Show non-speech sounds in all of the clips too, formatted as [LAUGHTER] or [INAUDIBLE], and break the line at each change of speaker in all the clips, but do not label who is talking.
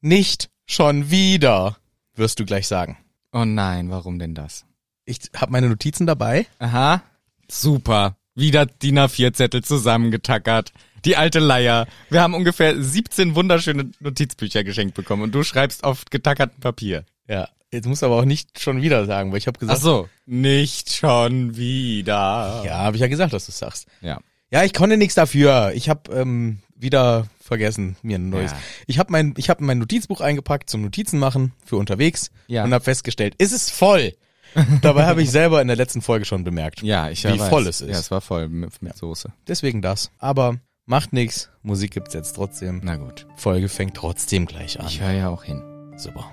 Nicht schon wieder, wirst du gleich sagen.
Oh nein, warum denn das?
Ich habe meine Notizen dabei.
Aha. Super. Wieder DIN A4-Zettel zusammengetackert. Die alte Leier. Wir haben ungefähr 17 wunderschöne Notizbücher geschenkt bekommen und du schreibst auf getackertem Papier.
Ja, jetzt musst du aber auch nicht schon wieder sagen, weil ich habe
Ach
gesagt,
so. Nicht schon wieder.
ja, habe ich ja gesagt, dass du sagst.
Ja.
Ja, ich konnte nichts dafür. Ich habe ähm, wieder vergessen, mir ein neues.
Ja.
Ich habe mein, ich hab mein Notizbuch eingepackt zum Notizen machen für unterwegs
Ja.
und habe festgestellt, ist es ist [LAUGHS] voll. Dabei habe ich selber in der letzten Folge schon bemerkt.
Ja, ich
Wie
weiß.
voll es ist.
Ja, es war voll mit, mit Soße.
Deswegen das. Aber macht nichts. Musik gibt's jetzt trotzdem.
Na gut.
Folge fängt trotzdem gleich an.
Ich höre ja auch hin.
Super.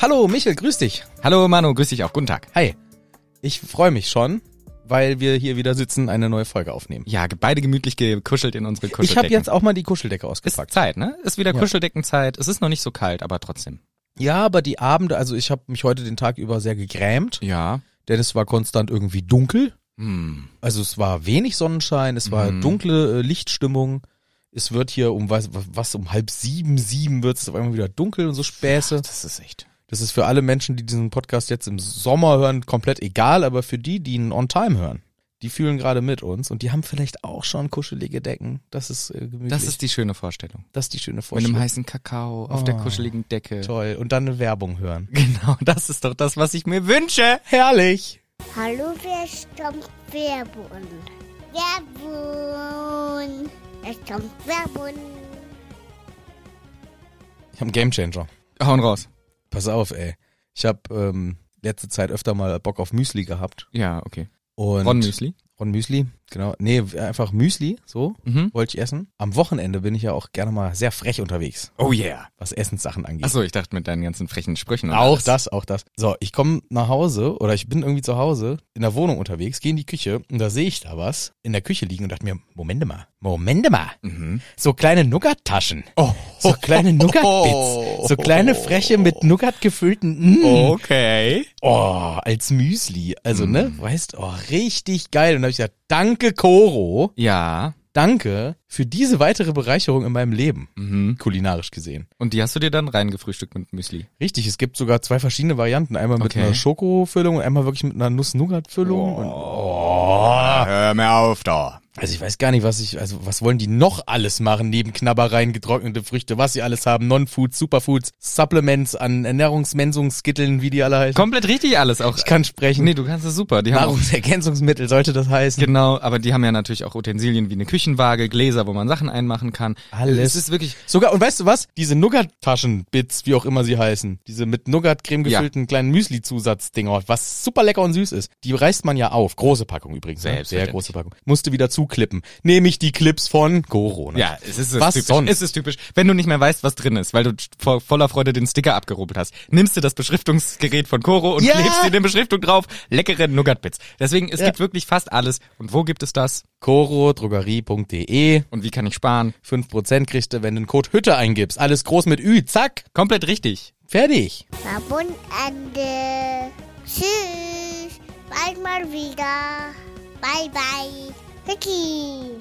Hallo Michel, grüß dich.
Hallo Manu, grüß dich auch. Guten Tag.
Hi. Ich freue mich schon, weil wir hier wieder sitzen, eine neue Folge aufnehmen.
Ja, ge- beide gemütlich gekuschelt in unsere
Ich
Kuscheldecken.
habe jetzt auch mal die Kuscheldecke
Ist
ausgepackt.
Zeit, ne? Ist wieder
Ja.
Kuscheldeckenzeit. Es ist noch nicht so kalt, aber trotzdem.
Ja, aber die Abende, also ich habe mich heute den Tag über sehr gegrämt,
Ja.
denn es war konstant irgendwie dunkel.
Hm.
Also es war wenig Sonnenschein, es war
Mhm.
dunkle äh, Lichtstimmung. Es wird hier um was, was um halb sieben, sieben wird es auf einmal wieder dunkel und so Späße.
Das ist echt.
Das ist für alle Menschen, die diesen Podcast jetzt im Sommer hören, komplett egal, aber für die, die ihn on time hören, die fühlen gerade mit uns und die haben vielleicht auch schon kuschelige Decken. Das ist äh, gemütlich.
Das ist die schöne Vorstellung.
das ist die schöne
Mit einem
Vorstellung.
heißen Kakao auf der
Oh.
kuscheligen Decke.
Toll. Und dann eine Werbung hören.
[LAUGHS] Genau, das ist doch das, was ich mir wünsche.
Herrlich.
Hallo, wer kommt Werbun? Werbun! Es kommt Werbun!
Ich habe einen Gamechanger.
Hauen raus.
Pass auf, ey. Ich habe ähm, letzte Zeit öfter mal Bock auf Müsli gehabt.
Ja, okay.
Und
Ron Müsli.
Ron Müsli, genau. Nee, einfach Müsli, so
Mhm.
wollte ich essen. Am Wochenende bin ich ja auch gerne mal sehr frech unterwegs,
Oh yeah.
was Essenssachen angeht.
Achso, ich dachte mit deinen ganzen frechen Sprüchen. und
Auch
alles.
das, auch das. So, ich komme nach Hause oder ich bin irgendwie zu Hause in der Wohnung unterwegs, gehe in die Küche und da sehe ich da was in der Küche liegen und dachte mir, Momente mal, Momente mal.
Mhm.
So kleine Nougat-Taschen. So kleine Nougat-Bits. So kleine Freche mit Nougat gefüllten. Mm. Oh.
[LAUGHS] Okay.
als Müsli. Also, ne? Weißt, oh, richtig geil. Und da habe ich gesagt, danke Koro.
Ja.
Danke für diese weitere Bereicherung in meinem Leben.
Mhm.
Kulinarisch gesehen.
Und die hast du dir dann reingefrühstückt mit Müsli.
Richtig, es gibt sogar zwei verschiedene Varianten. Einmal mit
Okay.
einer Schokofüllung und einmal wirklich mit einer Nuss-Nougat-Füllung. Und,
Hör mir auf da.
Also ich weiß gar nicht, was ich, also was wollen die noch alles machen neben Knabbereien, getrocknete Früchte, was sie alles haben, Non-Foods, Superfoods, Supplements an Ernährungsmensungskitteln, wie die alle heißen.
Komplett richtig alles auch.
Ich kann sprechen.
Nee, du kannst es super. Die haben auch
Nahrungsergänzungsmittel sollte das heißen.
Genau, aber die haben ja natürlich auch Utensilien wie eine Küchenwaage, Gläser, wo man Sachen einmachen kann.
Alles.
Es ist wirklich,
Sogar, und weißt du was? Diese Nougat-Taschen-Bits, wie auch immer sie heißen, diese mit Nougat-Creme
Ja.
gefüllten kleinen Müsli-Zusatzdinger, was super lecker und süß ist, die reißt man ja auf. Große Packung übrigens. ne? Sehr
Selbstverständlich.
große Packung. Musste wieder zuklippen. Nehme ich die Clips von ne? Corona.
ja, es ist es
Was
typisch.
sonst?
Es ist typisch, wenn du nicht mehr weißt, was drin ist, weil du vo voller Freude den Sticker abgerubbelt hast, nimmst du das Beschriftungsgerät von Koro und
Ja.
klebst dir eine Beschriftung drauf, leckere Nougat-Bits. Deswegen, es
Ja.
gibt wirklich fast alles. Und wo gibt es das?
Corodrogerie.de
Und wie kann ich sparen?
5% kriegst du, wenn du den Code Hütte eingibst. Alles groß mit Ü. Zack.
Komplett richtig.
Fertig.
Werbun Ende! Tschüss! Bald mal wieder! Bye bye! Vicky!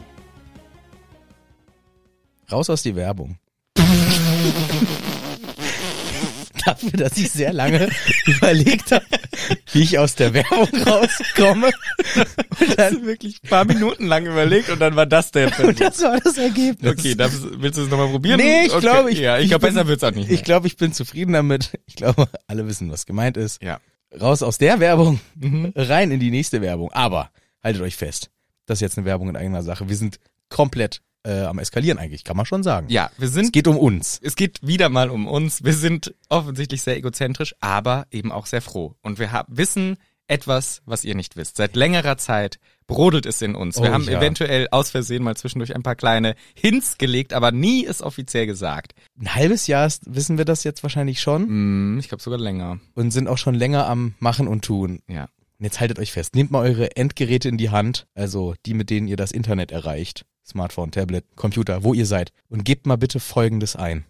Raus aus die Werbung. [LAUGHS] Dafür, dass ich sehr lange [LAUGHS] überlegt habe, wie ich aus der Werbung [LAUGHS] rauskomme. Und dann,
Wirklich ein paar Minuten lang überlegt und dann war das [LAUGHS] der
und [LAUGHS] das war das Ergebnis.
Okay, das, willst du es nochmal probieren?
Nee, ich
okay.
glaube, ich,
ja, ich glaube,
bin-
besser wird's auch nicht.
Ich glaube, ich bin zufrieden damit. Ich glaube, alle wissen, was gemeint ist.
mehr. ja. Mhm.
raus aus der Werbung, rein in die nächste Werbung. Aber haltet euch fest, das ist jetzt eine Werbung in eigener Sache. Wir sind komplett äh, am Eskalieren eigentlich, kann man schon sagen.
Ja, wir
Es
sind
geht um uns.
es geht wieder mal um uns. Wir sind offensichtlich sehr egozentrisch, aber eben auch sehr froh. Und wir hab, wissen, etwas, was ihr nicht wisst. Seit längerer Zeit brodelt es in uns. Wir
Oh,
haben
ja.
eventuell aus Versehen mal zwischendurch ein paar kleine Hints gelegt, aber nie ist offiziell gesagt.
Ein halbes Jahr ist, wissen wir das jetzt wahrscheinlich schon
Hm, ich glaube sogar länger.
und sind auch schon länger am Machen und Tun.
Ja.
Und jetzt haltet euch fest, nehmt mal eure Endgeräte in die Hand, also die, mit denen ihr das Internet erreicht, Smartphone, Tablet, Computer, wo ihr seid, und gebt mal bitte Folgendes ein.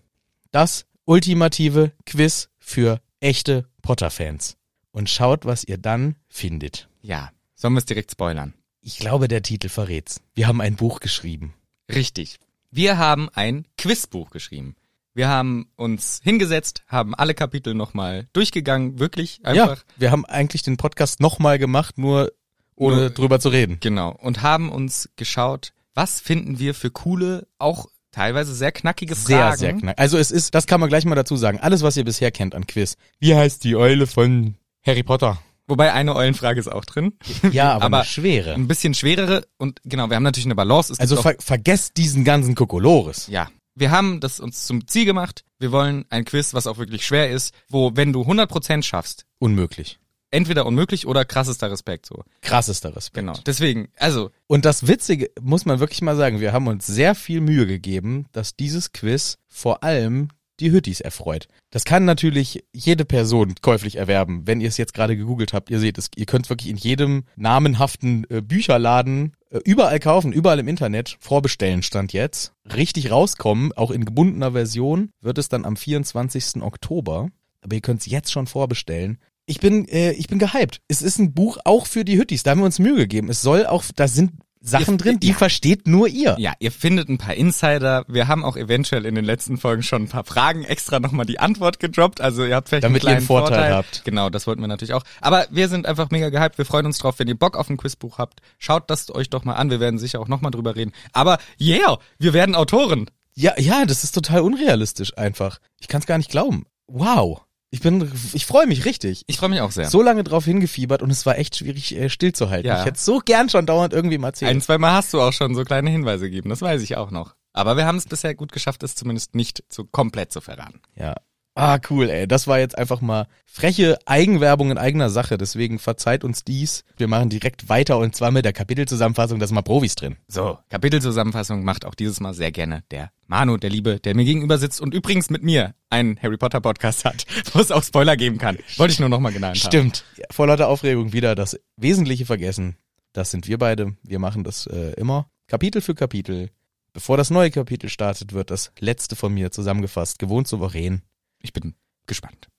Das ultimative Quiz für echte Potter-Fans. Und schaut, was ihr dann findet.
Ja. Sollen wir es direkt spoilern?
Ich glaube, der Titel verrät's. Wir haben ein Buch geschrieben.
Richtig. Wir haben ein Quizbuch geschrieben. Wir haben uns hingesetzt, haben alle Kapitel nochmal durchgegangen, wirklich einfach.
Ja, wir haben eigentlich den Podcast nochmal gemacht, nur ohne
Nur-
drüber zu reden.
Genau. Und haben uns geschaut, was finden wir für coole, auch teilweise sehr knackige
Sehr,
Fragen.
sehr knackig. Also es ist, das kann man gleich mal dazu sagen, alles, was ihr bisher kennt an Quiz. Wie heißt die Eule von Harry Potter?
Wobei eine Eulenfrage ist auch drin.
Ja, aber,
Aber-
eine schwere.
Ein bisschen schwerere und genau, wir haben natürlich eine Balance. Es gibt
Also
auch,
ver vergesst diesen ganzen Kokolores.
ja. Wir haben das uns zum Ziel gemacht. Wir wollen ein Quiz, was auch wirklich schwer ist, wo, wenn du 100% schaffst,
Unmöglich.
entweder unmöglich oder krassester Respekt so.
Krassester Respekt.
Genau. Deswegen, also
Und das Witzige, muss man wirklich mal sagen, wir haben uns sehr viel Mühe gegeben, dass dieses Quiz vor allem die Hüttis erfreut. Das kann natürlich jede Person käuflich erwerben, wenn ihr es jetzt gerade gegoogelt habt. Ihr seht es, ihr könnt es wirklich in jedem namenhaften äh, Bücherladen äh, überall kaufen, überall im Internet. Vorbestellen stand jetzt. Richtig rauskommen, auch in gebundener Version, wird es dann am 24. Oktober. Aber ihr könnt es jetzt schon vorbestellen. Ich bin, äh, ich bin gehypt. Es ist ein Buch auch für die Hüttis. Da haben wir uns Mühe gegeben. Es soll auch, da sind Sachen
Ihr-
drin, die
ja.
versteht nur ihr.
Ja, ihr findet ein paar Insider. Wir haben auch eventuell in den letzten Folgen schon ein paar Fragen extra nochmal die Antwort gedroppt. Also ihr habt vielleicht
Damit ihr
einen kleinen
einen Vorteil habt.
Genau, das wollten wir natürlich auch. Aber wir sind einfach mega gehypt. Wir freuen uns drauf, wenn ihr Bock auf ein Quizbuch habt. Schaut das euch doch mal an. Wir werden sicher auch nochmal drüber reden. Aber yeah, wir werden Autoren.
Ja, ja, das ist total unrealistisch einfach. Ich kann es gar nicht glauben. Wow. Ich bin, ich freue mich richtig.
Ich freue mich auch sehr.
So lange drauf hingefiebert und es war echt schwierig, äh, stillzuhalten.
Ja.
Ich hätte so gern schon dauernd irgendwie mal erzählt.
ein, zweimal hast du auch schon so kleine Hinweise gegeben. Das weiß ich auch noch. Aber wir haben es bisher gut geschafft, es zumindest nicht zu komplett zu verraten.
Ja. Ah, cool, ey. Das war jetzt einfach mal freche Eigenwerbung in eigener Sache. Deswegen verzeiht uns dies. Wir machen direkt weiter und zwar mit der Kapitelzusammenfassung. Da sind mal Profis drin.
So, Kapitelzusammenfassung macht auch dieses Mal sehr gerne der Manu, der Liebe, der mir gegenüber sitzt und übrigens mit mir einen Harry Potter Podcast hat, [LAUGHS] wo es auch Spoiler geben kann. Wollte ich nur genau nochmal genannt haben.
Stimmt. Ja, vor lauter Aufregung wieder das Wesentliche vergessen. Das sind wir beide. Wir machen das äh, immer. Kapitel für Kapitel. Bevor das neue Kapitel startet, wird das letzte von mir zusammengefasst. Gewohnt souverän.
Ich bin gespannt.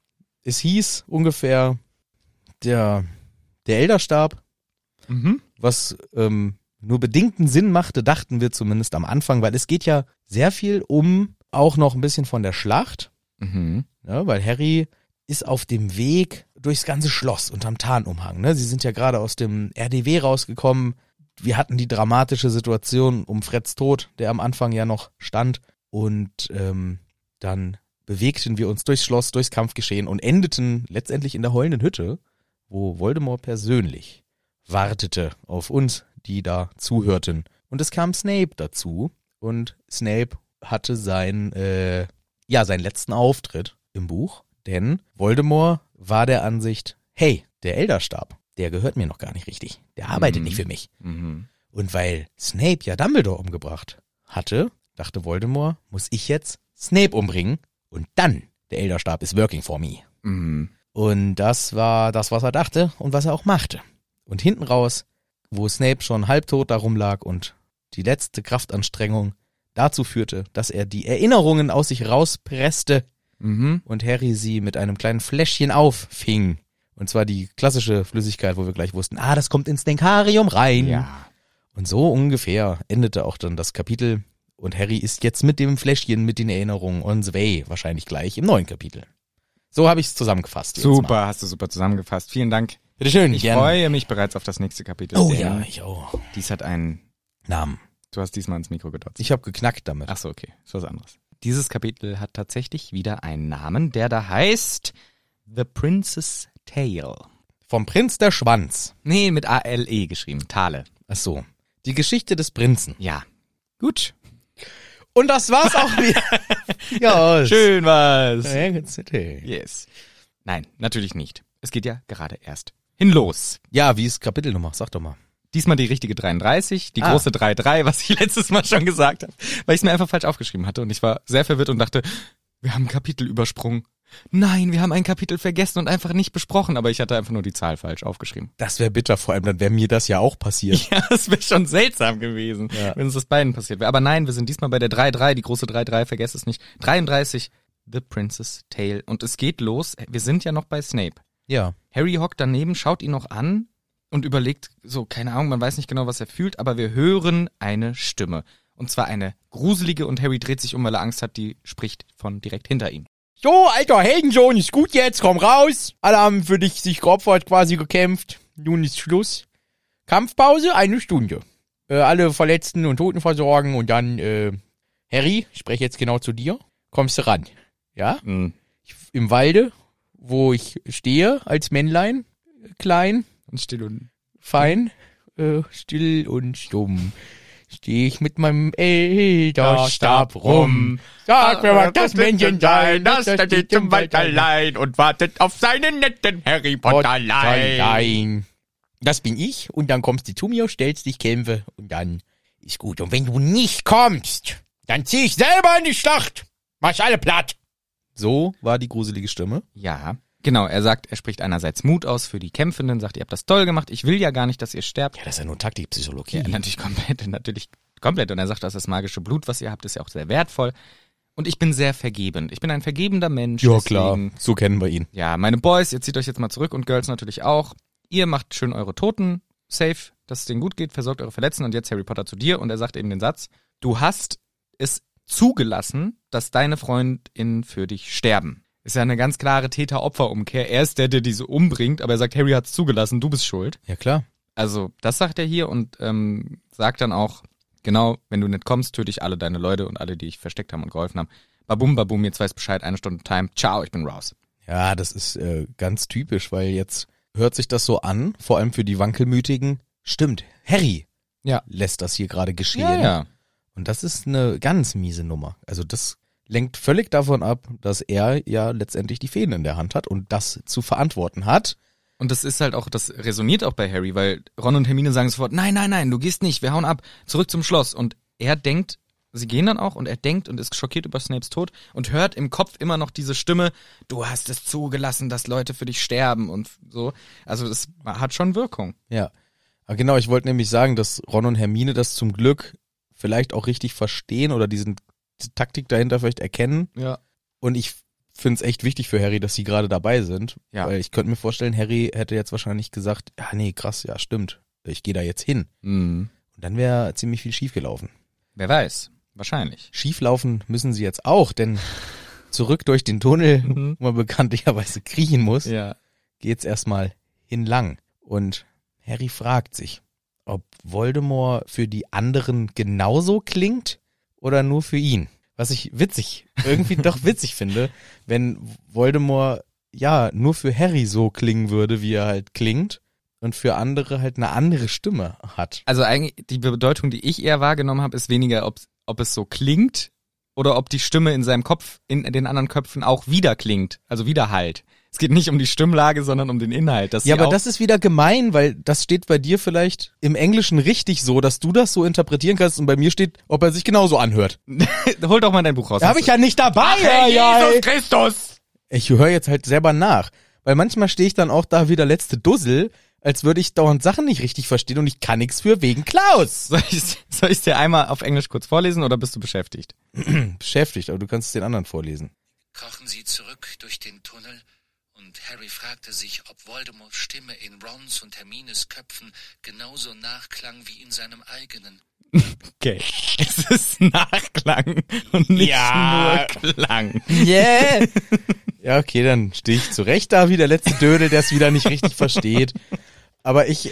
Es hieß ungefähr der, der Elderstab
Mhm.
was ähm, nur bedingten Sinn machte, dachten wir zumindest am Anfang, weil es geht ja sehr viel um auch noch ein bisschen von der Schlacht,
Mhm.
ne? weil Harry ist auf dem Weg durchs ganze Schloss unterm Tarnumhang. Ne? Sie sind ja gerade aus dem RDW rausgekommen. Wir hatten die dramatische Situation um Freds Tod, der am Anfang ja noch stand. Und ähm, dann bewegten wir uns durchs Schloss, durchs Kampfgeschehen und endeten letztendlich in der heulenden Hütte, wo Voldemort persönlich wartete auf uns, die da zuhörten. Und es kam Snape dazu und Snape hatte sein, äh, ja, seinen letzten Auftritt im Buch, denn Voldemort war der Ansicht, hey, der Elderstab, der gehört mir noch gar nicht richtig, der arbeitet
Mhm.
nicht für mich.
Mhm.
Und weil Snape ja Dumbledore umgebracht hatte, dachte Voldemort, muss ich jetzt Snape umbringen und dann der Elderstab is working for me.
Mhm.
Und das war das, was er dachte und was er auch machte. Und hinten raus, wo Snape schon halbtot darum lag und die letzte Kraftanstrengung dazu führte, dass er die Erinnerungen aus sich rauspresste
Mhm.
und Harry sie mit einem kleinen Fläschchen auffing. Und zwar die klassische Flüssigkeit, wo wir gleich wussten, ah, das kommt ins Denkarium rein.
Ja.
Und so ungefähr endete auch dann das Kapitel. Und Harry ist jetzt mit dem Fläschchen, mit den Erinnerungen on the way, wahrscheinlich gleich im neuen Kapitel. So habe ich es zusammengefasst. jetzt mal.
Super, hast du super zusammengefasst. Vielen Dank.
Bitteschön,
Ich
gerne.
freue mich bereits auf das nächste Kapitel.
Oh
denn
ja, ich auch.
Dies hat einen,
Namen.
du hast diesmal ins Mikro gedotzt.
Ich habe geknackt damit.
Ach so, okay. Ist was anderes. Dieses Kapitel hat tatsächlich wieder einen Namen, der da heißt The Princess Tale.
Vom Prinz der Schwanz.
Nee, mit A-L-E geschrieben. Tale.
Ach so. Die Geschichte des Prinzen.
Ja. Gut.
Und das war's auch [LAUGHS] wieder. ja,
Schön was.
Dragon City.
Yes. Nein, natürlich nicht. Es geht ja gerade erst Hinlos.
Ja, wie ist Kapitelnummer? Sag doch mal.
Diesmal die richtige 33, die
Ah.
große 33, was ich [LAUGHS] letztes Mal schon gesagt habe, weil ich es mir einfach falsch aufgeschrieben hatte und ich war sehr verwirrt und dachte, wir haben ein Kapitel übersprungen. Nein, wir haben ein Kapitel vergessen und einfach nicht besprochen, aber ich hatte einfach nur die Zahl falsch aufgeschrieben.
Das wäre bitter, vor allem dann wäre mir das ja auch passiert.
[LAUGHS] Ja, das wäre schon seltsam gewesen,
Ja.
wenn es das beiden passiert wäre. Aber nein, wir sind diesmal bei der 3-3, die große 3-3, vergesst es nicht. 33, The Princess Tale. Und es geht los, wir sind ja noch bei Snape.
Ja.
Harry hockt daneben, schaut ihn noch an und überlegt, so, keine Ahnung, man weiß nicht genau, was er fühlt, aber wir hören eine Stimme. Und zwar eine gruselige und Harry dreht sich um, weil er Angst hat, die spricht von direkt hinter ihm.
So, alter Heldensohn, ist gut jetzt, komm raus. Alle haben für dich sich geopfert, quasi gekämpft. Nun ist Schluss. Kampfpause, eine Stunde. Äh, alle Verletzten und Toten versorgen und dann, äh, Harry, ich spreche jetzt genau zu dir, kommst du ran. Ja?
Mhm.
Ich, Im Walde, wo ich stehe, als Männlein, äh, klein,
Und still und
fein, äh, still und stumm. Stehe ich mit meinem Elderstab rum. Sag mir, was das Männchen sein, das da steht im Wald allein
und wartet auf seinen netten Harry
Nein. Das bin ich und dann kommst du zu mir, stellst dich, kämpfe und dann ist gut. Und wenn du nicht kommst, dann zieh ich selber in die Schlacht. Mach alle platt. So war die gruselige Stimme.
Ja, genau. Er sagt, er spricht einerseits Mut aus für die Kämpfenden, sagt, ihr habt das toll gemacht, ich will ja gar nicht, dass ihr sterbt.
Ja, das ist ja nur Taktikpsychologie.
Ja, natürlich komplett, natürlich komplett. Und er sagt, dass das magische Blut, was ihr habt, ist ja auch sehr wertvoll. Und ich bin sehr vergebend. Ich bin ein vergebender Mensch. deswegen-
so kennen wir ihn.
Ja, meine Boys, ihr zieht euch jetzt mal zurück und Girls natürlich auch. Ihr macht schön eure Toten, safe, dass es denen gut geht, versorgt eure Verletzten und jetzt Harry Potter zu dir und er sagt eben den Satz, du hast es zugelassen, dass deine Freundinnen für dich sterben. Ist ja eine ganz klare Täter-Opfer-Umkehr. Er ist der, der diese umbringt, aber er sagt, Harry hat es zugelassen, du bist schuld.
Ja, klar.
Also, das sagt er hier und ähm, sagt dann auch, genau, wenn du nicht kommst, töte ich alle deine Leute und alle, die dich versteckt haben und geholfen haben. Babum, babum, jetzt weiß Bescheid, eine Stunde Time. Ciao, ich bin raus.
Ja, das ist äh, ganz typisch, weil jetzt hört sich das so an, vor allem für die Wankelmütigen. Stimmt, Harry
Ja.
lässt das hier gerade geschehen.
Ja, ja.
Und das ist eine ganz miese Nummer. Also das lenkt völlig davon ab, dass er ja letztendlich die Fäden in der Hand hat und das zu verantworten hat.
Und das ist halt auch, das resoniert auch bei Harry, weil Ron und Hermine sagen sofort, nein, nein, nein, du gehst nicht, wir hauen ab, zurück zum Schloss. Und er denkt, sie gehen dann auch und er denkt und ist schockiert über Snapes Tod und hört im Kopf immer noch diese Stimme, du hast es zugelassen, dass Leute für dich sterben und so. Also das hat schon Wirkung.
Ja. Aber genau, ich wollte nämlich sagen, dass Ron und Hermine das zum Glück vielleicht auch richtig verstehen oder diesen die Taktik dahinter vielleicht erkennen.
Ja.
Und ich finde es echt wichtig für Harry, dass sie gerade dabei sind.
Ja.
Weil ich könnte mir vorstellen, Harry hätte jetzt wahrscheinlich gesagt, ja, nee, krass, ja, stimmt. Ich gehe da jetzt hin.
Mhm.
Und dann wäre ziemlich viel schiefgelaufen.
Wer weiß, wahrscheinlich.
Schieflaufen müssen sie jetzt auch,
[LAUGHS]
denn zurück durch den Tunnel,
Mhm.
wo man bekanntlicherweise kriechen muss,
Ja.
geht's erstmal hinlang. Und Harry fragt sich, ob Voldemort für die anderen genauso klingt oder nur für ihn. Was ich witzig, irgendwie
[LAUGHS]
doch witzig finde, wenn Voldemort ja nur für Harry so klingen würde, wie er halt klingt und für andere halt eine andere Stimme hat.
Also eigentlich, die Bedeutung, die ich eher wahrgenommen habe, ist weniger, ob, ob es so klingt oder ob die Stimme in seinem Kopf, in den anderen Köpfen auch wieder klingt. Also wieder halt. Es geht nicht um die Stimmlage, sondern um den Inhalt. Dass
Ja,
sie
aber
auch,
das ist wieder gemein, weil das steht bei dir vielleicht im Englischen richtig so, dass du das so interpretieren kannst und bei mir steht, ob er sich genauso anhört.
[LAUGHS] Hol doch mal dein Buch raus.
Da habe ich ja nicht dabei. ei, ei.
Christus!
Ich höre jetzt halt selber nach, weil manchmal stehe ich dann auch da wie der letzte Dussel, als würde ich dauernd Sachen nicht richtig verstehen und ich kann nichts für wegen Klaus.
Soll ich soll ich's dir einmal auf Englisch kurz vorlesen oder bist du beschäftigt?
Beschäftigt, aber du kannst es den anderen vorlesen.
krochen sie zurück durch den Tunnel, und Harry fragte sich, ob Voldemorts Stimme in Rons und Hermines Köpfen genauso nachklang wie in seinem eigenen.
Okay. Es ist Nachklang und nicht
Ja.
nur Klang.
Yeah. [LAUGHS] ja, okay, dann stehe ich zurecht da wie der letzte Dödel, der es wieder nicht richtig versteht. Aber ich,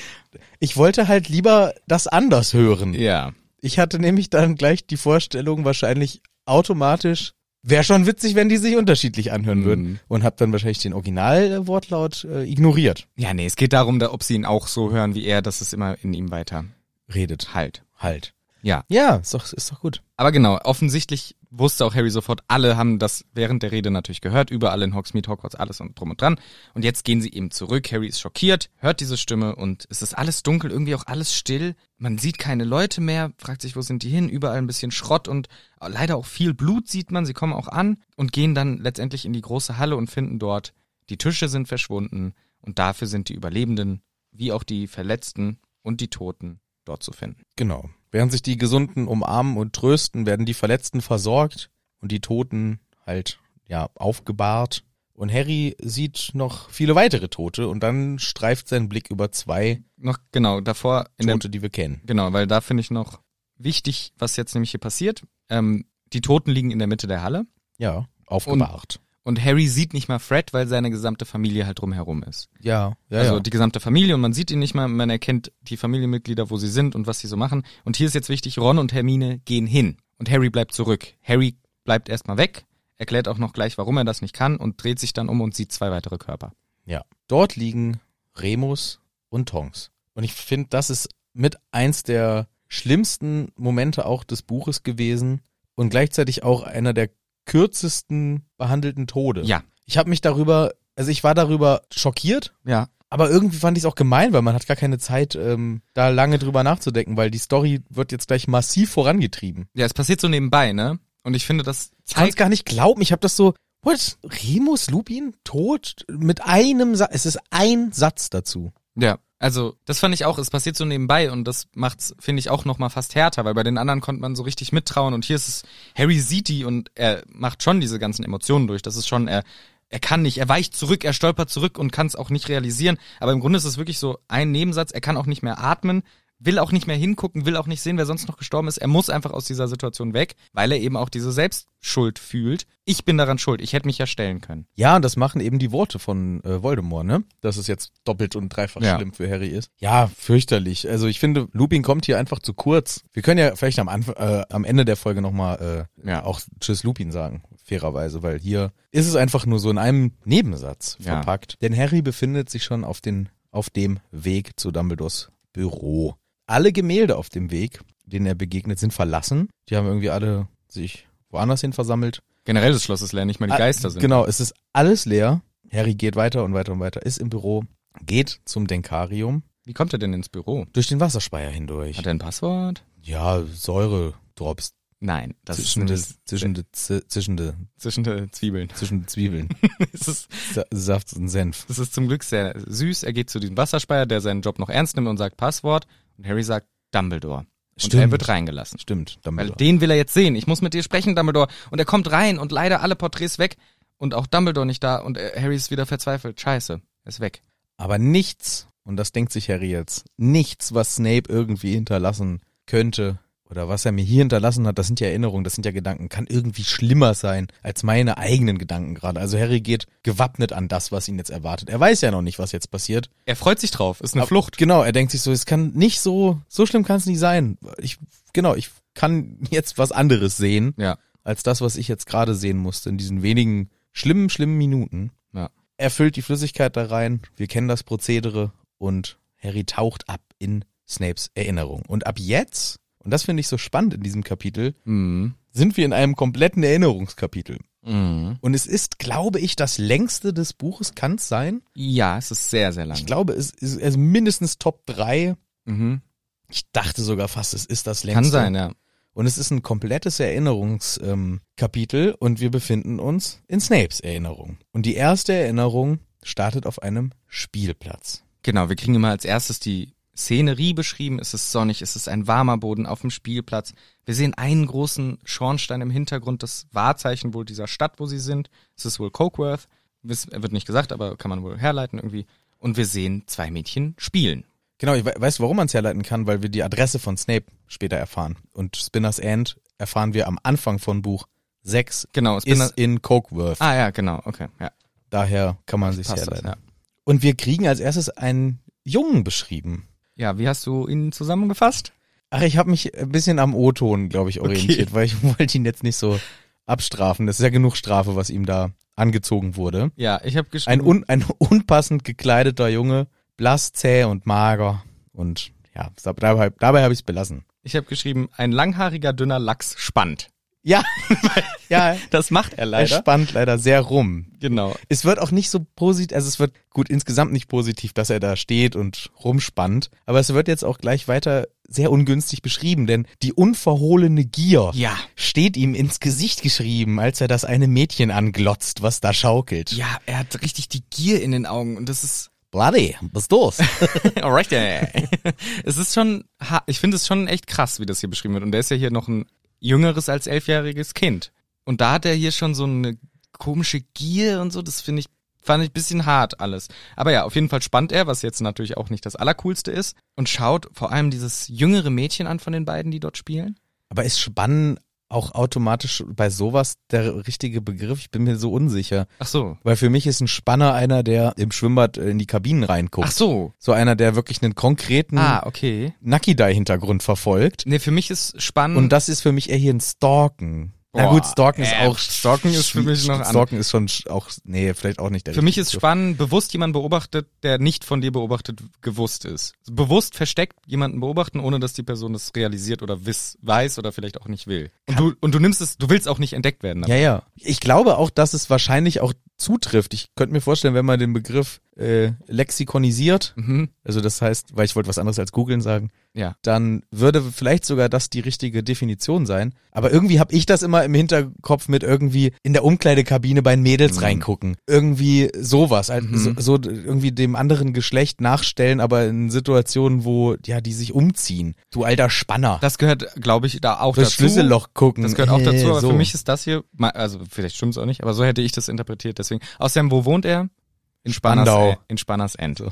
ich wollte halt lieber das anders hören.
Ja.
Ich hatte nämlich dann gleich die Vorstellung wahrscheinlich automatisch, wäre schon witzig, wenn die sich unterschiedlich anhören
Mhm.
würden. Und habe dann wahrscheinlich den Originalwortlaut äh, ignoriert.
Ja, nee, es geht darum, da, ob sie ihn auch so hören wie er, dass es immer in ihm weiter
Redet.
halt.
Halt.
Ja.
Ja, ist doch, ist doch gut.
Aber genau, offensichtlich wusste auch Harry sofort, alle haben das während der Rede natürlich gehört, überall in Hogsmeade, Hogwarts, alles und drum und dran. Und jetzt gehen sie eben zurück, Harry ist schockiert, hört diese Stimme und es ist alles dunkel, irgendwie auch alles still. Man sieht keine Leute mehr, fragt sich, wo sind die hin, überall ein bisschen Schrott und leider auch viel Blut sieht man, sie kommen auch an und gehen dann letztendlich in die große Halle und finden dort, die Tische sind verschwunden und dafür sind die Überlebenden, wie auch die Verletzten und die Toten dort zu finden.
Genau. Während sich die Gesunden umarmen und trösten, werden die Verletzten versorgt und die Toten halt, ja, aufgebahrt. Und Harry sieht noch viele weitere Tote und dann streift sein Blick über zwei
Noch genau, davor in der
Tote, die wir kennen.
Genau, weil da finde ich noch wichtig, was jetzt nämlich hier passiert. Ähm, die Toten liegen in der Mitte der Halle
Ja, aufgebahrt.
und Harry sieht nicht mal Fred, weil seine gesamte Familie halt drumherum ist.
ja, ja,
also
ja.
die gesamte Familie und man sieht ihn nicht mal, man erkennt die Familienmitglieder, wo sie sind und was sie so machen. Und hier ist jetzt wichtig, Ron und Hermine gehen hin und Harry bleibt zurück. Harry bleibt erstmal weg, erklärt auch noch gleich, warum er das nicht kann und dreht sich dann um und sieht zwei weitere Körper.
Ja. Dort liegen Remus und Tonks. Und ich finde, das ist mit eins der schlimmsten Momente auch des Buches gewesen und gleichzeitig auch einer der kürzesten behandelten Tode.
Ja,
Ich habe mich darüber, also ich war darüber schockiert,
ja,
aber irgendwie fand ich es auch gemein, weil man hat gar keine Zeit, ähm, da lange drüber nachzudenken, weil die Story wird jetzt gleich massiv vorangetrieben.
ja, es passiert so nebenbei, ne? Und ich finde, das
Ich kann es gar nicht glauben. Ich habe das so, what? Remus Lupin tot mit einem Satz. Es ist ein Satz dazu.
Ja, also das fand ich auch, es passiert so nebenbei und das macht's, finde ich, auch nochmal fast härter, weil bei den anderen konnte man so richtig mittrauen und hier ist es, Harry sieht die und er macht schon diese ganzen Emotionen durch. Das ist schon, er, er kann nicht, er weicht zurück, er stolpert zurück und kann es auch nicht realisieren. Aber im Grunde ist es wirklich so ein Nebensatz, er kann auch nicht mehr atmen, will auch nicht mehr hingucken, will auch nicht sehen, wer sonst noch gestorben ist. Er muss einfach aus dieser Situation weg, weil er eben auch diese Selbstschuld fühlt. Ich bin daran schuld, ich hätte mich ja stellen können.
Ja, und das machen eben die Worte von äh, Voldemort, ne? Dass es jetzt doppelt und dreifach
Ja.
schlimm für Harry ist. Ja, fürchterlich. Also ich finde, Lupin kommt hier einfach zu kurz. Wir können ja vielleicht am, Anfang, äh, am Ende der Folge nochmal äh,
Ja.
auch Tschüss Lupin sagen, fairerweise, weil hier ist es einfach nur so in einem Nebensatz
Ja.
verpackt. Denn Harry befindet sich schon auf, den, auf dem Weg zu Dumbledores Büro. Alle Gemälde auf dem Weg, denen er begegnet, sind verlassen. Die haben irgendwie alle sich woanders hin versammelt.
Generell das Schloss ist leer, nicht mal die
Ah,
Geister sind.
Genau, es ist alles leer. Harry geht weiter und weiter und weiter, ist im Büro, geht zum Denkarium
Wie kommt er denn ins Büro?
durch den Wasserspeier hindurch.
Hat er ein Passwort?
Ja, Säure drops
Nein, das
zwischen de,
ist nämlich
zwischen de, zi- zwischen de,
zwischen den Zwiebeln. [LAUGHS]
zwischen de Zwiebeln, [LAUGHS]
es, ist,
Sa Saft und Senf.
es ist zum Glück sehr süß. Er geht zu diesem Wasserspeier, der seinen Job noch ernst nimmt und sagt Passwort. Und Harry sagt Dumbledore. Und er
Stimmt.
wird reingelassen.
Stimmt,
Weil
Dumbledore.
den will er jetzt sehen. Ich muss mit dir sprechen, Dumbledore. Und er kommt rein und leider alle Porträts weg. Und auch Dumbledore nicht da. Und äh, Harry ist wieder verzweifelt. Scheiße, er ist weg.
Aber nichts, und das denkt sich Harry jetzt, nichts, was Snape irgendwie hinterlassen könnte oder was er mir hier hinterlassen hat, das sind ja Erinnerungen, das sind ja Gedanken, kann irgendwie schlimmer sein als meine eigenen Gedanken gerade. Also Harry geht gewappnet an das, was ihn jetzt erwartet. Er weiß ja noch nicht, was jetzt passiert.
Er freut sich drauf. Ist eine
Aber-
Flucht.
Genau, er denkt sich so, es kann nicht so, so schlimm kann es nicht sein. Ich, genau, ich kann jetzt was anderes sehen
Ja.
als das, was ich jetzt gerade sehen musste in diesen wenigen schlimmen, schlimmen Minuten.
Ja.
Er füllt die Flüssigkeit da rein, wir kennen das Prozedere und Harry taucht ab in Snapes Erinnerung. Und ab jetzt, und das finde ich so spannend in diesem Kapitel,
Mhm.
sind wir in einem kompletten Erinnerungskapitel.
Mhm.
Und es ist, glaube ich, das längste des Buches, kann es sein?
Ja, es ist sehr, sehr lang.
Ich glaube, es ist also mindestens Top 3.
mhm.
Ich dachte sogar fast, es ist das längste.
Kann sein, ja.
Und es ist ein komplettes Erinnerungskapitel ähm, Kapitel und wir befinden uns in Snapes Erinnerung. Und die erste Erinnerung startet auf einem Spielplatz.
Genau, wir kriegen immer als erstes die Szenerie beschrieben. Es ist sonnig, es ist ein warmer Boden auf dem Spielplatz. Wir sehen einen großen Schornstein im Hintergrund, das Wahrzeichen wohl dieser Stadt, wo sie sind. Es ist wohl Cokeworth. Wiss- Wird nicht gesagt, aber kann man wohl herleiten irgendwie. Und wir sehen zwei Mädchen spielen.
Genau, ich we weiß, warum man es herleiten kann, weil wir die Adresse von Snape später erfahren. Und Spinners End erfahren wir am Anfang von Buch 6
Genau, es bin
ist in Cokeworth.
Ah ja, genau, okay. Ja,
Daher kann man sich
passt das,
herleiten.
ja.
Und wir kriegen als erstes einen Jungen beschrieben.
ja, wie hast du ihn zusammengefasst?
Ach, ich habe mich ein bisschen am O-Ton, glaube ich, orientiert, weil ich [LAUGHS] wollte ihn jetzt nicht so abstrafen. Das ist ja genug Strafe, was ihm da angezogen wurde.
Ja, ich habe geschrieben.
Ein, un, ein unpassend gekleideter Junge, blass, zäh und mager. Und ja, dabei, dabei habe ich es belassen.
Ich habe geschrieben, ein langhaariger, dünner Lachs spannt.
Ja, [LAUGHS] ja.
Das macht
[LAUGHS]
er
Er
leider.
spannt leider sehr rum.
genau.
Es wird auch nicht so positiv, also es wird gut insgesamt nicht positiv, dass er da steht und rumspannt, aber es wird jetzt auch gleich weiter sehr ungünstig beschrieben, denn die unverhohlene Gier
Ja.
steht ihm ins Gesicht geschrieben, als er das eine Mädchen anglotzt, was da schaukelt.
Ja, er hat richtig die Gier in den Augen und das ist
Bloody, bist du's?
[LAUGHS] Alright, yeah. [LAUGHS] Es ist schon, ha- ich finde es schon echt krass, wie das hier beschrieben wird. Und der ist ja hier noch ein jüngeres als elfjähriges Kind. Und da hat er hier schon so eine komische Gier und so. Das finde ich, fand ich ein bisschen hart alles. Aber ja, auf jeden Fall spannt er, was jetzt natürlich auch nicht das Allercoolste ist. Und schaut vor allem dieses jüngere Mädchen an von den beiden, die dort spielen.
[LAUGHS] aber ist Spannen auch automatisch bei sowas der richtige Begriff? Ich bin mir so unsicher.
Ach so.
Weil für mich ist ein Spanner einer, der im Schwimmbad äh, in die Kabinen reinguckt.
Ach so.
So einer, der wirklich einen konkreten
Ah, okay.
Nakidai-Hintergrund verfolgt.
Nee, für mich ist spannend.
Und das ist für mich eher hier ein Stalken. Na
Mhm. Boah,
gut, Stalken ist
äh,
auch.
Stalken ist für mich noch an-
Stalken ist schon sch- auch. Nee, vielleicht auch nicht der
Für mich ist
richtige
spannend, bewusst jemanden beobachtet, der nicht von dir beobachtet, gewusst ist. Bewusst versteckt jemanden beobachten, ohne dass die Person das realisiert oder wiss, weiß oder vielleicht auch nicht will. Und du, und du nimmst es, du willst auch nicht entdeckt werden.
Begriff. Ja, ja. Also, Ich glaube auch, dass es wahrscheinlich auch zutrifft. Ich könnte mir vorstellen, wenn man den Begriff äh, lexikonisiert,
Mhm.
also das heißt, weil ich wollte was anderes als googeln sagen,
Ja.
dann würde vielleicht sogar das die richtige Definition sein. Aber irgendwie habe ich das immer im Hinterkopf mit irgendwie in der Umkleidekabine bei den Mädels
Mhm.
reingucken. Irgendwie sowas, also
Mhm.
so, so d- irgendwie dem anderen Geschlecht nachstellen, aber in Situationen, wo ja die sich umziehen. Du alter Spanner.
Das gehört, glaube ich, da auch
durchs
dazu.
Schlüsselloch gucken.
Das gehört auch
Äh,
dazu, aber
so.
für mich ist das hier, ma- also vielleicht stimmt es auch nicht, aber so hätte ich das interpretiert. Deswegen. Außerdem, wo wohnt er? In Spanners,
Spandau.
Äh, in Spanners End.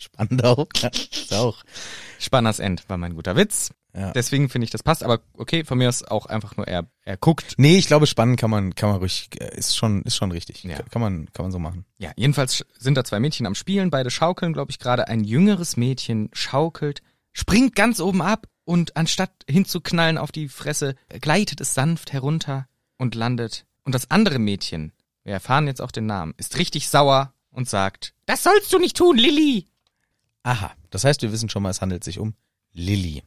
spannend auch. Ist auch.
[LAUGHS] Spanners End war mein guter Witz.
Ja.
Deswegen finde ich, das passt. Aber okay, von mir aus auch einfach nur, er, er guckt
Nee, ich glaube, spannend kann man, kann man ruhig, äh, ist schon, ist schon richtig.
Ja.
Kann man, kann man so machen.
Ja, jedenfalls sch- sind da zwei Mädchen am Spielen, beide schaukeln, glaube ich, gerade. Ein jüngeres Mädchen schaukelt, springt ganz oben ab und anstatt hinzuknallen auf die Fresse, gleitet es sanft herunter und landet. Und das andere Mädchen, wir erfahren jetzt auch den Namen, ist richtig sauer und sagt, das sollst du nicht tun, Lilly.
Aha. Das heißt, wir wissen schon mal, es handelt sich um Lilly.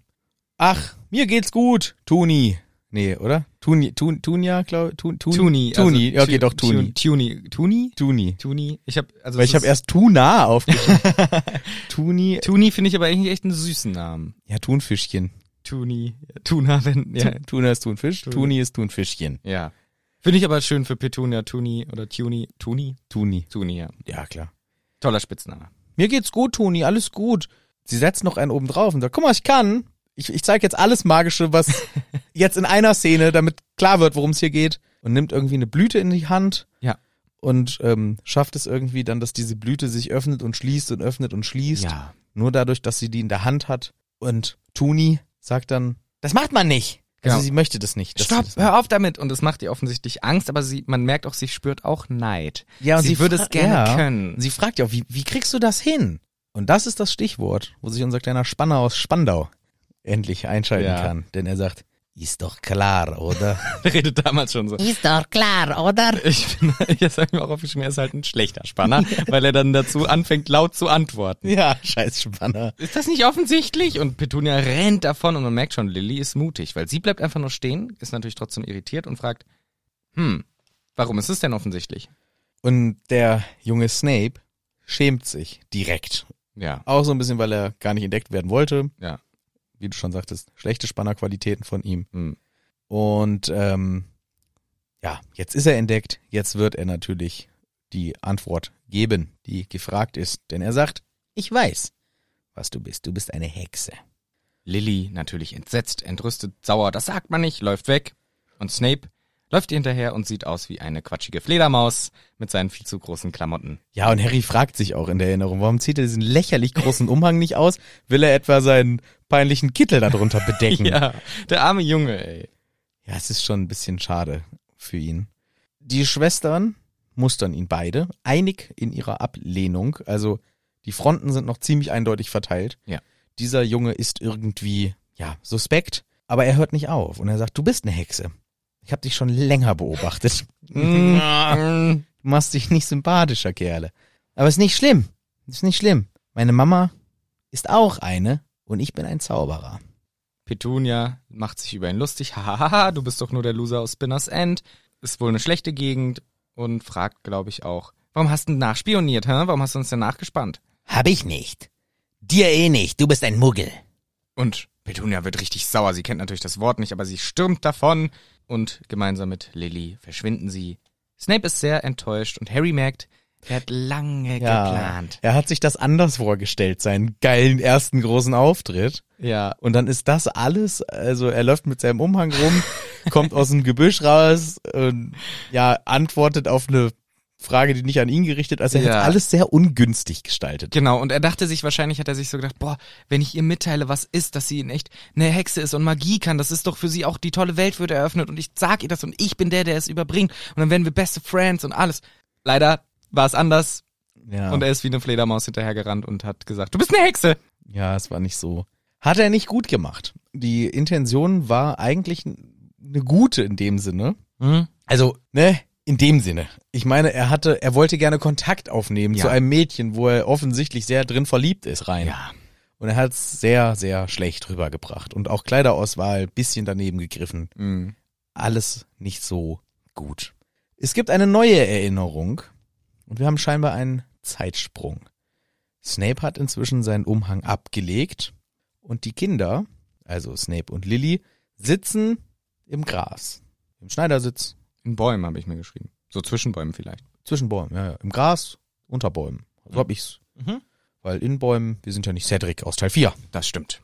Ach, mir geht's gut, Tuni. Nee, oder? Tuni, Tun, Tunja, glaube Tun, Tun,
Tuni.
Tuni.
also
ja, okay, doch,
Tu-
Tuni.
Tuni. Tuni?
Tuni.
Tuni. Ich habe also
Weil
es
ich habe
ist-
erst Tuna [LAUGHS] aufgeschrieben. Tuni.
Tuni finde ich aber eigentlich echt einen süßen Namen.
Ja, Thunfischchen.
Tuni. Tuna, wenn, ja,
Tuna ist Thunfisch,
Tuni.
Tuni ist Thunfischchen.
Ja. Finde ich aber schön für Petunia Tuni oder Tuni. Tuni?
Tuni.
Tuni, ja.
Ja, klar.
Toller Spitzname.
Mir geht's gut, Toni, alles gut. Sie setzt noch einen oben drauf und sagt, guck mal, ich kann. Ich, ich zeige jetzt alles Magische,
[LAUGHS]
was jetzt in einer Szene, damit klar wird, worum es hier geht. Und nimmt irgendwie eine Blüte in die Hand.
Ja.
Und ähm, schafft es irgendwie dann, dass diese Blüte sich öffnet und schließt und öffnet und schließt.
Ja.
Nur dadurch, dass sie die in der Hand hat. Und Tuni sagt dann, das macht man nicht. Also
Ja.
sie möchte das nicht. dass
Genau. Stopp,
sie das
hör auf damit. Und es macht ihr offensichtlich Angst, aber sie, man merkt auch, sie spürt auch Neid. [LAUGHS]
Ja,
sie würde es
fra-
gerne
ja.
können.
Und sie fragt ja auch, wie, wie kriegst du das hin? Und das ist das Stichwort, wo sich unser kleiner Spanner aus Spandau endlich einschalten
Ja.
kann. Denn er sagt, ist doch klar,
[LAUGHS]
oder?
redet damals schon so.
Ist doch klar, oder?
Ich bin, [LAUGHS] jetzt habe ich mir auch aufgeschrieben, er ist halt ein schlechter Spanner, [LAUGHS] weil er dann dazu anfängt, laut zu antworten.
ja, [LAUGHS] scheiß Spanner.
Ist das nicht offensichtlich? Und Petunia rennt davon und man merkt schon, Lilly ist mutig, weil sie bleibt einfach nur stehen, ist natürlich trotzdem irritiert und fragt, hm, warum ist es denn offensichtlich?
Und der junge Snape schämt sich direkt.
Ja,
Auch so ein bisschen, weil er gar nicht entdeckt werden wollte.
ja.
Wie du schon sagtest, schlechte Spannerqualitäten von ihm.
Hm.
Und ähm, ja, jetzt ist er entdeckt. Jetzt wird er natürlich die Antwort geben, die gefragt ist. Denn er sagt, ich weiß, was du bist. Du bist eine Hexe.
Lilly natürlich entsetzt, entrüstet, sauer, das sagt man nicht, läuft weg. Und Snape läuft ihr hinterher und sieht aus wie eine quatschige Fledermaus mit seinen viel zu großen Klamotten.
Ja, und Harry fragt sich auch in der Erinnerung, warum zieht er diesen lächerlich großen Umhang nicht aus? Will er etwa seinen peinlichen Kittel darunter bedecken?
[LAUGHS] Ja, der arme Junge, ey.
ja, es ist schon ein bisschen schade für ihn. Die Schwestern mustern ihn beide, einig in ihrer Ablehnung. Also die Fronten sind noch ziemlich eindeutig verteilt.
Ja.
Dieser Junge ist irgendwie, ja, suspekt, aber er hört nicht auf und er sagt, du bist eine Hexe. Ich habe dich schon länger beobachtet.
Mm,
[LAUGHS] Du machst dich nicht sympathischer, Kerle. Aber ist nicht schlimm. Ist nicht schlimm. Meine Mama ist auch eine und ich bin ein Zauberer.
Petunia macht sich über ihn lustig. [LAUGHS] Hahaha, du bist doch nur der Loser aus Spinners End. Ist wohl eine schlechte Gegend und fragt, glaube ich, auch, warum hast du denn nachspioniert, hä? Warum hast du uns denn nachgespannt?
Hab ich nicht. Dir eh nicht, du bist ein Muggel.
Und Petunia wird richtig sauer. Sie kennt natürlich das Wort nicht, aber sie stürmt davon. Und gemeinsam mit Lily verschwinden sie. Snape ist sehr enttäuscht und Harry merkt, er hat lange geplant.
Er hat sich das anders vorgestellt, seinen geilen ersten großen Auftritt.
Ja.
Und dann ist das alles, also er läuft mit seinem Umhang rum,
[LAUGHS]
kommt aus dem Gebüsch raus und ja, antwortet auf eine Frage, die nicht an ihn gerichtet, also er
Ja.
hat alles sehr ungünstig gestaltet.
Genau, und er dachte sich, wahrscheinlich hat er sich so gedacht, boah, wenn ich ihr mitteile, was ist, dass sie in echt eine Hexe ist und Magie kann, das ist doch für sie auch die tolle Welt wird eröffnet und ich sag ihr das und ich bin der, der es überbringt und dann werden wir beste Friends und alles. Leider war es anders
Ja.
und er ist wie eine Fledermaus hinterhergerannt und hat gesagt, du bist eine Hexe.
Ja, es war nicht so. Hat er nicht gut gemacht. Die Intention war eigentlich n- eine gute in dem Sinne. Also, ne, in dem Sinne. Ich meine, er hatte, er wollte gerne Kontakt aufnehmen
Ja.
zu einem Mädchen, wo er offensichtlich sehr drin verliebt ist rein.
Ja.
Und er hat's sehr, sehr schlecht rübergebracht. Und auch Kleiderauswahl, bisschen daneben gegriffen.
Mhm.
Alles nicht so gut. Es gibt eine neue Erinnerung. Und wir haben scheinbar einen Zeitsprung. Snape hat inzwischen seinen Umhang abgelegt und die Kinder, also Snape und Lily, sitzen im Gras. Im Schneidersitz,
In Bäumen habe ich mir geschrieben. So zwischen Bäumen vielleicht.
zwischen Bäumen, ja, ja, im Gras, unter Bäumen. So hab ich's.
Mhm.
Weil in Bäumen, wir sind ja nicht Cedric aus Teil 4.
Das stimmt.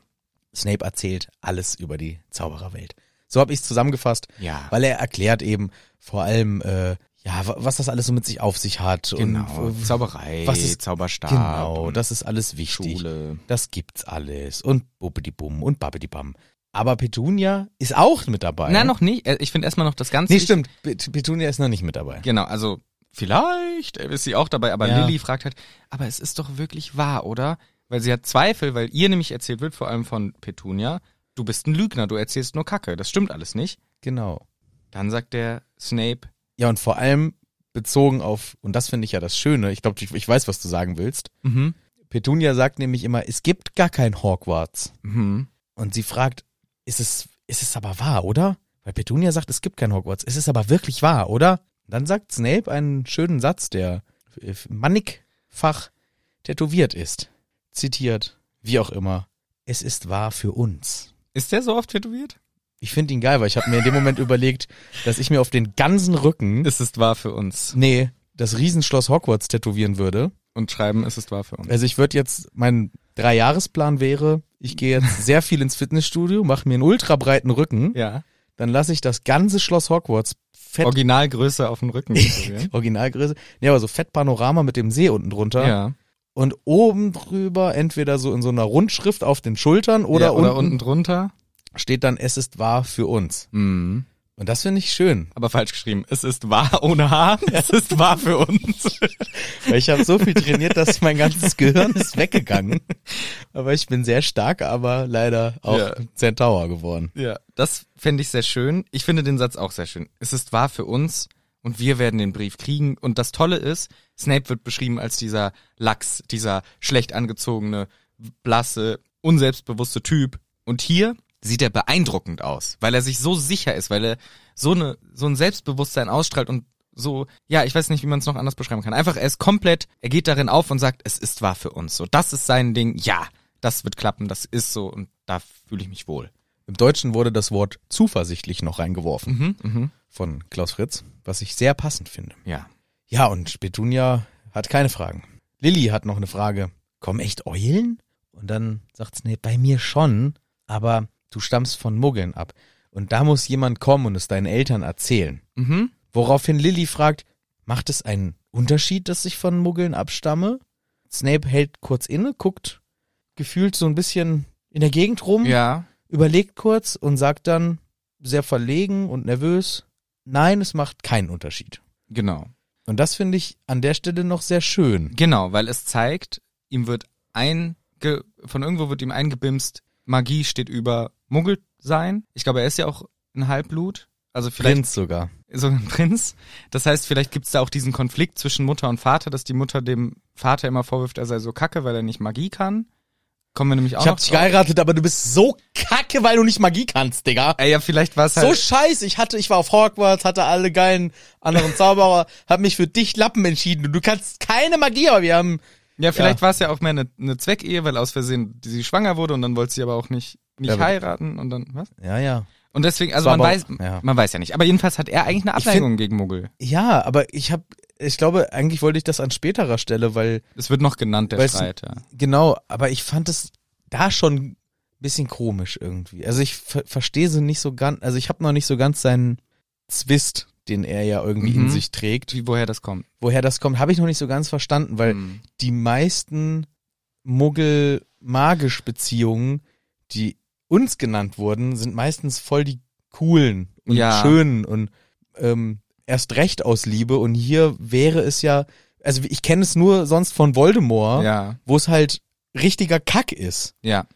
Snape erzählt alles über die Zaubererwelt. So hab ich's zusammengefasst,
Ja.
weil er erklärt eben vor allem, äh, ja, wa- was das alles so mit sich auf sich hat.
genau.
Und, äh,
Zauberei,
was ist-
Zauberstab.
genau,
und
das ist alles wichtig.
Schule.
das gibt's alles und Bubbidi-Bum und Babbidi-Bam. Aber Petunia ist auch mit dabei.
Na, noch nicht. Äh, Ich finde erstmal noch das Ganze.
Nee,
Ich-
stimmt, Pet- Petunia ist noch nicht mit dabei.
Genau, also vielleicht äh, ist sie auch dabei, aber
Ja.
Lilly fragt halt, aber es ist doch wirklich wahr, oder? Weil sie hat Zweifel, weil ihr nämlich erzählt wird, vor allem von Petunia, du bist ein Lügner, du erzählst nur Kacke, das stimmt alles nicht.
Genau.
Dann sagt der Snape,
Ja, und vor allem bezogen auf, und das finde ich ja das Schöne, ich glaube, ich, ich weiß, was du sagen willst.
mhm,
Petunia sagt nämlich immer, es gibt gar kein Hogwarts.
mhm,
Und sie fragt, ist es, ist es aber wahr, oder? Weil Petunia sagt, es gibt kein Hogwarts. Ist es aber wirklich wahr, oder? Dann sagt Snape einen schönen Satz, der äh, mannigfach tätowiert ist. Zitiert, wie auch immer. Es ist wahr für uns.
ist der so oft tätowiert?
Ich finde ihn geil, weil ich habe mir in dem Moment [LAUGHS] überlegt, dass ich mir auf den ganzen Rücken,
Es ist wahr für uns.
nee, das Riesenschloss Hogwarts tätowieren würde.
Und schreiben, es ist wahr für uns.
Also ich würde jetzt, mein Dreijahresplan wäre, ich gehe
[LAUGHS]
jetzt sehr viel ins Fitnessstudio, mache mir einen ultrabreiten Rücken.
Ja.
dann lasse ich das ganze Schloss Hogwarts fett
Originalgröße auf dem
[LAUGHS]
Rücken tätowieren.
Originalgröße. Nee, aber so fett Panorama mit dem See unten drunter
ja.
und oben drüber entweder so in so einer Rundschrift auf den Schultern oder,
ja, oder
unten,
unten drunter.
steht dann es ist wahr für uns.
Mhm.
Und das finde ich schön.
Aber falsch geschrieben. Es ist wahr ohne H. Es ist wahr für uns.
[LAUGHS] Weil ich habe so viel trainiert, dass mein ganzes Gehirn ist weggegangen. Aber ich bin sehr stark, aber leider auch
Ja.
Centaur geworden.
Ja, das fände ich sehr schön. Ich finde den Satz auch sehr schön. Es ist wahr für uns und wir werden den Brief kriegen. Und das Tolle ist, Snape wird beschrieben als dieser Lachs, dieser schlecht angezogene, blasse, unselbstbewusste Typ. Und hier sieht er beeindruckend aus, weil er sich so sicher ist, weil er so, eine, so ein Selbstbewusstsein ausstrahlt und so, ja, ich weiß nicht, wie man es noch anders beschreiben kann. Einfach, er ist komplett, er geht darin auf und sagt, es ist wahr für uns. So, das ist sein Ding. Ja, das wird klappen, das ist so und da fühle ich mich wohl.
Im Deutschen wurde das Wort zuversichtlich noch reingeworfen
Mhm, mhm.
von Klaus Fritz, was ich sehr passend finde.
Ja.
Ja, und Petunia hat keine Fragen. Lilly hat noch eine Frage. Kommen echt Eulen? Und dann sagt Snape, bei mir schon, aber du stammst von Muggeln ab. Und da muss jemand kommen und es deinen Eltern erzählen.
Mhm.
Woraufhin Lilly fragt, macht es einen Unterschied, dass ich von Muggeln abstamme? Snape hält kurz inne, guckt gefühlt so ein bisschen in der Gegend rum,
Ja.
überlegt kurz und sagt dann, sehr verlegen und nervös, nein, es macht keinen Unterschied.
Genau.
Und das finde ich an der Stelle noch sehr schön.
Genau, weil es zeigt, ihm wird einge, von irgendwo wird ihm eingebimst, Magie steht über Muggel sein. Ich glaube, er ist ja auch ein Halbblut. Also vielleicht [LAUGHS]
Prinz sogar.
so ein Prinz. Das heißt, vielleicht gibt's da auch diesen Konflikt zwischen Mutter und Vater, dass die Mutter dem Vater immer vorwirft, er sei so kacke, weil er nicht Magie kann. Kommen wir nämlich auch
Ich
noch
hab dich
drauf.
geheiratet, aber du bist so kacke, weil du nicht Magie kannst, Digga.
Ey, ja, vielleicht war es
So
halt...
scheiße, ich hatte, ich war auf Hogwarts, hatte alle geilen anderen Zauberer, hab mich für dich Lappen entschieden und du kannst keine Magie, aber wir haben
ja, vielleicht
ja.
war es ja auch mehr eine, eine Zweckehe, weil aus Versehen sie schwanger wurde und dann wollte sie aber auch nicht, nicht
Ja, aber-
heiraten und dann... Was?
Ja, ja.
Und deswegen, also
war
man weiß,
aber- ja.
man weiß ja nicht. Aber jedenfalls hat er eigentlich eine
Ich find-
Abneigung gegen Muggel.
Ja, aber ich hab ich glaube, eigentlich wollte ich das an späterer Stelle, weil
Es wird noch genannt, der
Weiß-
Streit. Ja.
genau, aber ich fand es da schon ein bisschen komisch irgendwie. Also ich ver verstehe sie nicht so ganz, also ich habe noch nicht so ganz seinen Zwist, den er ja irgendwie
Mhm.
in sich trägt.
Wie, woher das kommt.
Woher das kommt, habe ich noch nicht so ganz verstanden, weil
Hm.
die meisten Muggel-Magisch-Beziehungen, die uns genannt wurden, sind meistens voll die coolen und
Ja.
schönen und ähm, erst recht aus Liebe. Und hier wäre es ja, also ich kenne es nur sonst von Voldemort,
Ja,
wo es halt richtiger Kack ist.
ja.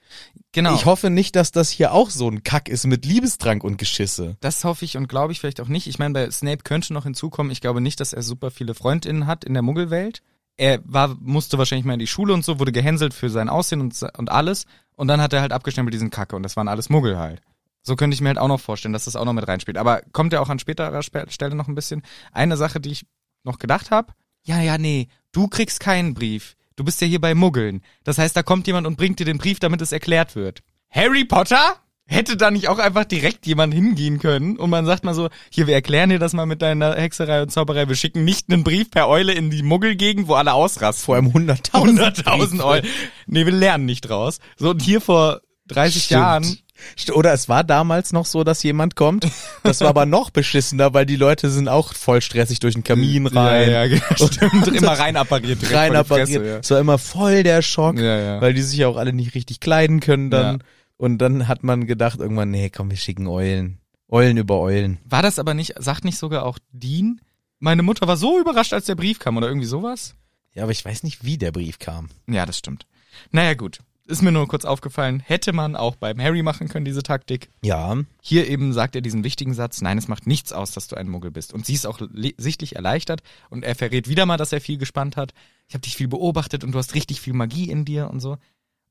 Genau.
Ich hoffe nicht, dass das hier auch so ein Kack ist mit Liebestrank und Geschisse.
Das hoffe ich und glaube ich vielleicht auch nicht. Ich meine, bei Snape könnte noch hinzukommen. Ich glaube nicht, dass er super viele Freundinnen hat in der Muggelwelt. Er war, musste wahrscheinlich mal in die Schule und so, wurde gehänselt für sein Aussehen und, se- und alles. Und dann hat er halt abgestempelt diesen Kacke und das waren alles Muggel halt. So könnte ich mir halt auch noch vorstellen, dass das auch noch mit reinspielt. Aber kommt er auch an späterer Spe- Stelle noch ein bisschen. Eine Sache, die ich noch gedacht habe. Ja, ja, nee, du kriegst keinen Brief. Du bist ja hier bei Muggeln. Das heißt, da kommt jemand und bringt dir den Brief, damit es erklärt wird. Harry Potter? Hätte da nicht auch einfach direkt jemand hingehen können und man sagt mal so, hier, wir erklären dir das mal mit deiner Hexerei und Zauberei. Wir schicken nicht einen Brief per Eule in die Muggelgegend, wo alle ausrasten.
Vor allem 100.000
100.000 Euro. Nee, wir lernen nicht draus. So, und hier vor 30
Stimmt.
Jahren.
St- Oder es war damals noch so, dass jemand kommt. Das war aber noch beschissener, weil die Leute sind auch voll stressig durch den Kamin rein.
Ja, ja, genau,
[LAUGHS]
[LAUGHS] stimmt. Immer rein appariert. direkt
Rein
vor die Fresse,
appariert. Es war immer voll der Schock,
Ja, ja.
weil die sich ja auch alle nicht richtig kleiden können dann.
Ja.
Und dann hat man gedacht, irgendwann, nee, komm, wir schicken Eulen. Eulen über Eulen.
War das aber nicht, sagt nicht sogar auch Dean? Meine Mutter war so überrascht, als der Brief kam oder irgendwie sowas?
Ja, aber ich weiß nicht, wie der Brief kam.
Ja, das stimmt. Naja, gut. Ist mir nur kurz aufgefallen. Hätte man auch beim Harry machen können, diese Taktik.
Ja,
Hier eben sagt er diesen wichtigen Satz, nein, es macht nichts aus, dass du ein Muggel bist. Und sie ist auch le- sichtlich erleichtert und er verrät wieder mal, dass er viel gespannt hat. Ich habe dich viel beobachtet und du hast richtig viel Magie in dir und so.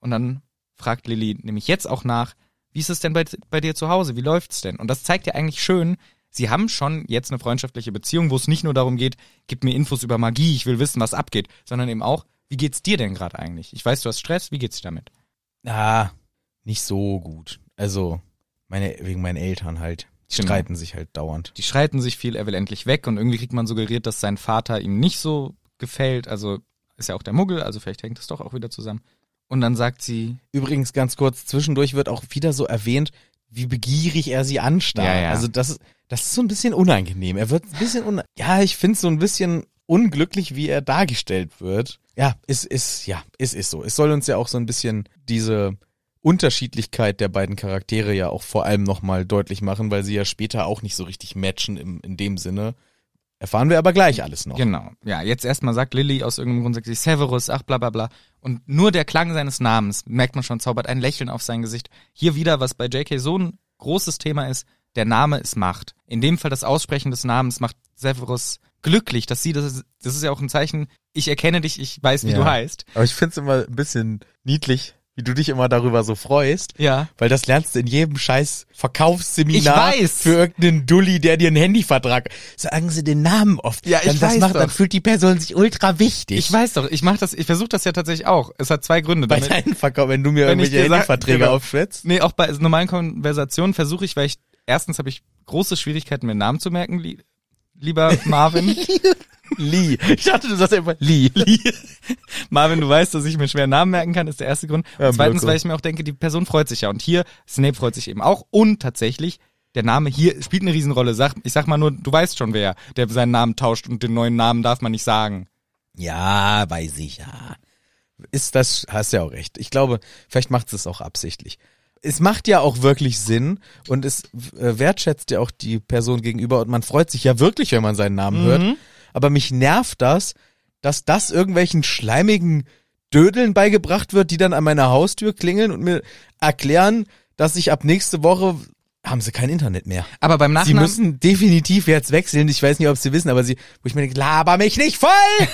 Und dann fragt Lilly nämlich jetzt auch nach, wie ist es denn bei, bei dir zu Hause? Wie läuft's denn? Und das zeigt ja eigentlich schön, sie haben schon jetzt eine freundschaftliche Beziehung, wo es nicht nur darum geht, gib mir Infos über Magie, ich will wissen, was abgeht, sondern eben auch, wie geht's dir denn gerade eigentlich? Ich weiß, du hast Stress, wie geht's dir damit?
ah, nicht so gut. Also, meine, wegen meinen Eltern halt. Die
Genau.
streiten sich halt dauernd.
die schreiten sich viel, er will endlich weg und irgendwie kriegt man suggeriert, dass sein Vater ihm nicht so gefällt. Also ist ja auch der Muggel, also vielleicht hängt es doch auch wieder zusammen. Und dann sagt sie,
Übrigens ganz kurz, zwischendurch wird auch wieder so erwähnt, wie begierig er sie anstarrt.
Ja, ja.
Also das, das ist so ein bisschen unangenehm. Er wird ein bisschen un Ja, ich finde es so ein bisschen unglücklich, wie er dargestellt wird. Ja, es ist, ja, es ist so. Es soll uns ja auch so ein bisschen diese Unterschiedlichkeit der beiden Charaktere ja auch vor allem nochmal deutlich machen, weil sie ja später auch nicht so richtig matchen im, in dem Sinne. Erfahren wir aber gleich alles noch.
genau, ja, jetzt erstmal sagt Lilly aus irgendeinem Grund, sagt sie Severus, ach bla bla bla. Und nur der Klang seines Namens, merkt man schon, zaubert ein Lächeln auf sein Gesicht. Hier wieder, was bei JK so ein großes Thema ist, der Name ist Macht. In dem Fall das Aussprechen des Namens macht Severus glücklich, dass sie, das ist, das ist ja auch ein Zeichen, ich erkenne dich, ich weiß, wie
Ja.
du heißt.
Aber ich finde es immer ein bisschen niedlich, wie du dich immer darüber so freust.
Ja.
Weil das lernst du in jedem scheiß Verkaufsseminar
Ich weiß.
für irgendeinen Dulli, der dir einen Handyvertrag. Sagen sie den Namen oft.
Ja, ich
dann, das
weiß
macht,
doch.
dann fühlt die Person sich ultra wichtig.
Ich weiß doch, ich mach das, ich versuche das ja tatsächlich auch. Es hat zwei Gründe.
bei
Damit,
deinen Verkauf, wenn du mir
Wenn ich
irgendwelche
dir sag-
Handyverträge
genau.
aufschwätzt.
nee, auch bei normalen Konversationen versuche ich, weil ich erstens habe ich große Schwierigkeiten, mir Namen zu merken, li lieber
[LAUGHS]
Marvin.
Lee. Ich dachte, du sagst einfach Lee.
Marvin, du weißt, dass ich mir schwer Namen merken kann, ist der erste Grund.
Ja,
Und zweitens,
Mirko.
weil ich mir auch denke, die Person freut sich ja. Und hier, Snape freut sich eben auch. Und tatsächlich, der Name hier spielt eine Riesenrolle. Sag, ich sag mal nur, du weißt schon wer, der seinen Namen tauscht und den neuen Namen darf man nicht sagen.
Ja, weiß ich ja. Ist das, hast ja auch recht. Ich glaube, vielleicht macht es auch absichtlich. Es macht ja auch wirklich Sinn und es äh, wertschätzt ja auch die Person gegenüber und man freut sich ja wirklich, wenn man seinen Namen hört. Aber mich nervt das, dass das irgendwelchen schleimigen Dödeln beigebracht wird, die dann an meiner Haustür klingeln und mir erklären, dass ich ab nächste Woche haben sie kein Internet mehr.
Aber beim
Sie
Nachnamen,
müssen definitiv jetzt wechseln. Ich weiß nicht, ob sie wissen, aber sie, wo ich mir denke, laber mich nicht voll!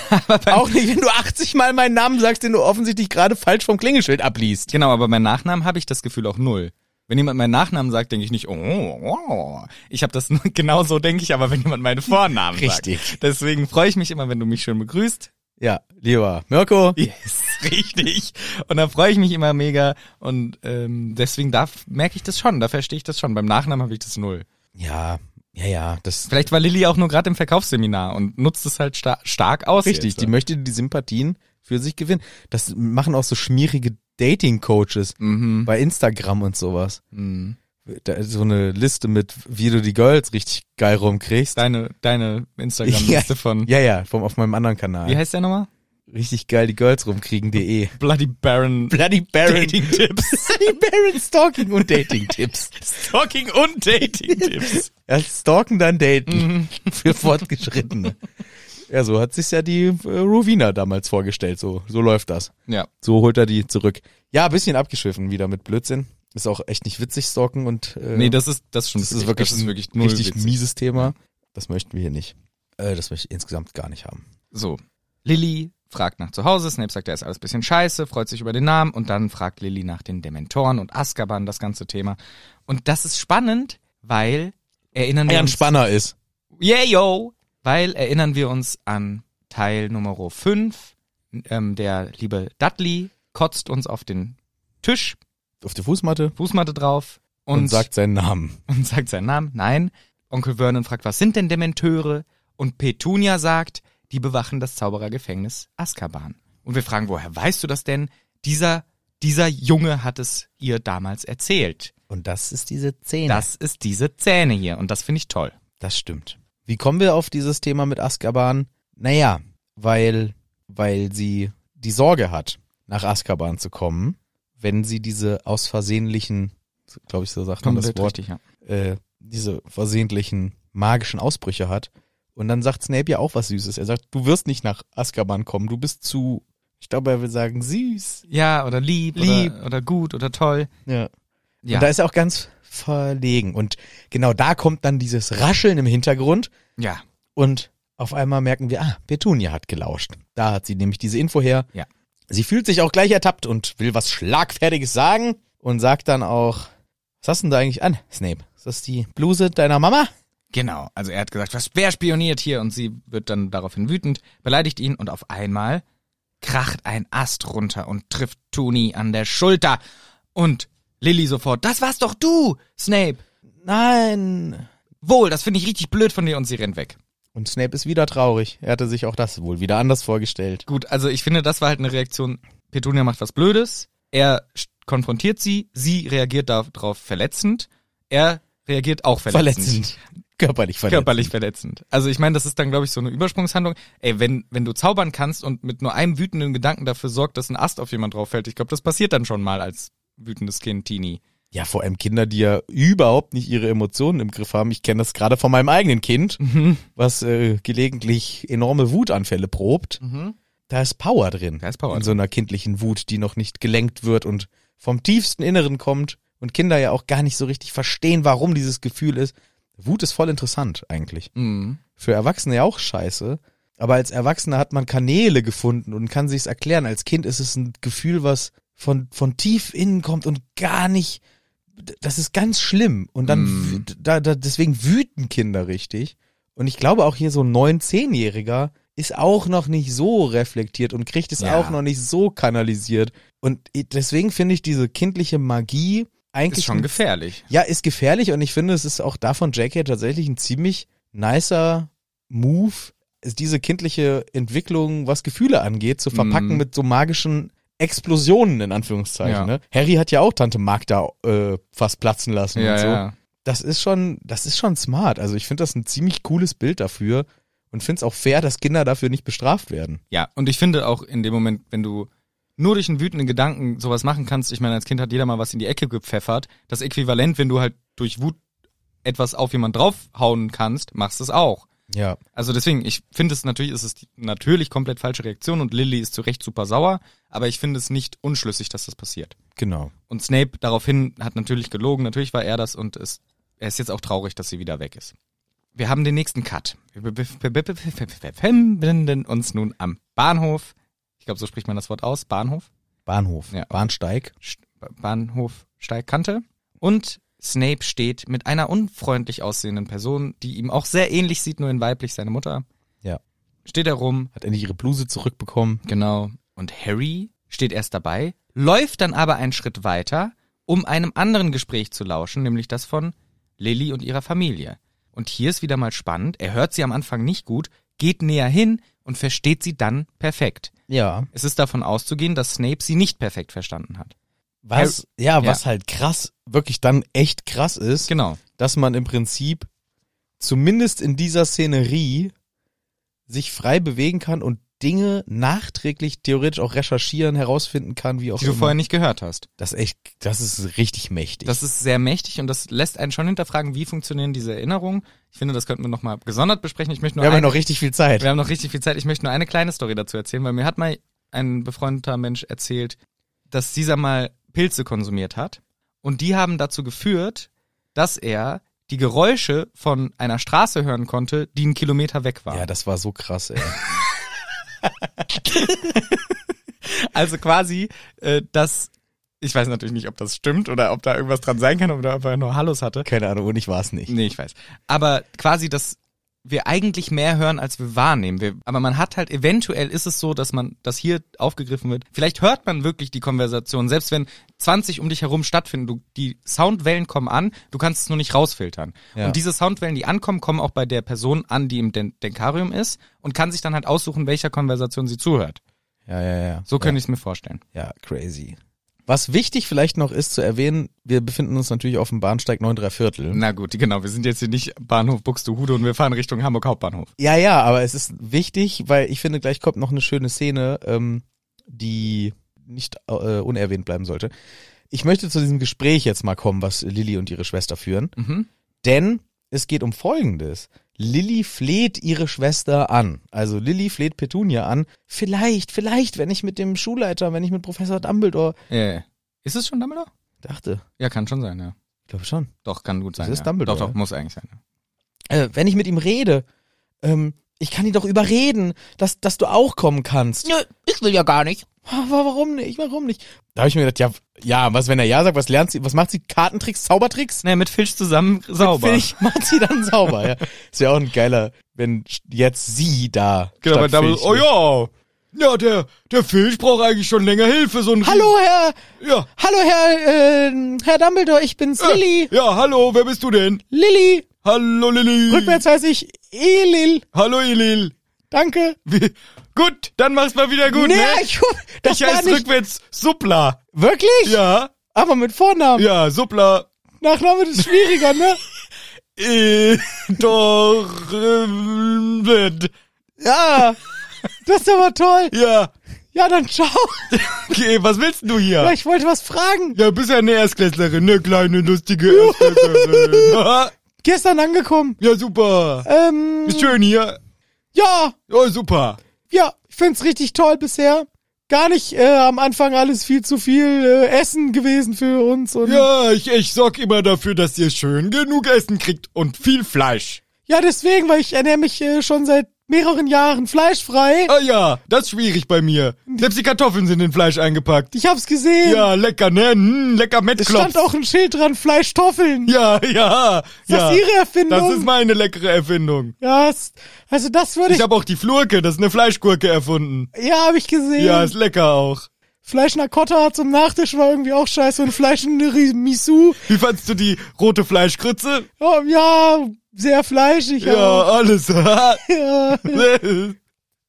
[LAUGHS]
Auch nicht, wenn du 80 Mal meinen Namen sagst, den du offensichtlich gerade falsch vom Klingelschild abliest.
genau, aber beim Nachnamen habe ich das Gefühl auch null. Wenn jemand meinen Nachnamen sagt, denke ich nicht, oh, oh. ich habe das [LAUGHS] genau so denke ich, aber wenn jemand meine Vornamen
Richtig.
sagt. Deswegen freue ich mich immer, wenn du mich schön begrüßt. [LAUGHS]
Ja, lieber Mirko,
Yes, richtig. Und dann freue ich mich immer mega und ähm, deswegen da merke ich das schon, da verstehe ich das schon. Beim Nachnamen habe ich das null.
Ja, ja, ja, das
Vielleicht war Lilly auch nur gerade im Verkaufsseminar und nutzt es halt sta stark aus.
richtig.
jetzt. ne?
Die möchte die Sympathien für sich gewinnen. Das machen auch so schmierige Dating-Coaches
Mhm.
bei Instagram und sowas.
Mhm.
Da ist so eine Liste mit, wie du die Girls richtig geil rumkriegst.
Deine,
[LAUGHS]
deine Instagram-Liste von.
Ja, ja, vom, auf meinem anderen Kanal.
Wie heißt der nochmal?
Richtig geil die Girls E. rumkriegen.de.
Bloody Baron.
Bloody Baron.
Dating Tipps.
[LAUGHS] Bloody Baron Stalking und Dating-Tipps.
Talking
[LAUGHS]
und Dating Tipps.
Ja, stalken, dann daten.
Mhm.
Für Fortgeschrittene. Ja, so hat sich ja die äh, Rowena damals vorgestellt. So, so läuft das.
ja.
So holt er die zurück. Ja, ein bisschen abgeschwiffen wieder mit Blödsinn. Ist auch echt nicht witzig, stalken und äh,
Nee, das ist, das ist schon,
das ist wirklich,
das ist wirklich
ein
null
richtig
witzig.
mieses Thema. Das möchten wir hier nicht. Äh, das möchte ich insgesamt gar nicht haben.
So. Lilly fragt nach zu Hause, Snape sagt, er ist alles bisschen scheiße, freut sich über den Namen und dann fragt Lilly nach den Dementoren und Azkaban, das ganze Thema. Und das ist spannend, weil erinnern wir
Er ein
uns
Spanner ist.
Yeah, yo! Weil erinnern wir uns an Teil Nummer 5. Ähm, der liebe Dudley kotzt uns auf den Tisch,
Auf der Fußmatte
Fußmatte drauf und,
und, sagt seinen Namen.
und sagt seinen Namen. Nein. Onkel Vernon fragt, was sind denn Dementeure? Und Petunia sagt, die bewachen das Zauberergefängnis Azkaban. Und wir fragen, woher weißt du das denn? Dieser, dieser Junge hat es ihr damals erzählt.
Und das ist diese Szene.
Das ist diese Zähne hier und das finde ich toll.
Das stimmt. Wie kommen wir auf dieses Thema mit Azkaban? Naja, weil, weil sie die Sorge hat, nach Azkaban zu kommen, wenn sie diese aus versehentlichen, glaube ich, so sagt man das
Komplett
Wort,
richtig, ja.
äh, diese versehentlichen magischen Ausbrüche hat. Und dann sagt Snape ja auch was Süßes. Er sagt, du wirst nicht nach Azkaban kommen, du bist zu, ich glaube, er will sagen, süß.
Ja, oder lieb,
Lieb.
Oder, oder gut oder toll.
Ja.
Ja.
Und da ist er auch ganz verlegen. Und genau da kommt dann dieses Rascheln im Hintergrund.
ja.
Und auf einmal merken wir, ah, Petunia hat gelauscht. Da hat sie nämlich diese Info her.
Ja.
Sie fühlt sich auch gleich ertappt und will was Schlagfertiges sagen und sagt dann auch, was hast du denn da eigentlich an, Snape? Ist das die Bluse deiner Mama?
Genau. Also er hat gesagt, was, wer spioniert hier? Und sie wird dann daraufhin wütend, beleidigt ihn und auf einmal kracht ein Ast runter und trifft Tuni an der Schulter. Und Lilly sofort, das war's doch du, Snape.
Nein.
Wohl, das finde ich richtig blöd von dir und sie rennt weg.
Und Snape ist wieder traurig. Er hatte sich auch das wohl wieder anders vorgestellt.
Gut, also ich finde, das war halt eine Reaktion. Petunia macht was Blödes, er sch- konfrontiert sie, sie reagiert darauf verletzend, er reagiert auch verletzend.
Verletzend. Körperlich verletzend.
körperlich verletzend. Also ich meine, das ist dann, glaube ich, so eine Übersprungshandlung. Ey, wenn, wenn du zaubern kannst und mit nur einem wütenden Gedanken dafür sorgt, dass ein Ast auf jemand drauf fällt, ich glaube, das passiert dann schon mal als wütendes Kind, Teenie.
Ja, vor allem Kinder, die ja überhaupt nicht ihre Emotionen im Griff haben. Ich kenne das gerade von meinem eigenen Kind,
Mhm.
was äh, gelegentlich enorme Wutanfälle probt. Da ist Power drin.
Mhm. Da ist Power
In
drin.
so einer kindlichen Wut, die noch nicht gelenkt wird und vom tiefsten Inneren kommt und Kinder ja auch gar nicht so richtig verstehen, warum dieses Gefühl ist. Wut ist voll interessant eigentlich.
Mhm.
Für Erwachsene ja auch scheiße. Aber als Erwachsener hat man Kanäle gefunden und kann sich's erklären. Als Kind ist es ein Gefühl, was von, von tief innen kommt und gar nicht, d- das ist ganz schlimm. Und dann,
Mm.
wüt- da, da, deswegen wüten Kinder richtig. Und ich glaube auch hier so ein neun, zehnjähriger ist auch noch nicht so reflektiert und kriegt es
Ja.
auch noch nicht so kanalisiert. Und i- deswegen finde ich diese kindliche Magie
Ist
eigentlich
schon
ein
gefährlich.
ja, ist gefährlich und ich finde, es ist auch da von JK tatsächlich ein ziemlich nicer Move, ist diese kindliche Entwicklung, was Gefühle angeht, zu verpacken
Mhm.
mit so magischen Explosionen, in Anführungszeichen.
Ja.
Ne? Harry hat ja auch Tante Magda äh, fast platzen lassen
Ja,
und so.
ja.
Das ist schon, das ist schon smart. Also ich finde das ein ziemlich cooles Bild dafür und finde es auch fair, dass Kinder dafür nicht bestraft werden.
ja, und ich finde auch in dem Moment, wenn du nur durch einen wütenden Gedanken sowas machen kannst, ich meine, als Kind hat jeder mal was in die Ecke gepfeffert, das Äquivalent, wenn du halt durch Wut etwas auf jemand draufhauen kannst, machst es auch.
Ja.
Also deswegen, ich finde es natürlich, es ist die- natürlich komplett falsche Reaktion und Lilly ist zu Recht super sauer, aber ich finde es nicht unschlüssig, dass das passiert.
Genau.
Und Snape daraufhin hat natürlich gelogen, natürlich war er das und ist er ist jetzt auch traurig, dass sie wieder weg ist. Wir haben den nächsten Cut. Wir be- be- be- be- be- be- befinden uns nun am Bahnhof. Ich glaube, so spricht man das Wort aus. Bahnhof.
Bahnhof,
Ja.
Bahnsteig.
St- Bahnhof Steilkante. Und Snape steht mit einer unfreundlich aussehenden Person, die ihm auch sehr ähnlich sieht, nur in weiblich, seine Mutter.
Ja.
Steht er rum,
Hat endlich ihre Bluse zurückbekommen.
genau. Und Harry steht erst dabei, läuft dann aber einen Schritt weiter, um einem anderen Gespräch zu lauschen, nämlich das von Lily und ihrer Familie. Und hier ist wieder mal spannend, er hört sie am Anfang nicht gut, geht näher hin und versteht sie dann perfekt.
Ja.
Es ist davon auszugehen, dass Snape sie nicht perfekt verstanden hat.
Was, ja, was halt krass, wirklich dann echt krass ist,
Genau.
dass man im Prinzip zumindest in dieser Szenerie sich frei bewegen kann und Dinge nachträglich theoretisch auch recherchieren, herausfinden kann, wie auch
die du
immer.
vorher nicht gehört hast.
das ist echt, das ist richtig mächtig.
Das ist sehr mächtig und das lässt einen schon hinterfragen, wie funktionieren diese Erinnerungen. Ich finde, das könnten wir nochmal gesondert besprechen. Ich möchte nur
wir haben ja
ein-
noch richtig viel Zeit.
wir haben noch richtig viel Zeit. Ich möchte nur eine kleine Story dazu erzählen, weil mir hat mal ein befreundeter Mensch erzählt, dass dieser mal Pilze konsumiert hat und die haben dazu geführt, dass er die Geräusche von einer Straße hören konnte, die einen Kilometer weg war.
Ja, das war so krass, ey. [LAUGHS]
Also quasi, äh, dass ich weiß natürlich nicht, ob das stimmt oder ob da irgendwas dran sein kann oder ob er nur Hallos hatte.
Keine Ahnung, und ich war es nicht.
Nee, ich weiß. Aber quasi, dass wir eigentlich mehr hören, als wir wahrnehmen. Wir, aber man hat halt, eventuell ist es so, dass man, dass hier aufgegriffen wird. Vielleicht hört man wirklich die Konversation, selbst wenn 20 um dich herum stattfinden. Du, die Soundwellen kommen an, du kannst es nur nicht rausfiltern.
Ja.
Und diese Soundwellen, die ankommen, kommen auch bei der Person an, die im Den Denkarium ist und kann sich dann halt aussuchen, welcher Konversation sie zuhört.
Ja, ja, ja.
So könnte ich es mir vorstellen.
Ja, crazy. Was wichtig vielleicht noch ist zu erwähnen, wir befinden uns natürlich auf dem Bahnsteig 9 3 Viertel.
Na gut, genau. Wir sind jetzt hier nicht Bahnhof Buxtehude und wir fahren Richtung Hamburg Hauptbahnhof.
Ja, ja, aber es ist wichtig, weil ich finde, gleich kommt noch eine schöne Szene, ähm, die nicht äh, unerwähnt bleiben sollte. Ich möchte zu diesem Gespräch jetzt mal kommen, was Lilly und ihre Schwester führen,
Mhm.
denn es geht um Folgendes. Lilly fleht ihre Schwester an. Also Lilly fleht Petunia an. Vielleicht, vielleicht, wenn ich mit dem Schulleiter, wenn ich mit Professor Dumbledore
Äh, ist es schon Dumbledore?
dachte.
Ja, kann schon sein, ja.
Ich glaube schon.
Doch, kann gut
Das
sein.
ist
ja.
Dumbledore,
Doch, doch,
ja.
muss eigentlich sein. ja.
äh, wenn ich mit ihm rede, ähm, ich kann ihn doch überreden, dass, dass du auch kommen kannst.
Nö, ich will ja gar nicht.
Ah, wa- Warum nicht? Warum nicht? Da habe ich mir gedacht, ja, ja, was, wenn er ja sagt, was lernt sie, was macht sie? Kartentricks, Zaubertricks? [LAUGHS]
Nee, mit Filch zusammen sauber.
Finde ich, macht sie dann sauber, ja. Ist ja auch ein geiler, wenn jetzt sie da.
[LAUGHS] Genau, bei
statt
Dumbledore.
Filch ist.
Oh ja. Ja, der, der Filch braucht eigentlich schon länger Hilfe, so ein.
Hallo, Herr,
Ja.
hallo, Herr, äh, Herr Dumbledore, ich bin's, Lilly.
Ja, hallo, wer bist du denn?
Lilly.
Hallo, Lilly.
Rückwärts heiße ich Elil.
Hallo, Elil.
Danke.
Wie- Gut, dann mach's mal wieder gut,
nee,
ne?
ich, das
ich
war
heiße
nicht,
rückwärts Suppla.
wirklich?
Ja,
Aber mit Vornamen.
ja, Suppla.
Nachname ist schwieriger,
[LAUGHS]
ne?
Äh, [LAUGHS] doch, ähm, wird.
Ja, Ah, das ist aber toll.
ja.
Ja, dann ciao.
Okay, was willst du hier?
Ja, ich wollte was fragen.
Ja, bist ja eine Erstklässlerin, ne kleine lustige
[LAUGHS]
Erstklässlerin. Ha,
Gestern angekommen.
ja, super.
Ähm,
Ist schön hier.
ja,
Oh, super.
ja, ich find's richtig toll bisher. Gar nicht äh, am Anfang alles viel zu viel äh, Essen gewesen für uns. Und
Ja, ich, ich sorg immer dafür, dass ihr schön genug Essen kriegt und viel Fleisch.
ja, deswegen, weil ich ernähre mich äh, schon seit mehreren Jahren fleischfrei.
Ah ja, das ist schwierig bei mir. Selbst die Kartoffeln sind in Fleisch eingepackt.
Ich hab's gesehen.
Ja, lecker, ne? Hm, lecker
es stand
Mettklops.
auch ein Schild dran, Fleischstoffeln.
Ja, ja. ja.
Das ist ihre Erfindung.
Das ist meine leckere Erfindung.
ja, das, also das würde ich,
Ich habe auch die Flurke, das ist eine Fleischgurke erfunden.
ja, habe ich gesehen.
Ja, ist lecker auch.
Fleisch Nacotta zum Nachtisch war irgendwie auch scheiße und Fleisch Misu.
Wie fandst du die rote Fleischgrütze?
Oh, ja, sehr fleischig.
Ja,
aber- [LAUGHS]
alles. [LAUGHS]
ja.
Mm,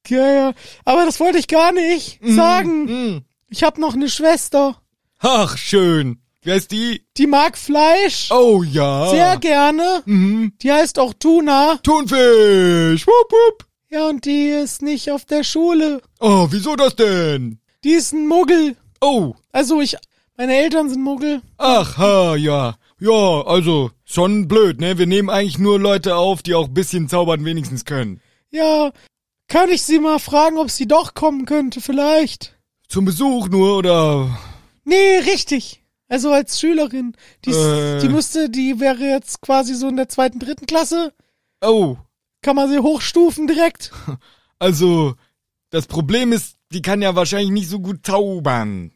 Ja, ja. Aber das wollte ich gar nicht sagen.
mm.
Ich habe noch eine Schwester,
Ach, schön. Wie heißt die?
die mag Fleisch
Oh ja.
sehr gerne.
Mhm.
Die heißt auch Tuna.
Thunfisch. Wupp, wupp.
Ja, und die ist nicht auf der Schule.
Oh, wieso das denn?
Die ist ein Muggel.
Oh,
Also ich, meine Eltern sind Muggel.
ach, ha, ja. Ja, also, schon blöd, ne? Wir nehmen eigentlich nur Leute auf, die auch ein bisschen zaubern wenigstens können.
Ja, kann ich sie mal fragen, ob sie doch kommen könnte, vielleicht?
Zum Besuch nur oder...
Nee, richtig. Also als Schülerin. Die,
Äh.
die müsste, die wäre jetzt quasi so in der zweiten, dritten Klasse.
Oh,
Kann man sie hochstufen direkt.
also, das Problem ist, die kann ja wahrscheinlich nicht so gut zaubern.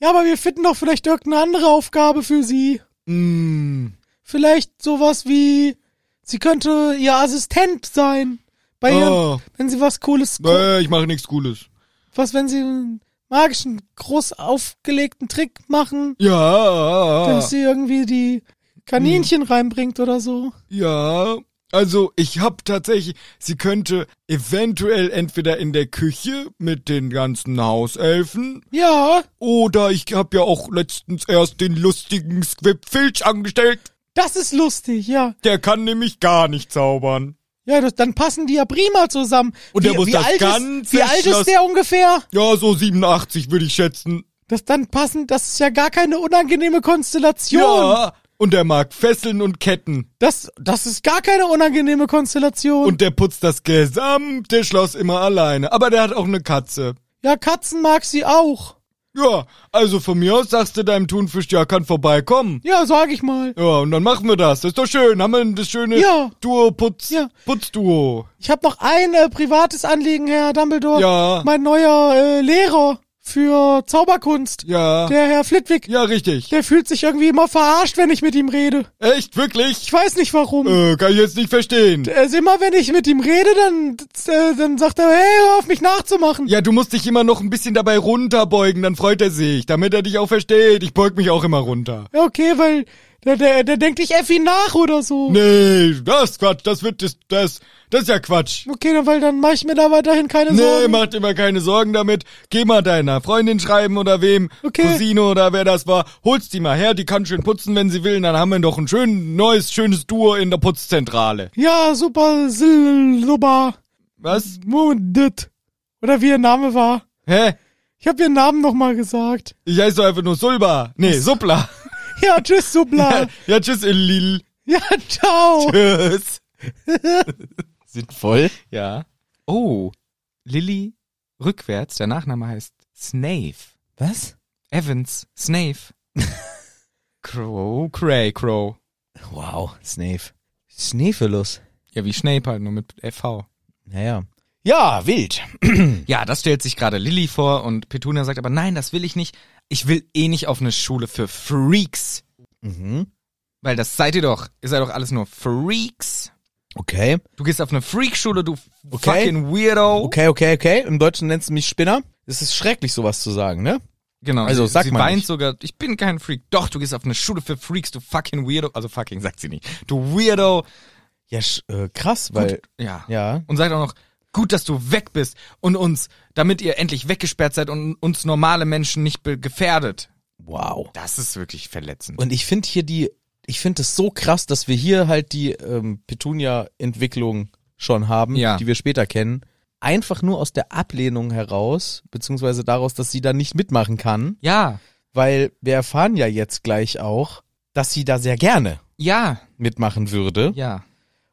Ja, aber wir finden doch vielleicht irgendeine andere Aufgabe für sie.
Mm.
Vielleicht sowas wie, sie könnte ihr Assistent sein. Bei ihr,
Oh,
wenn sie was Cooles,
nee, äh, ich mache nichts Cooles.
was, wenn sie einen magischen, groß aufgelegten Trick machen,
Ja, Hm.
dass sie irgendwie die Kaninchen reinbringt oder so.
ja. Also, ich hab tatsächlich, sie könnte eventuell entweder in der Küche mit den ganzen Hauselfen
Ja,
oder ich hab ja auch letztens erst den lustigen Squibfilch angestellt.
das ist lustig, ja.
Der kann nämlich gar nicht zaubern.
Ja, das, dann passen die ja prima zusammen.
Und
wie,
der muss
wie
das
alt ist,
ganze
Wie alt
Schloss-
ist der ungefähr?
Ja, so 87 würde ich schätzen.
Das dann passen, das ist ja gar keine unangenehme Konstellation.
Ja. Und der mag Fesseln und Ketten.
Das, das ist gar keine unangenehme Konstellation.
Und der putzt das gesamte Schloss immer alleine. Aber der hat auch eine Katze.
ja, Katzen mag sie auch.
Ja, also von mir aus sagst du deinem Thunfisch, ja, kann vorbeikommen.
Ja, sag ich mal.
Ja, und dann machen wir das. Das ist doch schön. Haben wir das schöne
Ja.
Duo Putz,
Ja.
Putzduo.
Ich habe noch ein äh, privates Anliegen, Herr Dumbledore.
Ja.
Mein neuer äh, Lehrer für Zauberkunst,
Ja.
der Herr Flitwick,
ja, richtig.
der fühlt sich irgendwie immer verarscht, wenn ich mit ihm rede.
Echt, wirklich?
Ich weiß nicht warum.
Äh, kann ich jetzt nicht verstehen.
Also immer wenn ich mit ihm rede, dann, äh, dann sagt er, hey, hör auf mich nachzumachen.
Ja, du musst dich immer noch ein bisschen dabei runterbeugen, dann freut er sich, damit er dich auch versteht. Ich beug mich auch immer runter.
Ja, okay, weil der, der, der denkt ich Effi nach oder so.
Nee, das ist Quatsch, das wird das, das, das ist ja Quatsch.
Okay, dann, weil dann mache ich mir da weiterhin keine
Nee,
Sorgen.
mach dir mal keine Sorgen damit. Geh mal deiner Freundin schreiben oder wem,
Okay.
Cousine oder wer das war. Holst die mal her, die kann schön putzen, wenn sie will. Und dann haben wir doch ein schön, neues, schönes Duo in der Putzzentrale.
Ja, super, sil- super,
Was?
mundet. Oder wie ihr Name war.
Hä?
Ich habe ihren Namen nochmal gesagt. [LAUGHS]
Ich heiße doch einfach nur Sulba. Nee, Supla.
Ja, tschüss, Subla.
[LAUGHS]
[LAUGHS]
ja, tschüss, ihr Lil.
ja, ciao.
Tschüss.
[LAUGHS] Sinnvoll.
Ja. Oh, Lilly rückwärts, der Nachname heißt Snape.
Was?
Evans,
[LAUGHS]
Snape. Crow, Cray, Crow.
Wow, Snape. Snefelus.
Ja, wie Snape halt, nur mit FV.
Naja. Ja, wild.
[CLEARS THROAT] Ja, das stellt sich gerade Lilly vor und Petunia sagt aber, nein, das will ich nicht. Ich will eh nicht auf eine Schule für Freaks.
Mhm.
Weil das seid ihr doch. Ihr seid doch alles nur Freaks.
Okay.
Du gehst auf eine Freakschule, du
Okay.
fucking Weirdo.
Okay, okay, okay. Im Deutschen nennst du mich Spinner. Es ist schrecklich, sowas zu sagen, ne?
Genau.
Also,
sie,
sag
sie
mal
weint
nicht.
sogar, ich bin kein Freak. Doch, du gehst auf eine Schule für Freaks, du fucking Weirdo. Also fucking sagt sie nicht. Du Weirdo.
Ja, sch- äh, krass, weil.
Gut, ja.
Ja.
Und sagt auch noch, gut, dass du weg bist und uns, damit ihr endlich weggesperrt seid und uns normale Menschen nicht be- gefährdet.
Wow.
Das ist wirklich verletzend.
Und ich finde hier die, ich finde es so krass, dass wir hier halt die ähm, Petunia-Entwicklung schon haben,
Ja.
die wir später kennen. Einfach nur aus der Ablehnung heraus, beziehungsweise daraus, dass sie da nicht mitmachen kann,
ja,
weil wir erfahren ja jetzt gleich auch, dass sie da sehr gerne
ja,
mitmachen würde.
ja.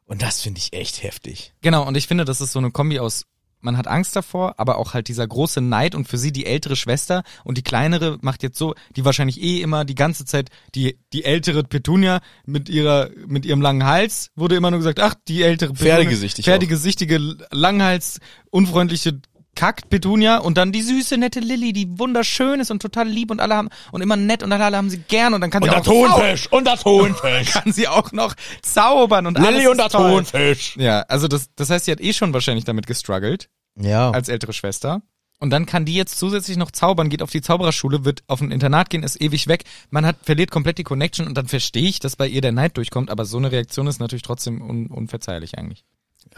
Und das finde ich echt heftig.
Genau, und ich finde, das ist so eine Kombi aus, man hat Angst davor, aber auch halt dieser große Neid und für sie die ältere Schwester und die kleinere macht jetzt so, die wahrscheinlich eh immer die ganze Zeit, die, die ältere Petunia mit ihrer, mit ihrem langen Hals wurde immer nur gesagt, ach, die ältere Petunia.
Pferdegesichtig auch.
Pferdegesichtige, Langhals, unfreundliche Kackt Petunia und dann die süße, nette Lilly, die wunderschön ist und total lieb und alle haben, und immer nett und alle, alle haben sie gern und dann kann sie auch noch zaubern.
und das Thunfisch.
kann sie auch noch zaubern und alles ist toll.
Thunfisch.
Ja, also das, das heißt, sie hat eh schon wahrscheinlich damit gestruggelt
Ja.
als ältere Schwester. Und dann kann die jetzt zusätzlich noch zaubern, geht auf die Zaubererschule, wird auf ein Internat gehen, ist ewig weg. Man hat, verliert komplett die Connection und dann verstehe ich, dass bei ihr der Neid durchkommt, aber so eine Reaktion ist natürlich trotzdem un unverzeihlich eigentlich.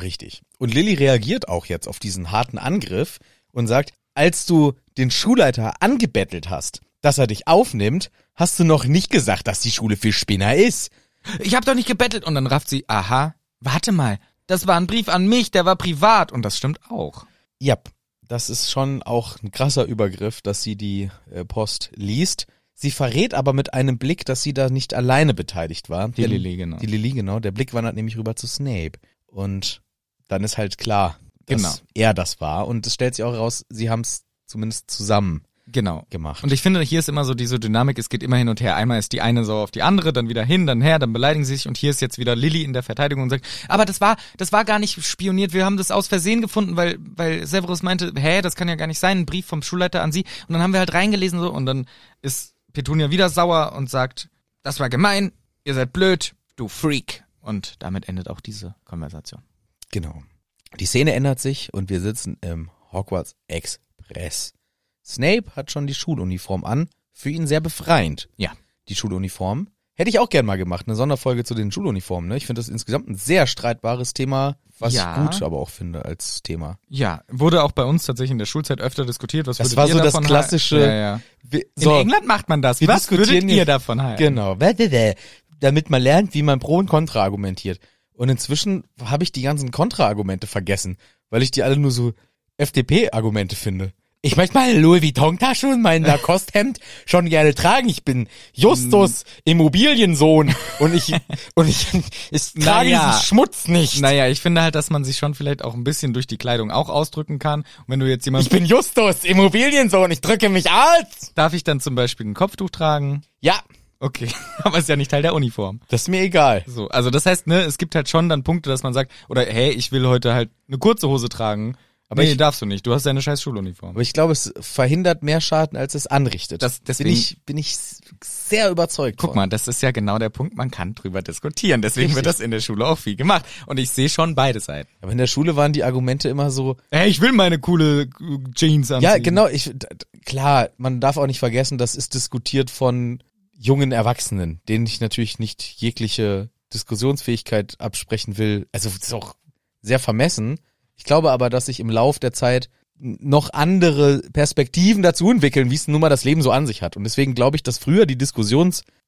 Richtig. Und Lilly reagiert auch jetzt auf diesen harten Angriff und sagt, als du den Schulleiter angebettelt hast, dass er dich aufnimmt, hast du noch nicht gesagt, dass die Schule für Spinner ist.
Ich hab doch nicht gebettelt! Und dann rafft sie, aha, warte mal, das war ein Brief an mich, der war privat und das stimmt auch.
Ja, das ist schon auch ein krasser Übergriff, dass sie die äh, Post liest. Sie verrät aber mit einem Blick, dass sie da nicht alleine beteiligt war.
Die
Der-
Lilly, genau.
Die Lilly, genau. Der Blick wandert nämlich rüber zu Snape. Und dann ist halt klar, dass
Genau.
er das war. Und es stellt sich auch heraus, sie haben es zumindest zusammen
Genau.
gemacht.
Und ich finde, hier ist immer so diese Dynamik, es geht immer hin und her. Einmal ist die eine sauer auf die andere, dann wieder hin, dann her, dann beleidigen sie sich und hier ist jetzt wieder Lilly in der Verteidigung und sagt, aber das war, das war gar nicht spioniert, wir haben das aus Versehen gefunden, weil, weil Severus meinte, hä, das kann ja gar nicht sein, ein Brief vom Schulleiter an sie. Und dann haben wir halt reingelesen so und dann ist Petunia wieder sauer und sagt, das war gemein, ihr seid blöd, du Freak. Und damit endet auch diese Konversation.
Genau. Die Szene ändert sich und wir sitzen im Hogwarts Express. Snape hat schon die Schuluniform an, für ihn sehr befreiend.
Ja.
Die Schuluniform. Hätte ich auch gern mal gemacht, eine Sonderfolge zu den Schuluniformen. Ne? Ich finde das insgesamt ein sehr streitbares Thema, was
Ja.
ich gut aber auch finde als Thema.
Ja, wurde auch bei uns tatsächlich in der Schulzeit öfter diskutiert. Was
Das
würdet
war
ihr
so das
davon hal-
klassische-
Ja, ja.
Wir-
In England macht man das.
Wir
Was
diskutieren
würdet ihr
jetzt-
davon halten?
Genau. Damit man lernt, wie man pro und contra argumentiert. Und inzwischen habe ich die ganzen Kontra-Argumente vergessen, weil ich die alle nur so FDP-Argumente finde. Ich möchte meine Louis Vuitton-Tasche und mein Lacoste-Hemd schon gerne tragen. Ich bin Justus,
Mm.
Immobiliensohn und
[LAUGHS]
ich, und ich, ich trage
Naja.
diesen Schmutz nicht.
Naja, ich finde halt, dass man sich schon vielleicht auch ein bisschen durch die Kleidung auch ausdrücken kann. Und wenn du jetzt
Ich
jemand,
bin Justus, Immobiliensohn, ich drücke mich aus.
darf ich dann zum Beispiel ein Kopftuch tragen?
Ja,
Okay, [LAUGHS] aber ist ja nicht Teil der Uniform.
das ist mir egal.
So, also das heißt, ne, es gibt halt schon dann Punkte, dass man sagt, oder hey, ich will heute halt eine kurze Hose tragen. Aber nee,
ich-
darfst du nicht. Du hast deine scheiß Schuluniform.
Aber ich glaube, es verhindert mehr Schaden, als es anrichtet.
Das- deswegen-
bin ich, bin ich s- sehr überzeugt.
Guck
von.
mal, das ist ja genau der Punkt, man kann drüber diskutieren. Deswegen wird das in der Schule auch viel gemacht. Und ich sehe schon beide Seiten.
Aber in der Schule waren die Argumente immer so,
Hey, ich will meine coole äh, Jeans anziehen.
ja, genau, ich, d- d- klar, man darf auch nicht vergessen, das ist diskutiert von jungen Erwachsenen, denen ich natürlich nicht jegliche Diskussionsfähigkeit absprechen will. Also, das ist auch sehr vermessen. Ich glaube aber, dass sich im Lauf der Zeit n- noch andere Perspektiven dazu entwickeln, wie es nun mal das Leben so an sich hat. Und deswegen glaube ich, dass früher die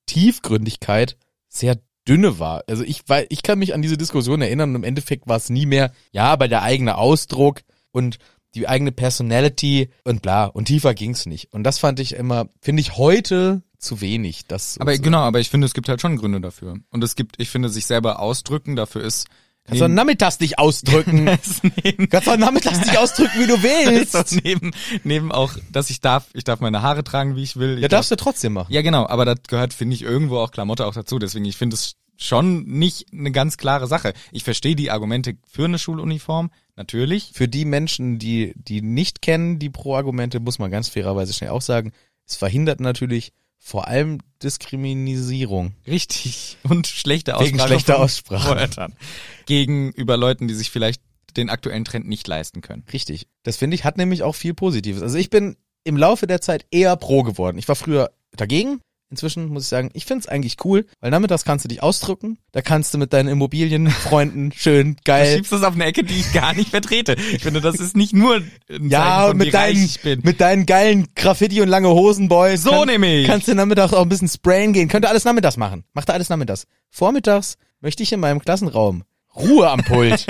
Diskussionstiefgründigkeit sehr dünne war. Also ich weil ich kann mich an diese Diskussion erinnern und im Endeffekt war es nie mehr, ja, aber der eigene Ausdruck und die eigene Personality und bla. Und tiefer ging's nicht. Und das fand ich immer, finde ich heute zu wenig. Das
Aber genau, aber ich finde, es gibt halt schon Gründe dafür. Und es gibt, ich finde, sich selber ausdrücken dafür ist.
kannst du
[LAUGHS]
am Nachmittags dich ausdrücken.
Das neben,
kannst du am Nachmittags dich ausdrücken, wie du
[LAUGHS] das
willst.
ist auch neben, neben auch, dass ich darf, ich darf meine Haare tragen, wie ich will. Ich
ja,
darf,
darfst du trotzdem machen.
ja, genau, aber das gehört, finde ich, irgendwo auch Klamotte auch dazu. Deswegen, ich finde es schon nicht eine ganz klare Sache. Ich verstehe die Argumente für eine Schuluniform, natürlich.
Für die Menschen, die, die nicht kennen, die Pro-Argumente, muss man ganz fairerweise schnell auch sagen, es verhindert natürlich vor allem Diskriminierung.
Richtig. [LAUGHS] Und schlechte Aussprache.
Wegen schlechter
von
Aussprache.
Wörtern. Gegenüber Leuten, die sich vielleicht den aktuellen Trend nicht leisten können.
Richtig. Das finde ich, hat nämlich auch viel Positives. Also ich bin im Laufe der Zeit eher pro geworden. Ich war früher dagegen. Inzwischen muss ich sagen, ich finde es eigentlich cool, weil nachmittags kannst du dich ausdrücken. Da kannst du mit deinen Immobilienfreunden [LAUGHS] schön,
Du
geil.
schiebst das auf eine Ecke, die ich gar nicht vertrete. Ich finde, das ist nicht nur ein Zeichen
Ja,
von,
und
wie
mit
reich
deinen,
ich bin.
mit deinen geilen Graffiti und lange Hosen, Boy.
So nämlich.
Kannst du nachmittags auch ein bisschen sprayen gehen. Könnt ihr alles nachmittags machen. Macht ihr alles nachmittags. Vormittags möchte ich in meinem Klassenraum Ruhe am
[LAUGHS]
Pult.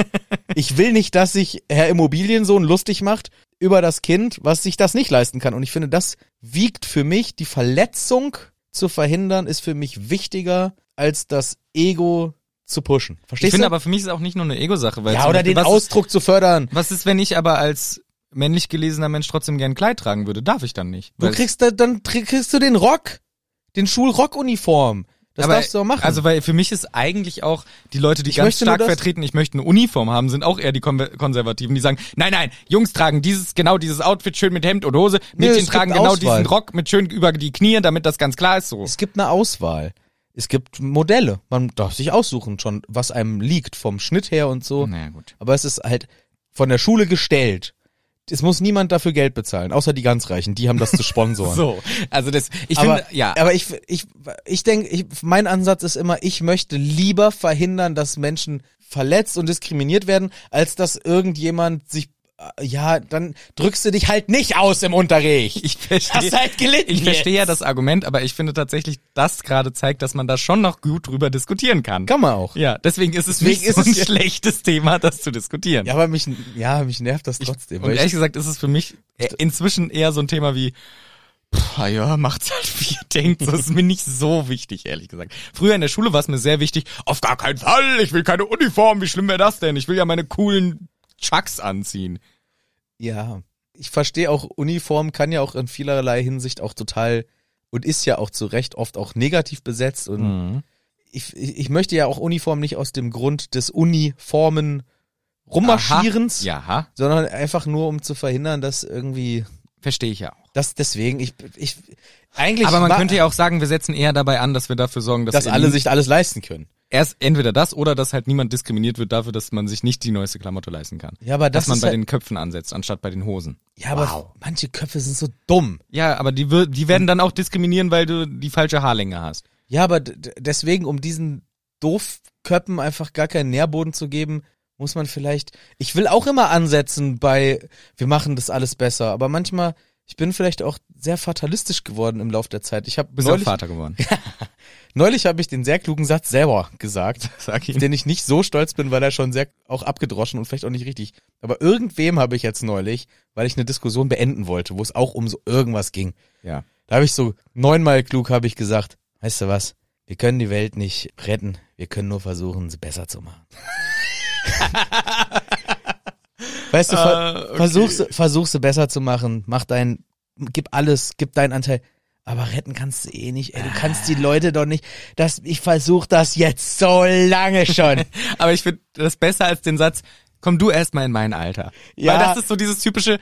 ich will nicht, dass sich Herr Immobiliensohn lustig macht über das Kind, was sich das nicht leisten kann. Und ich finde, das wiegt für mich, die Verletzung zu verhindern, ist für mich wichtiger, als das Ego zu pushen.
ich
Verstehst
finde
du?
aber für mich ist es auch nicht nur eine Ego-Sache, weil
ja,
zum
oder
Beispiel,
den
was
Ausdruck zu fördern.
Ist, was ist, wenn ich aber als männlich gelesener Mensch trotzdem gern ein Kleid tragen würde? Darf ich dann nicht?
Du
Weil-
kriegst da, dann tr- kriegst du den Rock, den Schulrockuniform. Das
aber-
darfst du auch machen.
Also weil für mich ist eigentlich auch die Leute, die ganz
möchte nur
stark
das-
vertreten, ich möchte eine Uniform haben, sind auch eher die Konver- Konservativen, die sagen, nein, nein, Jungs tragen dieses genau dieses Outfit schön mit Hemd und Hose,
Nö,
Mädchen
es gibt
tragen genau
Auswahl.
diesen Rock mit schön über die Knie, damit das ganz klar ist so.
es gibt eine Auswahl. Es gibt Modelle. Man darf sich aussuchen schon, was einem liegt vom Schnitt her und so.
Naja, gut.
Aber es ist halt von der Schule gestellt. Es muss niemand dafür Geld bezahlen, außer die ganz Reichen. Die haben das
[LAUGHS]
zu sponsoren.
So, also das, ich
aber,
finde, ja.
aber ich, ich, ich denke, ich, mein Ansatz ist immer, ich möchte lieber verhindern, dass Menschen verletzt und diskriminiert werden, als dass irgendjemand sich, äh, ja, dann drückst du dich halt nicht aus im Unterricht.
Ich verstehe.
Hast halt gelitten
Ich verstehe ja
jetzt.
das Argument, aber ich finde tatsächlich, das gerade zeigt, dass man da schon noch gut drüber diskutieren kann.
Kann man auch.
Ja, deswegen ist es
Deswegen
nicht
ist
so ein
es ja-
schlechtes Thema, das zu diskutieren.
Ja, aber mich, ja, mich nervt das trotzdem. weil
Und ehrlich
ich,
gesagt ist es für mich inzwischen eher so ein Thema wie, pff, ah ja, macht's halt, [LAUGHS] wie ihr denkt. Das ist mir nicht so wichtig, ehrlich gesagt. Früher in der Schule war es mir sehr wichtig, auf gar keinen Fall, ich will keine Uniform, wie schlimm wäre das denn? Ich will ja meine coolen Chucks anziehen.
ja. ich verstehe auch, Uniform kann ja auch in vielerlei Hinsicht auch total und ist ja auch zu Recht oft auch negativ besetzt und
Mhm.
ich, ich ich möchte ja auch Uniform nicht aus dem Grund des Uniformen rummarschierens,
Ja, ha.
sondern einfach nur um zu verhindern, dass irgendwie
verstehe ich ja auch.
das deswegen ich ich eigentlich
Aber man
ma-
könnte ja auch sagen, wir setzen eher dabei an, dass wir dafür sorgen, dass,
dass
eben
alle sich alles leisten können.
erst entweder das oder dass halt niemand diskriminiert wird dafür, dass man sich nicht die neueste Klamotte leisten kann.
Ja, aber
dass
das
man
ist
bei
halt-
den Köpfen ansetzt, anstatt bei den Hosen.
Ja, aber manche Köpfe sind so dumm.
Ja, aber die, wir- die werden dann auch diskriminieren, weil du die falsche Haarlänge hast.
Ja, aber d- d- deswegen, um diesen Doofköppen einfach gar keinen Nährboden zu geben, muss man vielleicht. Ich will auch immer ansetzen bei, wir machen das alles besser. Aber manchmal, ich bin vielleicht auch sehr fatalistisch geworden im Lauf der Zeit. Ich habe
Bist du auch
neulich,
Vater geworden.
neulich habe ich den sehr klugen Satz selber gesagt,
Sag
auf den ich nicht so stolz bin, weil er schon sehr auch abgedroschen und vielleicht auch nicht richtig. Aber irgendwem habe ich jetzt neulich, weil ich eine Diskussion beenden wollte, wo es auch um so irgendwas ging.
[LAUGHS] Ja.
Da habe ich so neunmal klug habe ich gesagt, weißt du was? Wir können die Welt nicht retten, wir können nur versuchen, sie besser zu machen. [LAUGHS] weißt du, ver
Ah, okay.
versuch, sie- versuch sie besser zu machen, mach dein, gib alles, gib deinen Anteil. Aber retten kannst du eh nicht, ey, du kannst die Leute doch nicht, das, ich versuch das jetzt so lange
[LAUGHS]
schon.
Aber ich finde das besser als den Satz, komm du erst mal in mein Alter.
Ja.
Weil das ist so dieses typische,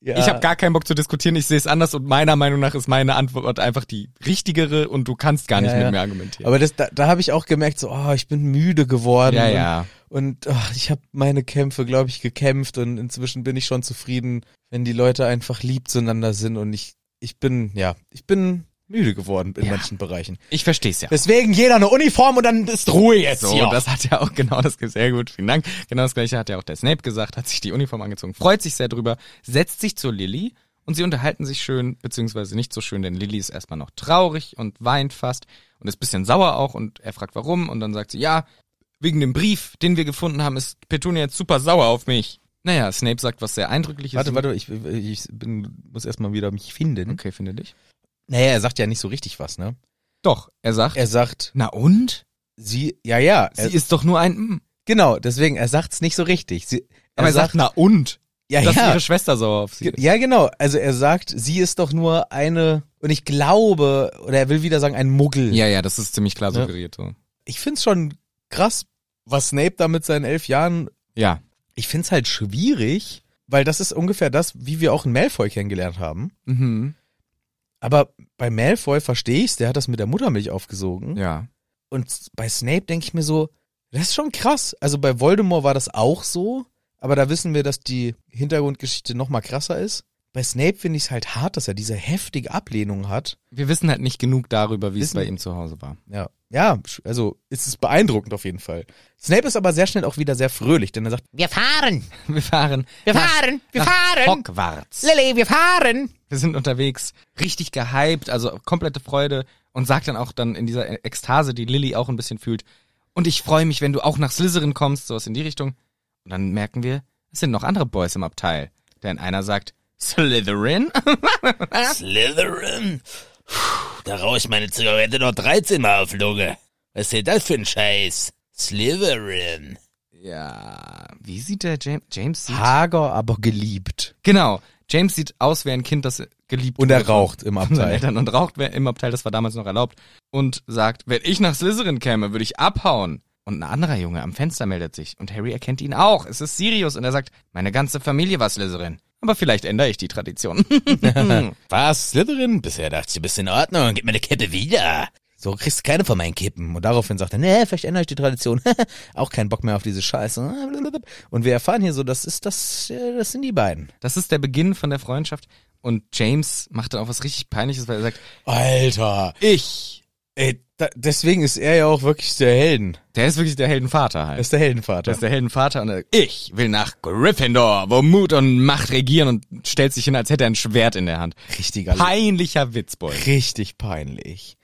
Ja.
ich habe gar keinen Bock zu diskutieren, ich sehe es anders und meiner Meinung nach ist meine Antwort einfach die richtigere und du kannst gar nicht
Ja,
mit
ja.
mir argumentieren.
Aber das, da, da habe ich auch gemerkt, so, oh, ich bin müde geworden.
Ja,
und,
ja.
Und ach, ich habe meine Kämpfe, glaube ich, gekämpft und inzwischen bin ich schon zufrieden, wenn die Leute einfach lieb zueinander sind und ich, ich bin, ja, ich bin müde geworden in
Ja.
manchen Bereichen.
ich verstehe es ja.
Deswegen jeder eine Uniform und dann ist Ruhe jetzt
So,
hier.
das hat ja auch genau das sehr gut, vielen Dank. Genau das gleiche hat ja auch der Snape gesagt, hat sich die Uniform angezogen, freut sich sehr drüber, setzt sich zu Lilly und sie unterhalten sich schön, beziehungsweise nicht so schön, denn Lilly ist erstmal noch traurig und weint fast und ist bisschen sauer auch und er fragt warum und dann sagt sie, ja, wegen dem Brief, den wir gefunden haben, ist Petunia jetzt super sauer auf mich. Naja, Snape sagt was sehr eindrückliches.
warte, warte, ich, ich bin, muss erstmal wieder mich finden.
Okay, finde dich.
Naja, er sagt ja nicht so richtig was, ne?
Doch, er sagt,
Er sagt,
na und?
sie, ja, ja,
Sie
er,
ist doch nur ein, mm.
genau, deswegen, er sagt's nicht so richtig. Sie,
aber er sagt, na und?
ja,
dass
ja.
ihre Schwester sauer auf sie
Ge-
ist.
Ja, genau. Also er sagt, sie ist doch nur eine, und ich glaube, oder er will wieder sagen, ein Muggel.
Ja, ja, das ist ziemlich klar
Ja.
suggeriert. So.
Ich find's schon krass, was Snape da mit seinen elf Jahren,
Ja,
ich find's halt schwierig, weil das ist ungefähr das, wie wir auch einen Malfoy kennengelernt haben.
Mhm.
Aber bei Malfoy verstehe ich's, der hat das mit der Muttermilch aufgesogen.
Ja.
Und bei Snape denke ich mir so, das ist schon krass. Also bei Voldemort war das auch so, aber da wissen wir, dass die Hintergrundgeschichte noch mal krasser ist. Bei Snape finde ich's halt hart, dass er diese heftige Ablehnung hat.
Wir wissen halt nicht genug darüber, wie es
Wissen-
bei ihm zu Hause war.
Ja, ja, sch- also es ist beeindruckend auf jeden Fall. Snape ist aber sehr schnell auch wieder sehr fröhlich, denn er sagt,
Wir fahren.
Wir fahren.
Wir fahren. Wir fahren.
Hogwarts.
Lilly, wir fahren.
Wir sind unterwegs, richtig gehypt, also komplette Freude und sagt dann auch dann in dieser Ekstase, die Lilly auch ein bisschen fühlt, und ich freue mich, wenn du auch nach Slytherin kommst, sowas in die Richtung. Und dann merken wir, es sind noch andere Boys im Abteil. Denn einer sagt, Slytherin?
Slytherin. Puh, Da rauche ich meine Zigarette noch 13 Mal auf Lunge. Was ist denn das für ein Scheiß? Slytherin.
ja, wie sieht der James? James sieht...
hager, aber geliebt.
Genau, James sieht aus wie ein Kind, das geliebt
Und er
wird.
raucht im
von seinen
Abteil.
Eltern und raucht wer- im Abteil, das war damals noch erlaubt, und sagt, wenn ich nach Slytherin käme, würde ich abhauen. Und ein anderer Junge am Fenster meldet sich und Harry erkennt ihn auch. Es ist Sirius und er sagt, meine ganze Familie war Slytherin. Aber vielleicht ändere ich die Tradition. [LAUGHS]
Was? Slytherin? Bisher dachte ich, du bist in Ordnung. Gib mir eine Kippe wieder.
So kriegst du keine von meinen Kippen. Und daraufhin sagt er, nee, vielleicht ändere ich die Tradition. [LAUGHS] auch keinen Bock mehr auf diese Scheiße. Und wir erfahren hier so, das ist das, äh, das sind die beiden.
das ist der Beginn von der Freundschaft. Und James macht dann auch was richtig Peinliches, weil er sagt,
Alter,
ich.
ey, da, deswegen ist er ja auch wirklich der Helden.
Der ist wirklich der Heldenvater
Er
halt.
ist der
Der
Heldenvater.
ist der Heldenvater und er sagt, ich will nach Gryffindor, wo Mut und Macht regieren und stellt sich hin, als hätte er ein Schwert in der Hand.
Richtiger,
Peinlicher Witzbold.
richtig peinlich.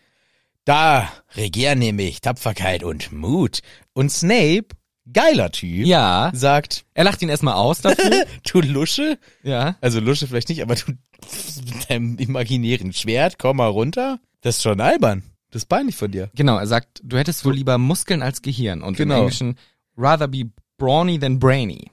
Da
Regier nämlich Tapferkeit und Mut.
Und Snape, geiler Typ,
Ja.
sagt,
Er lacht ihn erstmal
[LAUGHS]
aus dafür.
du Lusche,
ja.
also Lusche vielleicht nicht, aber du [LAUGHS] mit deinem imaginären Schwert, komm mal runter. Das ist schon albern. Das ist peinlich von dir.
Genau, er sagt, du hättest wohl lieber Muskeln als Gehirn. Und im
Genau.
Englischen, rather be brawny than brainy.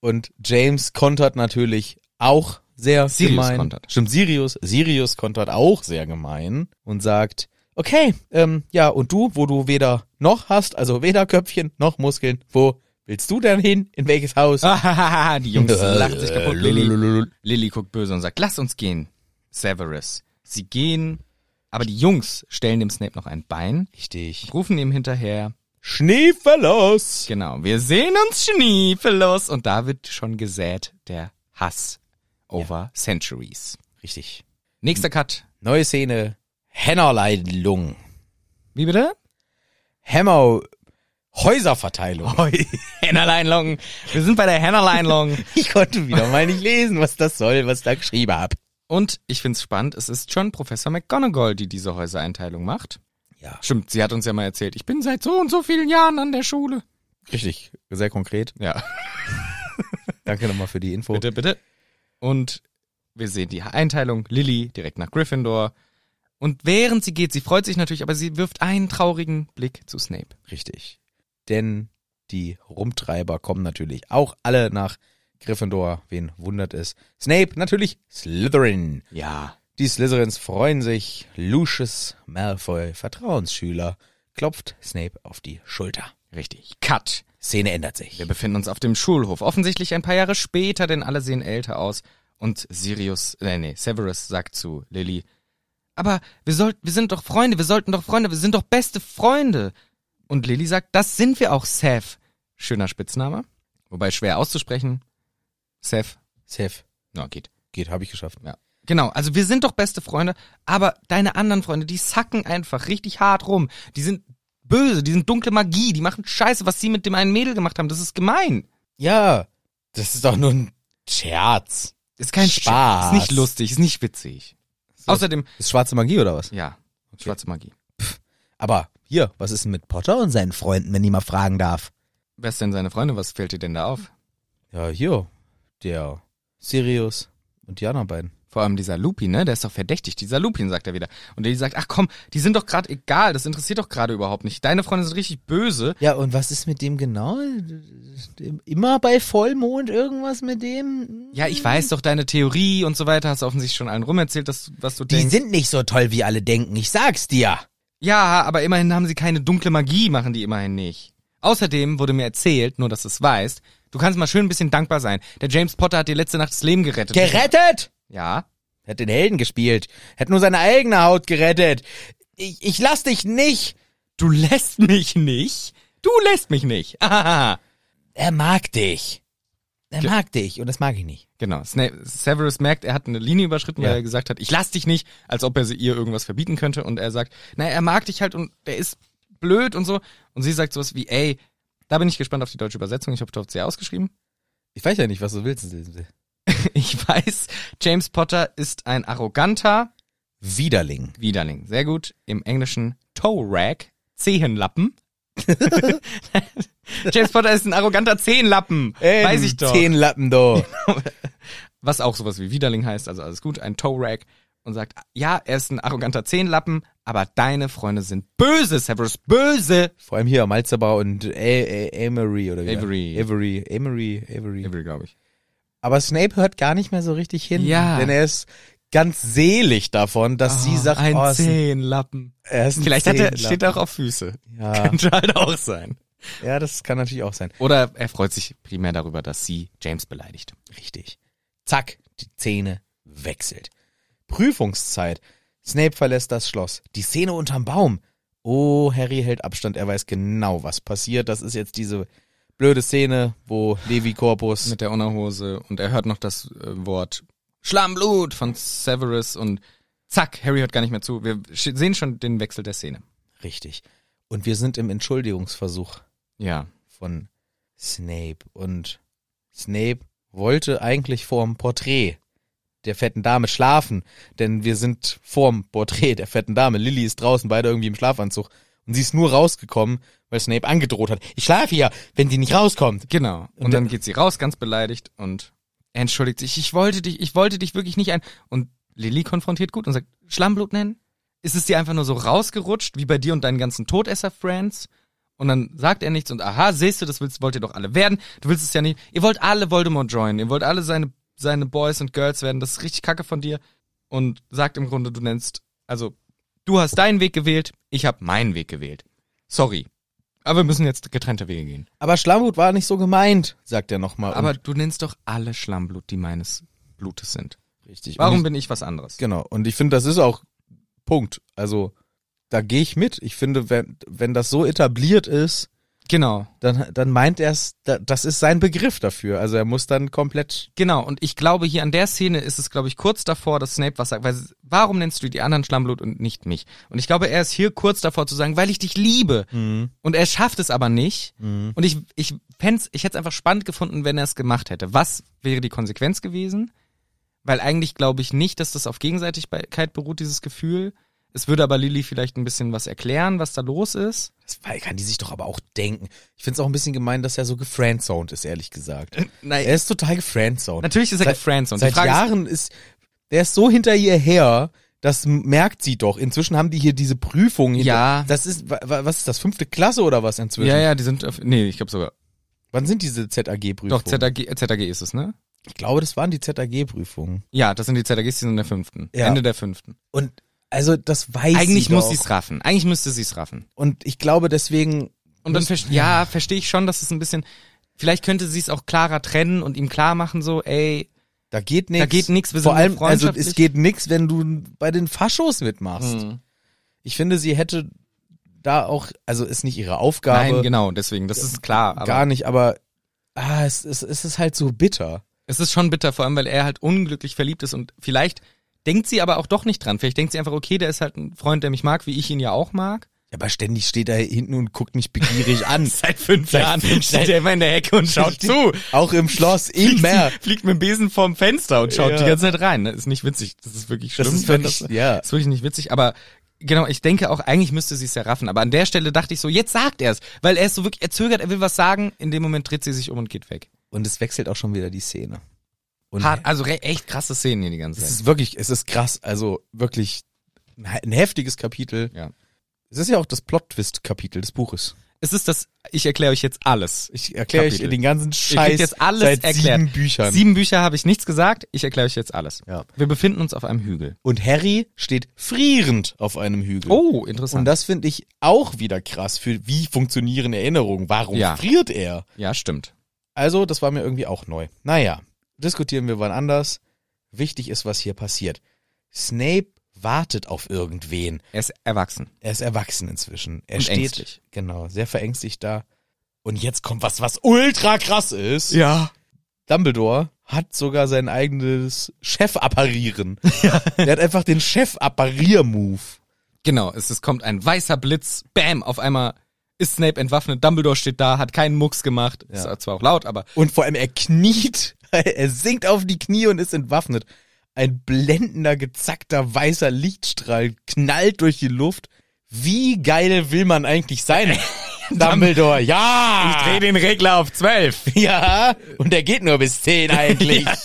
Und James kontert natürlich auch sehr
Sirius
gemein.
kontert.
Stimmt, Sirius. Sirius kontert auch sehr gemein und sagt, okay, ähm, ja, und du, wo du weder noch hast, also weder Köpfchen noch Muskeln, wo willst du denn hin? In welches Haus?
Ah, [LAUGHS] die Jungs
Äh,
lachen sich kaputt. Lilly,
Lululul.
Lilly guckt böse und sagt, lass uns gehen. Severus. Sie gehen, aber die Jungs stellen dem Snape noch ein Bein,
Richtig.
rufen ihm hinterher.
Schneeverlass.
Genau, wir sehen uns schniefelos. Und da wird schon gesät der Hass over centuries.
Richtig.
Nächster Cut.
Neue Szene. Hennerleidlung.
Wie bitte?
Hammer. Häuserverteilung.
Hennerleinlong. Wir sind bei der Hennerleinlong.
[LAUGHS] Ich konnte wieder mal nicht lesen, was das soll, was ich da geschrieben hab.
Und ich find's spannend, es ist schon Professor McGonagall, die diese Häusereinteilung macht.
Ja.
Stimmt, sie hat uns ja mal erzählt, ich bin seit so und so vielen Jahren an der Schule.
Richtig. Sehr konkret.
Ja,
Danke nochmal für die Info.
Oh. bitte, bitte. Und wir sehen die Einteilung, Lilly direkt nach Gryffindor. Und während sie geht, sie freut sich natürlich, aber sie wirft einen traurigen Blick zu Snape.
Richtig. Denn die Rumtreiber kommen natürlich auch alle nach Gryffindor. Wen wundert es? Snape, natürlich Slytherin.
Ja.
Die Slytherins freuen sich. Lucius Malfoy, Vertrauensschüler, klopft Snape auf die Schulter.
Richtig. Cut.
Szene ändert sich.
Wir befinden uns auf dem Schulhof. Offensichtlich ein paar Jahre später, denn alle sehen älter aus. Und Sirius, äh, nee, nee, Severus sagt zu Lily, aber wir sollten, wir sind doch Freunde, wir sollten doch Freunde, wir sind doch beste Freunde. Und Lily sagt, das sind wir auch, Seth. Schöner Spitzname. Wobei schwer auszusprechen. Seth,
Safe.
na, geht.
Geht, habe ich geschafft.
Ja. Genau, also wir sind doch beste Freunde, aber deine anderen Freunde, die sacken einfach richtig hart rum. Die sind böse, die sind dunkle Magie, die machen Scheiße, was sie mit dem einen Mädel gemacht haben. Das ist gemein.
Ja, das ist doch nur ein Scherz.
Ist kein
Spaß.
Spaß. Ist nicht lustig, ist nicht witzig. Außerdem,
Ist schwarze Magie oder was?
ja, schwarze Magie.
Aber hier, was ist denn mit Potter und seinen Freunden, wenn ich mal fragen darf?
Wer ist denn seine Freunde? Was fällt dir denn da auf?
Ja, hier, der Sirius und die anderen beiden.
Vor allem dieser Lupin, ne? Der ist doch verdächtig. Dieser Lupin, sagt er wieder. Und der sagt, ach komm, die sind doch gerade egal. Das interessiert doch gerade überhaupt nicht. Deine Freunde sind richtig böse.
Ja, und was ist mit dem genau? Immer bei Vollmond irgendwas mit dem?
Ja, ich weiß doch deine Theorie und so weiter. Hast du offensichtlich schon allen rumerzählt, dass, du- was du
Die
denkst.
sind nicht so toll, wie alle denken, ich sag's dir.
Ja, aber immerhin haben sie keine dunkle Magie, machen die immerhin nicht. Außerdem wurde mir erzählt, nur dass du es weißt, du kannst mal schön ein bisschen dankbar sein. Der James Potter hat dir letzte Nacht das Leben gerettet.
Gerettet!
Ja,
Hat den Helden gespielt. Hat nur seine eigene Haut gerettet. Ich, ich lass dich nicht.
Du lässt mich nicht. Du lässt mich nicht. [LAUGHS] Ah.
Er mag dich. Er mag dich und das mag ich nicht.
Genau. Snape, Severus merkt, er hat eine Linie überschritten, weil
Ja.
er gesagt hat, ich lass dich nicht, als ob er sie ihr irgendwas verbieten könnte. Und er sagt, naja, er mag dich halt und der ist blöd und so. Und sie sagt sowas wie, ey, da bin ich gespannt auf die deutsche Übersetzung. Ich habe es sehr ausgeschrieben.
Ich weiß ja nicht, was du willst.
Ich weiß, James Potter ist ein arroganter
Widerling.
Widerling. Sehr gut. Im Englischen Toe Rag, Zehenlappen. [LAUGHS] James Potter ist ein arroganter Zehenlappen. weiß ich doch.
Zehn Lappen, do.
was auch sowas wie Widerling heißt, also alles gut, ein Toe-Rag und sagt, ja, er ist ein arroganter Zehnlappen, aber deine Freunde sind böse, Severus, böse.
Vor allem hier Malzerbar und A- A- Amory oder wie?
Avery.
Avery. Amory. Avery.
Evil, glaube ich.
Aber Snape hört gar nicht mehr so richtig hin.
Ja.
Denn er ist ganz selig davon, dass sie sagt,
ein
oh, es ist ein-
Zehnlappen.
er ist ein
Vielleicht hat er,
Zehnlapp.
steht er auch auf Füße.
Ja.
[LAUGHS] Könnte halt auch sein.
ja, das kann natürlich auch sein.
Oder er freut sich primär darüber, dass sie James beleidigt.
Richtig. Zack, die Szene wechselt. Prüfungszeit. Snape verlässt das Schloss. Die Szene unterm Baum. Oh, Harry hält Abstand. Er weiß genau, was passiert. Das ist jetzt diese blöde Szene, wo Levi Corpus
Mit der Unterhose und er hört noch das äh, Wort Schlammblut von Severus und zack, Harry hört gar nicht mehr zu. Wir sch- sehen schon den Wechsel der Szene.
richtig. Und wir sind im Entschuldigungsversuch
Ja.
von Snape. Und Snape wollte eigentlich vorm Porträt der fetten Dame schlafen, denn wir sind vorm Porträt der fetten Dame. Lilly ist draußen, beide irgendwie im Schlafanzug. Und sie ist nur rausgekommen, weil Snape angedroht hat. Ich schlafe hier, wenn sie nicht rauskommt.
Genau. Und, dann geht sie raus, ganz beleidigt und er entschuldigt sich. Ich wollte dich, ich wollte dich wirklich nicht ein. Und Lilly konfrontiert gut und sagt, Schlammblut nennen? Ist es dir einfach nur so rausgerutscht, wie bei dir und deinen ganzen Todesser-Friends? Und dann sagt er nichts und aha, siehst du, das willst, wollt ihr doch alle werden. Du willst es ja nicht. Ihr wollt alle Voldemort joinen. Ihr wollt alle seine seine Boys und Girls werden, das ist richtig kacke von dir. Und sagt im Grunde, du nennst, also, du hast deinen Weg gewählt, ich habe meinen Weg gewählt. Sorry. Aber wir müssen jetzt getrennte Wege gehen.
Aber Schlammhut war nicht so gemeint, sagt er nochmal.
Aber du nennst doch alle Schlammblut, die meines Blutes sind.
richtig.
Warum
Und
bin ich was anderes?
ich, genau. Und ich finde, das ist auch Punkt. Also da gehe ich mit. Ich finde, wenn, wenn das so etabliert ist,
Genau.
dann, dann meint er es, da, das ist sein Begriff dafür. Also er muss dann komplett.
Genau, und ich glaube, hier an der Szene ist es, glaube ich, kurz davor, dass Snape was sagt, weil warum nennst du die anderen Schlammblut und nicht mich? Und ich glaube, er ist hier kurz davor zu sagen, weil ich dich liebe.
Mhm.
Und er schafft es aber nicht. Und ich, ich, fänd's, ich hätte es einfach spannend gefunden, wenn er es gemacht hätte. Was wäre die Konsequenz gewesen? Weil eigentlich glaube ich nicht, dass das auf Gegenseitigkeit beruht, dieses Gefühl. Es würde aber Lilly vielleicht ein bisschen was erklären, was da los ist.
Das kann die sich doch aber auch denken. Ich finde es auch ein bisschen gemein, dass er so gefriendzoned ist, ehrlich gesagt.
Äh, Nein.
Er ist total gefriendzoned.
Natürlich ist er
Seit-
gefriends und die
Seit
Frage ist,
Jahren ist, der ist so hinter ihr her, das m- merkt sie doch. Inzwischen haben die hier diese Prüfung. hinter-
Ja.
Das ist, wa- wa- was ist das, fünfte Klasse oder was inzwischen?
ja, ja, die sind, auf, nee, ich glaube sogar,
Wann sind diese ZAG-Prüfungen?
doch, ZAG, ZAG ist es, ne?
Ich glaube, das waren die ZAG-Prüfungen.
Ja, das sind die ZAGs, die sind in der fünften.
Ja.
Ende der fünften.
Und, also, das weiß
Eigentlich
sie
muss
doch.
sie es raffen. Eigentlich müsste sie es raffen.
Und ich glaube, deswegen,
Und dann
Müsste-
verstehe ja, verstehe ich schon, dass es ein bisschen. Vielleicht könnte sie es auch klarer trennen und ihm klar machen, so, ey,
da geht nichts.
geht nix, wir
Vor
sind
allem, also, es
freundschaftlich. Hm.
geht nichts, wenn du bei den Faschos mitmachst. Ich finde, sie hätte da auch, also, ist nicht ihre Aufgabe.
nein, genau, deswegen, das ist klar. Aber
Gar nicht, aber, ah, es, es, es ist halt so bitter.
es ist schon bitter, vor allem, weil er halt unglücklich verliebt ist und vielleicht denkt sie aber auch doch nicht dran. Vielleicht denkt sie einfach, okay, der ist halt ein Freund, der mich mag, wie ich ihn ja auch mag.
Ja, aber ständig steht er hinten und guckt mich begierig
[LAUGHS]
an.
Seit fünf
Seit
Jahren
fünf
steht er immer in der Ecke
[LAUGHS]
und schaut zu.
Auch im Schloss,
Fliegt,
immer.
fliegt mit dem Besen vorm Fenster und schaut
Ja.
die ganze Zeit rein. Das ist nicht witzig. Das ist wirklich schlimm.
Das ist
wenn
wirklich, ja.
Das ist wirklich nicht witzig, aber genau, ich denke auch, eigentlich müsste sie es ja raffen. Aber an der Stelle dachte ich so, jetzt sagt er es, weil er ist so wirklich, er zögert, er will was sagen, in dem Moment dreht sie sich um und geht weg.
Und es wechselt auch schon wieder die Szene. Und
Hart, also re- echt krasse Szenen hier die ganze
es
Zeit.
ist wirklich, es ist krass, also wirklich ein he- ein heftiges Kapitel.
Ja.
Es ist ja auch das Plot-Twist-Kapitel des Buches.
Es ist das, ich erkläre euch jetzt alles.
Ich erkläre euch
Kapitel.
den ganzen
Ihr kriegt
Scheiß
jetzt alles
seit
erklärt.
sieben Büchern.
Sieben Bücher habe ich nichts gesagt, ich erkläre euch jetzt alles.
Ja.
Wir befinden uns auf einem Hügel.
Und Harry steht frierend auf einem Hügel.
Oh, interessant.
Und das finde ich auch wieder krass für wie funktionieren Erinnerungen. Warum
Ja.
friert er?
ja, stimmt.
Also, das war mir irgendwie auch neu. Naja, diskutieren wir wann anders. Wichtig ist, was hier passiert. Snape wartet auf irgendwen.
Er ist erwachsen.
Er ist erwachsen inzwischen. Er
Und
steht
ängstlich.
genau sehr verängstigt da. Und jetzt kommt was, was ultra krass ist.
Ja.
Dumbledore hat sogar sein eigenes [LAUGHS] Chefapparieren. Er hat einfach den Chefapparier-Move.
Genau, es, es kommt ein weißer Blitz, bam, auf einmal ist Snape entwaffnet, Dumbledore steht da, hat keinen Mucks gemacht, ist zwar auch laut, aber
Und vor allem er kniet, [LAUGHS] er sinkt auf die Knie und ist entwaffnet. Ein blendender, gezackter, weißer Lichtstrahl knallt durch die Luft. Wie geil will man eigentlich
[LAUGHS]
sein? Dumbledore, ja!
Ah. den Regler auf 12.
Ja, und der geht nur bis
[LAUGHS]
10 eigentlich.
Ja. [LAUGHS]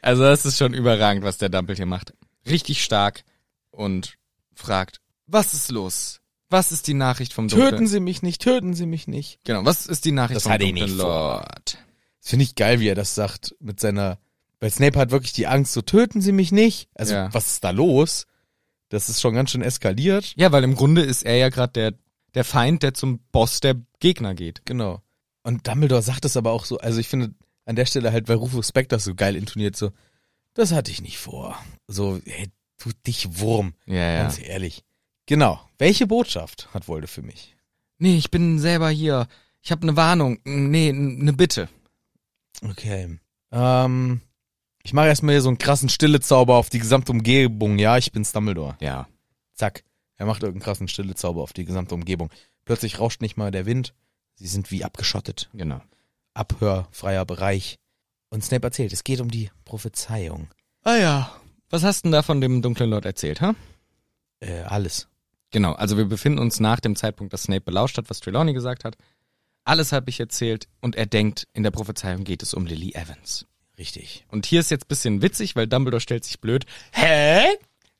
Also das ist schon überragend, was der Dumbledore hier macht. Richtig stark und fragt, was ist los? Was ist die Nachricht vom
Töten
dunklen...
Sie mich nicht, töten Sie mich nicht.
Genau, was ist die Nachricht
Das
vom
hatte ich
dunklen
nicht vor.
Lord?
Das finde ich geil, wie er das sagt mit seiner, weil Snape hat wirklich die Angst, so töten Sie mich nicht. Also,
Ja.
was ist da los? Das ist schon ganz schön eskaliert.
Ja, weil im Grunde ist er ja gerade der, der Feind, der zum Boss der Gegner geht.
Genau. Und Dumbledore sagt es aber auch so, also ich finde an der Stelle halt, weil Rufus Beck das so geil intoniert, so, das hatte ich nicht vor. So, hey, du dich Wurm,
Ja,
ganz ehrlich. Genau. Welche Botschaft hat Wolde für mich?
Nee, ich bin selber hier. Ich habe eine Warnung. Nee, eine Bitte.
Okay. Ähm, ich mache erstmal hier so einen krassen Stillezauber auf die gesamte Umgebung. Ja, ich bin's Dumbledore.
Ja.
Zack. Er macht irgendeinen krassen Stillezauber auf die gesamte Umgebung. Plötzlich rauscht nicht mal der Wind. Sie sind wie abgeschottet.
Genau.
Abhörfreier Bereich. Und Snape erzählt, es geht um die Prophezeiung.
Ah ja. Was hast denn da von dem dunklen Lord erzählt, ha?
Äh, alles.
Genau, also wir befinden uns nach dem Zeitpunkt, dass Snape belauscht hat, was Trelawney gesagt hat. Alles habe ich erzählt und er denkt, in der Prophezeiung geht es um Lily Evans.
Richtig.
Und hier ist jetzt ein bisschen witzig, weil Dumbledore stellt sich blöd. Hä?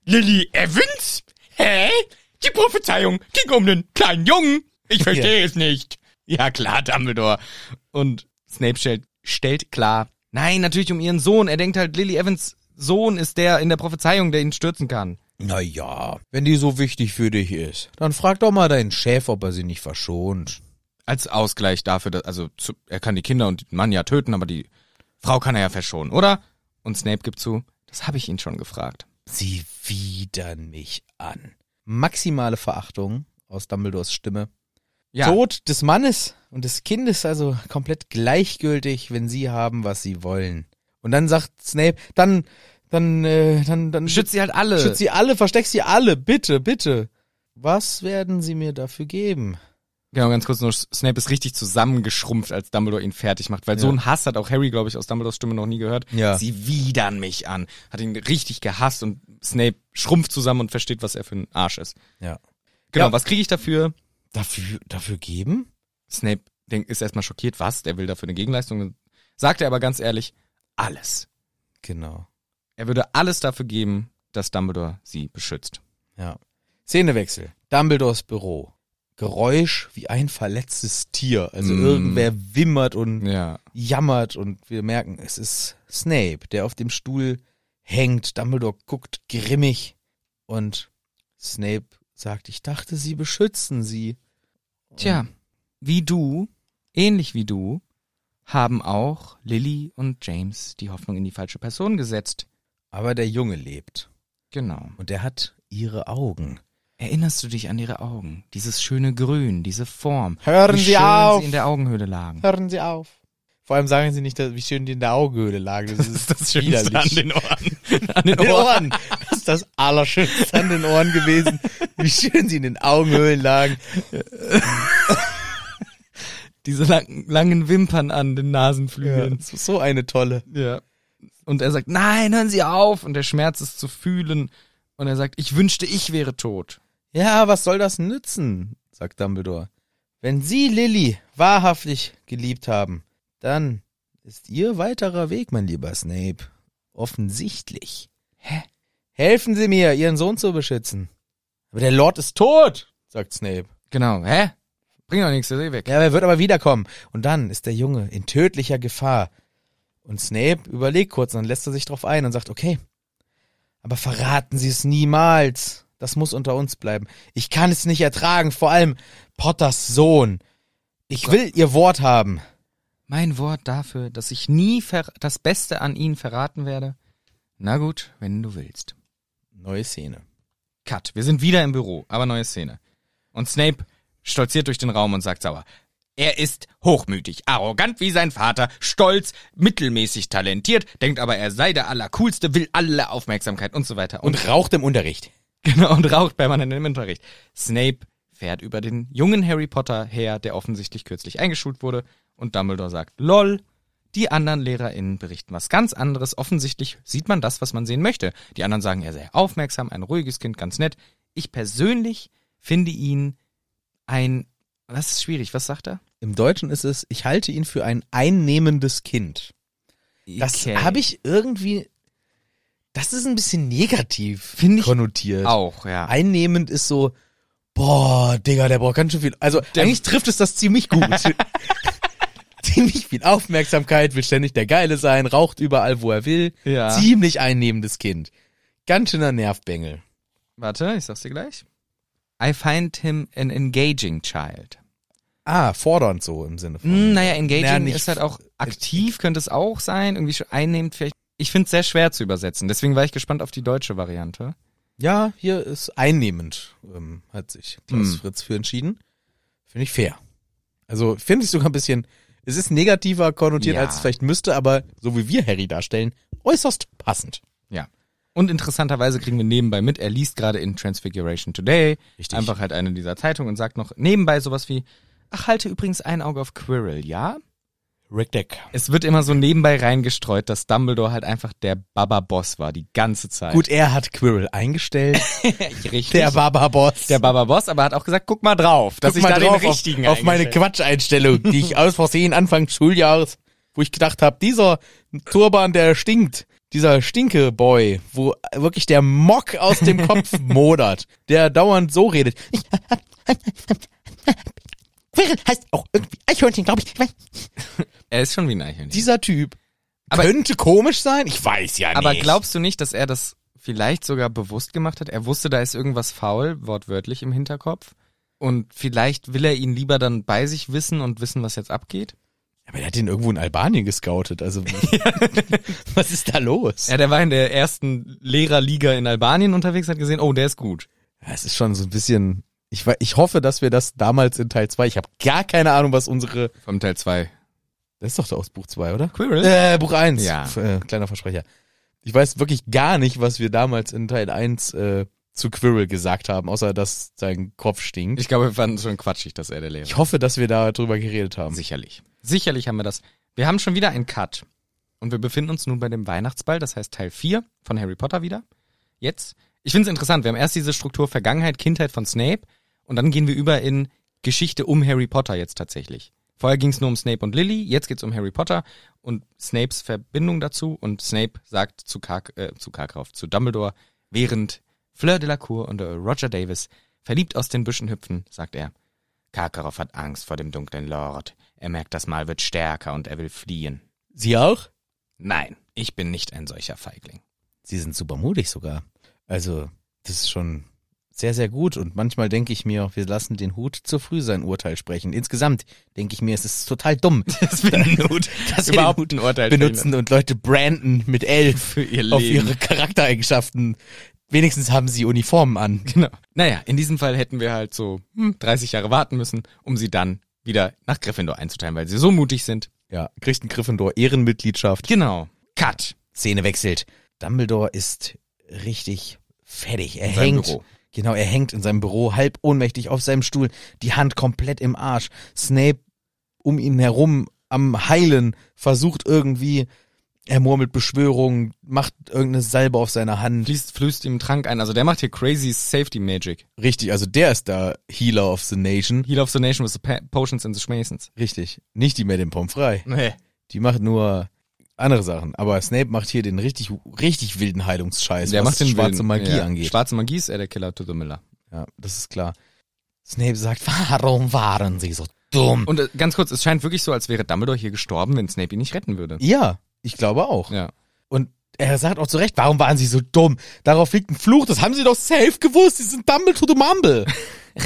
Lily Evans? Hä? Die Prophezeiung ging um den kleinen Jungen. Ich verstehe es nicht. Ja klar, Dumbledore. Und Snape stellt, stellt klar, Nein, natürlich um ihren Sohn. Er denkt halt, Lily Evans Sohn ist der in der Prophezeiung, der ihn stürzen kann.
Naja, wenn die so wichtig für dich ist, dann frag doch mal deinen Chef, ob er sie nicht verschont.
Als Ausgleich dafür, dass, also zu, er kann die Kinder und den Mann ja töten, aber die Frau kann er ja verschonen, oder? Und Snape gibt zu, das habe ich ihn schon gefragt.
Sie widern mich an. Maximale Verachtung aus Dumbledores Stimme.
Ja,
Tod des Mannes und des Kindes, also komplett gleichgültig, wenn sie haben, was sie wollen. Und dann sagt Snape, dann, dann, äh, dann, dann
schützt sie halt alle.
schützt sie alle, versteck sie alle, bitte, bitte. Was werden sie mir dafür geben?
Genau, ganz kurz nur, Snape ist richtig zusammengeschrumpft, als Dumbledore ihn fertig macht, weil so
Ja.
einen Hass hat auch Harry, glaube ich, aus Dumbledores Stimme noch nie gehört.
Ja.
Sie widern mich an. Hat ihn richtig gehasst und Snape schrumpft zusammen und versteht, was er für ein Arsch ist.
Ja.
Genau,
Ja.
was kriege ich dafür?
Dafür, dafür geben?
Snape denk, ist erstmal schockiert, was? Der will dafür eine Gegenleistung. Dann Sagt er aber ganz ehrlich, alles.
Genau.
Er würde alles dafür geben, dass Dumbledore sie beschützt.
Ja. Szenewechsel. Dumbledores Büro. Geräusch wie ein verletztes Tier. Also
Mm.
irgendwer wimmert und
Ja.
jammert und wir merken, es ist Snape, der auf dem Stuhl hängt. Dumbledore guckt grimmig und Snape sagt, ich dachte, sie beschützen sie.
Tja, wie du, ähnlich wie du, haben auch Lily und James die Hoffnung in die falsche Person gesetzt.
Aber der Junge lebt
Genau.
und er hat ihre Augen.
Erinnerst du dich an ihre Augen? Dieses schöne Grün, diese Form.
Hören
wie
Sie
schön
auf!
Sie in der Augenhöhle lagen.
Hören Sie auf. Vor allem sagen sie nicht, dass- wie schön die in der Augenhöhle lagen. [LAUGHS] Das ist das Schönste [LAUGHS]
Ohren.
an den Ohren. Das ist das Allerschönste an den Ohren gewesen. Wie schön sie in den Augenhöhlen lagen.
Diese langen, langen Wimpern an den
Ja,
Nasenflügeln.
das ist so eine tolle.
Ja. Und er sagt, nein, hören Sie auf. Und der Schmerz ist zu fühlen. Und er sagt, ich wünschte, ich wäre tot.
Ja, was soll das nützen? sagt Dumbledore. Wenn Sie Lilly wahrhaftig geliebt haben, dann ist Ihr weiterer Weg, mein lieber Snape, offensichtlich. Hä? Helfen Sie mir, Ihren Sohn zu beschützen. Aber der Lord ist tot, sagt Snape.
Genau. Hä? Bring doch nichts, der ist eh weg.
Ja, er wird aber wiederkommen. Und dann ist der Junge in tödlicher Gefahr. Und Snape überlegt kurz, dann lässt er sich drauf ein und sagt, okay, aber verraten Sie es niemals. Das muss unter uns bleiben. Ich kann es nicht ertragen, vor allem Potters Sohn. Ich will Ihr Wort haben.
Mein Wort dafür, dass ich nie ver das Beste an Ihnen verraten werde. Na gut, wenn du willst.
Neue Szene.
Cut. Wir sind wieder im Büro, aber neue Szene. Und Snape stolziert durch den Raum und sagt sauer. Er ist hochmütig, arrogant wie sein Vater, stolz, mittelmäßig talentiert, denkt aber, er sei der Allercoolste, will alle Aufmerksamkeit und so weiter. Und,
Und raucht im Unterricht.
genau, und raucht permanent im Unterricht. Snape fährt über den jungen Harry Potter her, der offensichtlich kürzlich eingeschult wurde. Und Dumbledore sagt, lol. Die anderen LehrerInnen berichten was ganz anderes. Offensichtlich sieht man das, was man sehen möchte. Die anderen sagen, er sei aufmerksam, ein ruhiges Kind, ganz nett. Ich persönlich finde ihn ein, was ist schwierig, was sagt er?
Im Deutschen ist es, ich halte ihn für ein einnehmendes Kind. Das
Okay.
habe ich irgendwie, das ist ein bisschen negativ
Finde ich
konnotiert.
auch, ja.
einnehmend ist so, boah, Digga, der braucht ganz schön viel. Also eigentlich trifft es das ziemlich [LAUGHS] gut. ziemlich viel Aufmerksamkeit, will ständig der Geile sein, raucht überall, wo er will.
Ja.
Ziemlich einnehmendes Kind. Ganz schöner Nervbengel.
Warte, ich sag's dir gleich. I find him an engaging child.
Ah, fordernd so im Sinne von.
Mm, naja, engaging
Naja, nicht- äh,
ist halt auch aktiv, könnte es auch sein, irgendwie schon einnehmend vielleicht. Ich finde es sehr schwer zu übersetzen, deswegen war ich gespannt auf die deutsche Variante.
Ja, hier ist einnehmend, ähm, hat sich Klaus Fritz für entschieden. Finde ich fair. Also finde ich sogar ein bisschen, es ist negativer konnotiert,
Ja.
als es vielleicht müsste, aber so wie wir Harry darstellen, äußerst passend.
Ja. Und interessanterweise kriegen wir nebenbei mit, er liest gerade in Transfiguration Today,
Richtig.
einfach halt eine dieser Zeitungen und sagt noch nebenbei sowas wie, ach, halte übrigens ein Auge auf Quirrell, ja?
Rick Decker.
Es wird immer so nebenbei reingestreut, dass Dumbledore halt einfach der Baba-Boss war, die ganze Zeit.
Gut, er hat Quirrell [LAUGHS] eingestellt.
richtig.
Der Barbaboss.
Der Baba Boss aber hat auch gesagt, guck mal drauf, dass
Guck
ich
mal
da
drauf
den richtigen
auf, auf meine
eingestellt
Quatscheinstellung, die [LAUGHS] ich aus Versehen Anfang des Schuljahres, wo ich gedacht habe, dieser Turban, der stinkt, dieser Stinke-Boy, wo wirklich der Mock aus dem Kopf [LAUGHS] modert, der dauernd so redet. Ich, Quirrell heißt auch irgendwie Eichhörnchen, glaube ich.
habe. Er ist schon wie ein Eichhörnchen.
Dieser Typ.
Aber-
Könnte komisch sein, ich weiß ja
Aber
nicht.
glaubst du nicht, dass er das vielleicht sogar bewusst gemacht hat? Er wusste, da ist irgendwas faul, wortwörtlich im Hinterkopf. Und vielleicht will er ihn lieber dann bei sich wissen und wissen, was jetzt abgeht?
Aber der hat den irgendwo in Albanien gescoutet, also was ist da los?
Ja, der war in der ersten Lehrerliga in Albanien unterwegs, hat gesehen, oh, der ist gut.
Es ist schon so ein bisschen, ich, wei- ich hoffe, dass wir das damals in Teil 2, ich habe gar keine Ahnung, was unsere,
Vom Teil 2.
das ist doch aus Buch 2, oder?
Quirrell?
Äh, Buch 1.
Ja.
Äh, kleiner Versprecher. Ich weiß wirklich gar nicht, was wir damals in Teil 1 äh, zu Quirrell gesagt haben, außer dass sein Kopf stinkt.
Ich glaube, wir fanden es schon quatschig, dass er der Lehrer
Ich hoffe, dass wir darüber geredet haben.
Sicherlich. Sicherlich haben wir das. Wir haben schon wieder einen Cut. Und wir befinden uns nun bei dem Weihnachtsball, das heißt Teil 4 von Harry Potter wieder. Jetzt. Ich finde es interessant, wir haben erst diese Struktur Vergangenheit, Kindheit von Snape und dann gehen wir über in Geschichte um Harry Potter jetzt tatsächlich. Vorher ging es nur um Snape und Lily, jetzt geht's um Harry Potter und Snapes Verbindung dazu und Snape sagt zu, Kark, äh, zu Karkaroff, zu Dumbledore, während Fleur Delacour und äh, Roger Davis verliebt aus den Büschen hüpfen, sagt er, Karkaroff hat Angst vor dem dunklen Lord. Er merkt, das Mal wird stärker und er will fliehen.
Sie auch?
Nein, ich bin nicht ein solcher Feigling.
Sie sind super mutig sogar. Also, das ist schon sehr, sehr gut. Und manchmal denke ich mir, wir lassen den Hut zu früh sein Urteil sprechen. Insgesamt denke ich mir, es ist total
[LAUGHS]
dumm,
Das wir den Hut
[LAUGHS] dass wir
[LAUGHS] überhaupt
den
ein Urteil
Hut benutzen und Leute branden mit elf
für ihr
auf
Leben.
ihre Charaktereigenschaften. Wenigstens haben sie Uniformen an.
Genau. Naja, in diesem Fall hätten wir halt so hm, 30 Jahre warten müssen, um sie dann wieder nach Gryffindor einzuteilen, weil sie so mutig sind.
Ja, kriegt ein Gryffindor Ehrenmitgliedschaft.
Genau. Cut.
Szene wechselt. Dumbledore ist richtig fertig. Er
seinem
hängt.
Büro.
Genau, er hängt in seinem Büro, halb ohnmächtig auf seinem Stuhl, die Hand komplett im Arsch. Snape um ihn herum am Heilen, versucht irgendwie, er murmelt Beschwörungen, macht irgendeine Salbe auf seine Hand.
Fließt, flößt ihm einen Trank ein. Also der macht hier crazy Safety Magic.
Richtig, also der ist der Healer of the Nation.
Heal of the Nation with the pa- Potions and the Schmasons.
Richtig, nicht die mit dem Pommes frei.
Nee.
Die macht nur andere Sachen. Aber Snape macht hier den richtig, richtig wilden Heilungsscheiß,
Der
was
macht den
schwarze
wilden-
Magie
ja.
angeht.
Schwarze Magie ist er der Killer to the Miller.
Ja, das ist klar. Snape sagt, warum waren sie so dumm?
Und äh, ganz kurz, es scheint wirklich so, als wäre Dumbledore hier gestorben, wenn Snape ihn nicht retten würde.
ja, ich glaube auch.
Ja.
Und er sagt auch zu Recht, warum waren sie so dumm? Darauf liegt ein Fluch, das haben sie doch safe gewusst, sie sind Dumble to the Mumble.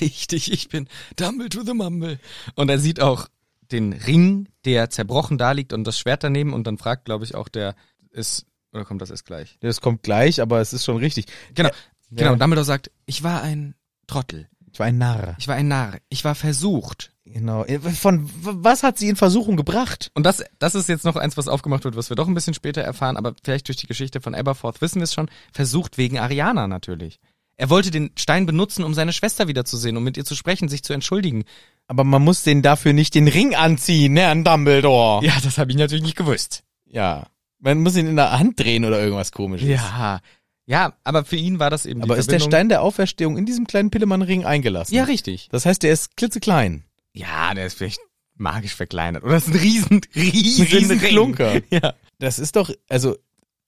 Richtig, ich bin Dumble to the Mumble. Und er sieht auch den Ring, der zerbrochen da liegt und das Schwert daneben und dann fragt, glaube ich, auch der ist, oder kommt das erst gleich?
Das kommt gleich, aber es ist schon richtig.
Genau, genau.
Ja.
Und Dumbledore sagt, ich war ein Trottel.
Ich war ein Narr.
Ich war ein Narr. Ich war versucht.
Genau. Von w- was hat sie in Versuchung gebracht?
Und das, das ist jetzt noch eins, was aufgemacht wird, was wir doch ein bisschen später erfahren, aber vielleicht durch die Geschichte von Aberforth wissen wir es schon. Versucht wegen Ariana natürlich. Er wollte den Stein benutzen, um seine Schwester wiederzusehen, um mit ihr zu sprechen, sich zu entschuldigen.
Aber man muss denen dafür nicht den Ring anziehen, ne, an Dumbledore.
Ja, das habe ich natürlich nicht gewusst.
Ja. Man muss ihn in der Hand drehen oder irgendwas komisches.
Ja. Ja, aber für ihn war das eben
Aber
die
ist der
Verbindung-
Stein der Auferstehung in diesem kleinen Pillemann-Ring eingelassen?
Ja, richtig.
Das heißt, der ist klitzeklein.
Ja, der ist vielleicht magisch verkleinert. Oder das ist ein riesen, riesen,
riesen
Ring.
Klunker.
Ja.
Das ist doch, also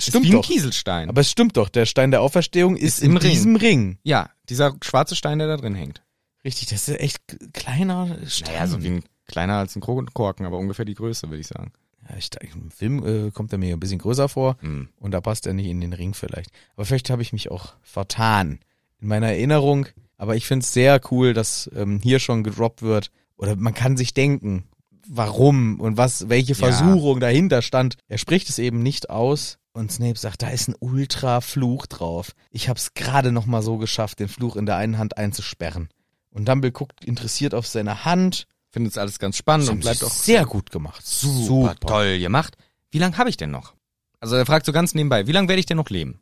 Stimmt
stimmt
wie ein
doch.
Kieselstein.
Aber es stimmt doch, der Stein der Auferstehung ist,
im
in
Ring.
diesem Ring.
ja, dieser schwarze Stein, der da drin hängt.
Richtig, das ist echt k- kleiner Stein.
Naja, so wie ein kleiner als ein Kro- Korken, aber ungefähr die Größe, würde ich sagen.
ja, ich, dachte, Im Film äh, kommt er mir ein bisschen größer vor und da passt er nicht in den Ring vielleicht. Aber vielleicht habe ich mich auch vertan in meiner Erinnerung. Aber ich finde es sehr cool, dass ähm, hier schon gedroppt wird. Oder man kann sich denken, warum und was, welche Versuchung dahinter stand. Er spricht es eben nicht aus. Und Snape sagt, da ist ein Ultra-Fluch drauf. Ich habe es gerade noch mal so geschafft, den Fluch in der einen Hand einzusperren. Und Dumble guckt interessiert auf seine Hand.
Findet es alles ganz spannend
Das
und
haben
bleibt
sie
auch
sehr gut gemacht.
super toll gemacht. Wie lange habe ich denn noch? Also er fragt so ganz nebenbei, wie lange werde ich denn noch leben?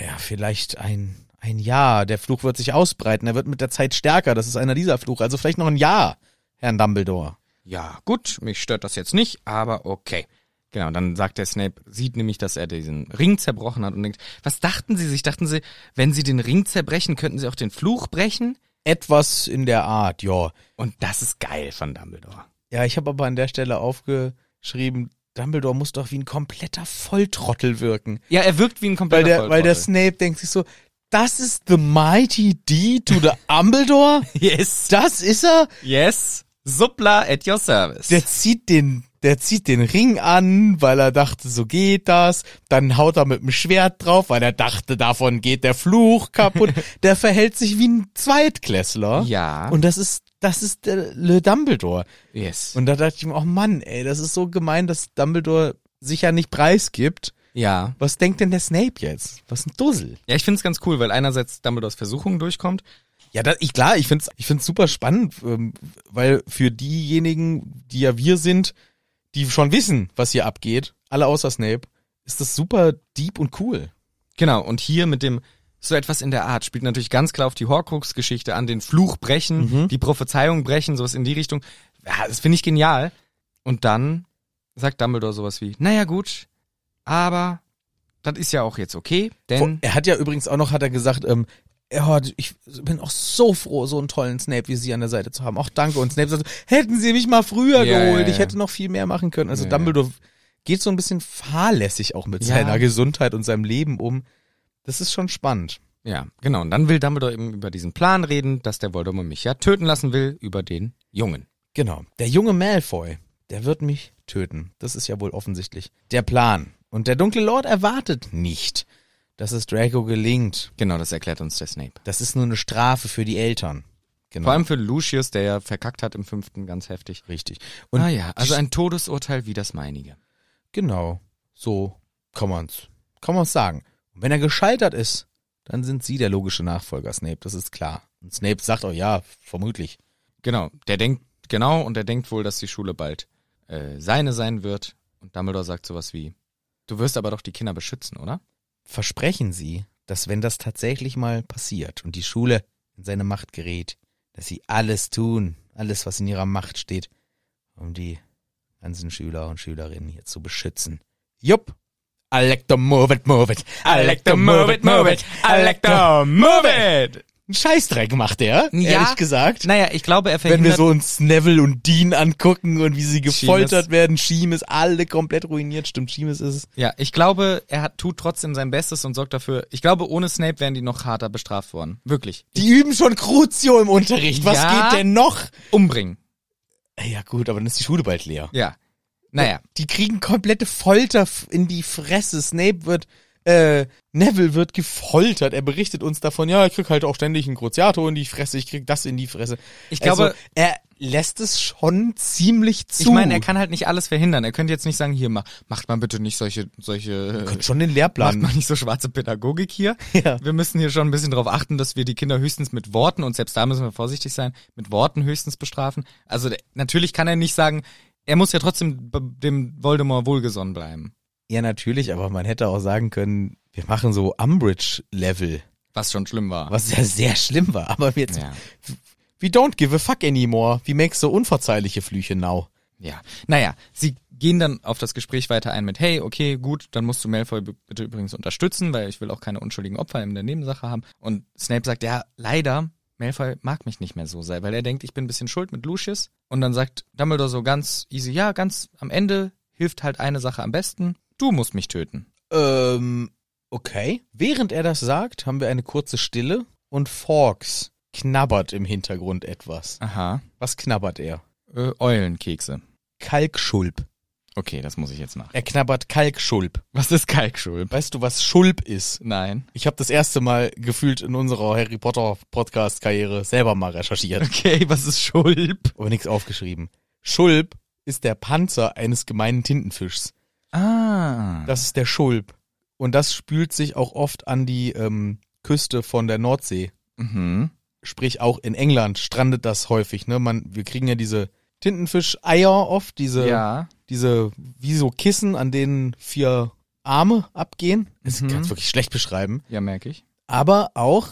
ja, vielleicht ein, ein Jahr. Der Fluch wird sich ausbreiten. Er wird mit der Zeit stärker. Das ist einer dieser Fluch. Also vielleicht noch ein Jahr, Herrn Dumbledore.
Ja, gut, mich stört das jetzt nicht, aber okay. Genau, und dann sagt der Snape, sieht nämlich, dass er diesen Ring zerbrochen hat und denkt, was dachten sie sich? Dachten sie, wenn sie den Ring zerbrechen, könnten sie auch den Fluch brechen?
Etwas in der Art, ja.
Und das ist geil von Dumbledore.
Ja, ich habe aber an der Stelle aufgeschrieben, Dumbledore muss doch wie ein kompletter Volltrottel wirken.
Ja, er wirkt wie ein
Weil
kompletter
der, weil der
Volltrottel.
Snape denkt sich so, das ist the mighty D to the Umbledore?
[LAUGHS] Yes,
Das ist er?
yes, Suppla at your service.
Der zieht den, der zieht den Ring an, weil er dachte, so geht das. Dann haut er mit dem Schwert drauf, weil er dachte, davon geht der Fluch kaputt. der verhält sich wie ein Zweitklässler.
Ja.
Und das ist, das ist der Le Dumbledore.
yes.
Und da dachte ich mir, oh Mann, ey, das ist so gemein, dass Dumbledore sich ja nicht preisgibt.
ja.
Was denkt denn der Snape jetzt? Was ein Dussel.
Ja, ich find's ganz cool, weil einerseits Dumbledores Versuchung durchkommt.
Ja, das, ich, klar, ich find's, ich find's super spannend, ähm, weil für diejenigen, die ja wir sind, die schon wissen, was hier abgeht, alle außer Snape, ist das super deep und cool.
Genau, und hier mit dem so etwas in der Art spielt natürlich ganz klar auf die Horcrux-Geschichte an, den Fluch brechen, die Prophezeiung brechen, sowas in die Richtung. Ja, das finde ich genial. Und dann sagt Dumbledore sowas wie, naja gut, aber das ist ja auch jetzt okay, denn
Er hat ja übrigens auch noch, hat er gesagt, ähm, ja, ich bin auch so froh, so einen tollen Snape wie Sie an der Seite zu haben. Auch danke. Und Snape sagt, hätten Sie mich mal früher
Ja,
geholt,
ja, ja.
ich hätte noch viel mehr machen können. Also
Ja, ja.
Dumbledore geht so ein bisschen fahrlässig auch mit
Ja.
seiner Gesundheit und seinem Leben um. Das ist schon spannend.
Ja, genau. Und dann will Dumbledore eben über diesen Plan reden, dass der Voldemort mich ja töten lassen will über den Jungen.
Genau. Der junge Malfoy, der wird mich töten. Das ist ja wohl offensichtlich der Plan. Und der dunkle Lord erwartet nicht, dass es Draco gelingt.
Genau, das erklärt uns der Snape.
Das ist nur eine Strafe für die Eltern. Genau.
Vor allem für Lucius, der ja verkackt hat im fünften, ganz heftig.
richtig. Und
Ah ja, also ein Todesurteil wie das meinige.
genau, so kann man's, kann man's sagen. Und wenn er gescheitert ist, dann sind sie der logische Nachfolger, Snape, das ist klar. Und Snape sagt auch ja, vermutlich.
Genau, der denkt, genau, und der denkt wohl, dass die Schule bald äh, seine sein wird. Und Dumbledore sagt sowas wie, du wirst aber doch die Kinder beschützen, oder?
Versprechen sie, dass wenn das tatsächlich mal passiert und die Schule in seine Macht gerät, dass sie alles tun, alles, was in ihrer Macht steht, um die ganzen Schüler und Schülerinnen hier zu beschützen. Jupp. I like to move it, move it. I like to move it, move it. I like to...
move it!
Einen Scheißdreck macht er,
Ja.
ehrlich gesagt.
Naja, ich glaube, er
wenn
verhindert...
wir so uns Neville und Dean angucken und wie sie gefoltert
Seamus.
werden, Seamus, alle komplett ruiniert. Stimmt, Seamus ist es.
ja, ich glaube, er hat, tut trotzdem sein Bestes und sorgt dafür... Ich glaube, ohne Snape wären die noch harter bestraft worden. Wirklich.
Die üben schon Crucio im Unterricht. Was
Ja.
geht denn noch?
Umbringen.
Ja gut, aber dann ist die Schule bald leer.
Ja. Naja.
Die kriegen komplette Folter f- in die Fresse. Snape wird, äh, Neville wird gefoltert. Er berichtet uns davon, ja, ich krieg halt auch ständig einen Cruciato in die Fresse, ich krieg das in die Fresse.
Ich glaube-
also, er lässt es schon ziemlich zu.
Ich meine, er kann halt nicht alles verhindern. Er könnte jetzt nicht sagen, hier, mach, macht mal bitte nicht solche, solche, äh,
Könnte schon den
macht
Lehrplan
mal nicht so schwarze Pädagogik hier.
Ja.
Wir müssen hier schon ein bisschen darauf achten, dass wir die Kinder höchstens mit Worten, und selbst da müssen wir vorsichtig sein, mit Worten höchstens bestrafen. Also der, natürlich kann er nicht sagen, er muss ja trotzdem b- dem Voldemort wohlgesonnen bleiben.
Ja, natürlich, aber man hätte auch sagen können, wir machen so Umbridge-Level,
Was schon schlimm war.
was ja sehr schlimm war. Aber jetzt,
Ja.
we don't give a fuck anymore. Wie make so unverzeihliche Flüche now?
Ja, naja, sie gehen dann auf das Gespräch weiter ein mit, hey, okay, gut, dann musst du Malfoy b- bitte übrigens unterstützen, weil ich will auch keine unschuldigen Opfer in der Nebensache haben. Und Snape sagt, ja, leider, Malfoy mag mich nicht mehr so sehr, weil er denkt, ich bin ein bisschen schuld mit Lucius. Und dann sagt Dumbledore so ganz easy, ja, ganz am Ende hilft halt eine Sache am besten, du musst mich töten.
Ähm, okay. Während er das sagt, haben wir eine kurze Stille und Forks knabbert im Hintergrund etwas.
Aha,
Was knabbert er?
äh, Eulenkekse.
Kalkschulp.
Okay, das muss ich jetzt nach.
Er knabbert Kalkschulp.
Was ist Kalkschulp?
Weißt du, was Schulp ist?
Nein. [LAUGHS]
Ich habe das erste Mal gefühlt in unserer Harry Potter Podcast Karriere selber mal recherchiert.
Okay, was ist Schulp?
aber nichts aufgeschrieben. Schulp ist der Panzer eines gemeinen Tintenfischs.
Ah.
Das ist der Schulp. Und das spült sich auch oft an die ähm, Küste von der Nordsee.
mhm.
Sprich, auch in England strandet das häufig. Ne? Man, wir kriegen ja diese Tintenfisch-Eier oft, diese,
Ja.
diese, wie so Kissen, an denen vier Arme abgehen. Das
Mhm.
kann es wirklich schlecht beschreiben.
Ja, merke ich.
aber auch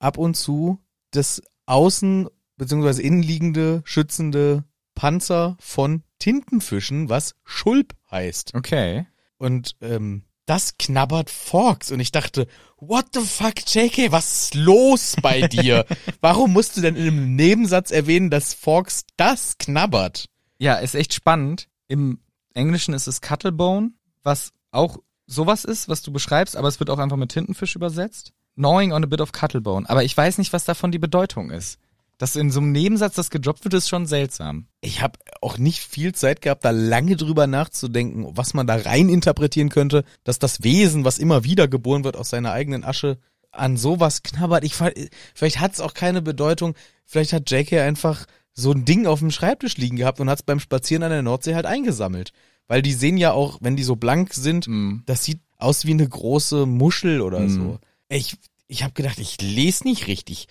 ab und zu das außen bzw. innenliegende schützende Panzer von Tintenfischen, was Schulp heißt.
Okay.
Und ähm, das knabbert Forks. Und ich dachte, what the fuck, JK, was ist los bei dir? Warum musst du denn in einem Nebensatz erwähnen, dass Forks das knabbert?
Ja, ist echt spannend. Im Englischen ist es Cuttlebone, was auch sowas ist, was du beschreibst, aber es wird auch einfach mit Tintenfisch übersetzt. Gnawing on a bit of Cuttlebone. Aber ich weiß nicht, was davon die Bedeutung ist. Dass in so einem Nebensatz das gedroppt wird, ist schon seltsam.
Ich habe auch nicht viel Zeit gehabt, da lange drüber nachzudenken, was man da rein interpretieren könnte, dass das Wesen, was immer wieder geboren wird aus seiner eigenen Asche, an sowas knabbert. Ich, ver- vielleicht hat es auch keine Bedeutung. Vielleicht hat J.K. einfach so ein Ding auf dem Schreibtisch liegen gehabt und hat es beim Spazieren an der Nordsee halt eingesammelt. Weil die sehen ja auch, wenn die so blank sind,
Hm.
das sieht aus wie eine große Muschel oder
Mhm.
so. Ich, ich habe gedacht, ich lese nicht richtig.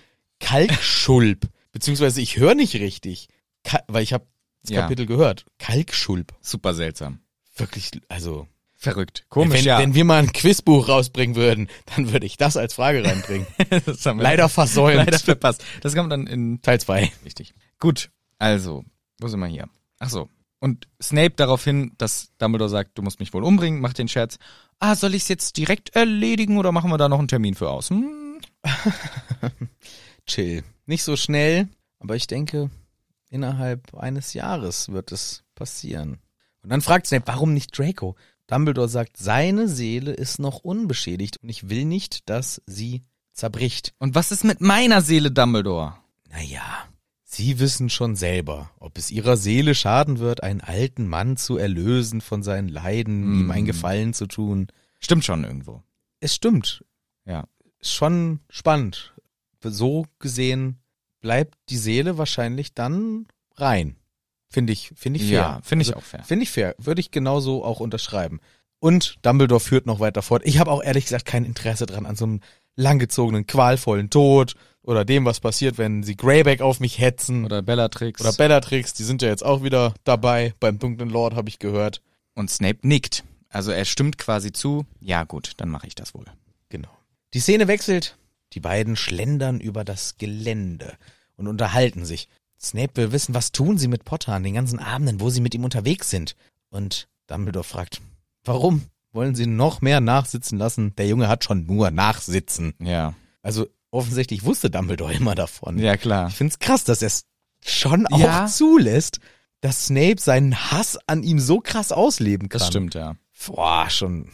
Kalkschulp. Beziehungsweise ich höre nicht richtig. Ka weil ich habe das
Ja.
Kapitel gehört. Kalkschulp.
Super seltsam.
Wirklich, also.
Verrückt. Komisch,
wenn,
ja.
wenn wir mal ein Quizbuch rausbringen würden, dann würde ich das als Frage reinbringen.
[LAUGHS] das haben
[LAUGHS]
wir
Leider versäumt.
leider verpasst. Das kommt dann in
Teil 2.
Richtig. Gut, also, wo sind wir hier? Ach so. Und Snape daraufhin, dass Dumbledore sagt, du musst mich wohl umbringen, macht den Scherz. Ah, soll ich es jetzt direkt erledigen oder machen wir da noch einen Termin für aus? Hm,
Chill. Nicht so schnell, aber ich denke, innerhalb eines Jahres wird es passieren. Und dann fragt Snape, warum nicht Draco? Dumbledore sagt, seine Seele ist noch unbeschädigt und ich will nicht, dass sie zerbricht.
Und was ist mit meiner Seele, Dumbledore?
Naja, sie wissen schon selber, ob es ihrer Seele schaden wird, einen alten Mann zu erlösen von seinen Leiden,
Mm.
ihm einen Gefallen zu tun.
Stimmt schon irgendwo.
Es stimmt.
Ja.
Schon spannend. So gesehen bleibt die Seele wahrscheinlich dann rein. Finde ich, finde ich fair.
Ja, Also finde ich auch fair.
Finde ich fair. Würde ich genauso auch unterschreiben. Und Dumbledore führt noch weiter fort. Ich habe auch ehrlich gesagt kein Interesse dran an so einem langgezogenen, qualvollen Tod oder dem, was passiert, wenn sie Greyback auf mich hetzen.
Oder Bellatrix.
Oder Bellatrix, die sind ja jetzt auch wieder dabei beim Dunklen Lord, habe ich gehört.
Und Snape nickt. Also er stimmt quasi zu. Ja gut, dann mache ich das wohl.
Genau. Die Szene wechselt. Die beiden schlendern über das Gelände und unterhalten sich. Snape will wissen, was tun sie mit Potter an den ganzen Abenden, wo sie mit ihm unterwegs sind. Und Dumbledore fragt, warum wollen sie noch mehr nachsitzen lassen? Der Junge hat schon nur nachsitzen.
Ja.
Also offensichtlich wusste Dumbledore immer davon.
Ja, klar.
Ich find's krass, dass er es schon auch
Ja.
zulässt, dass Snape seinen Hass an ihm so krass ausleben kann.
Das stimmt, ja.
Boah, schon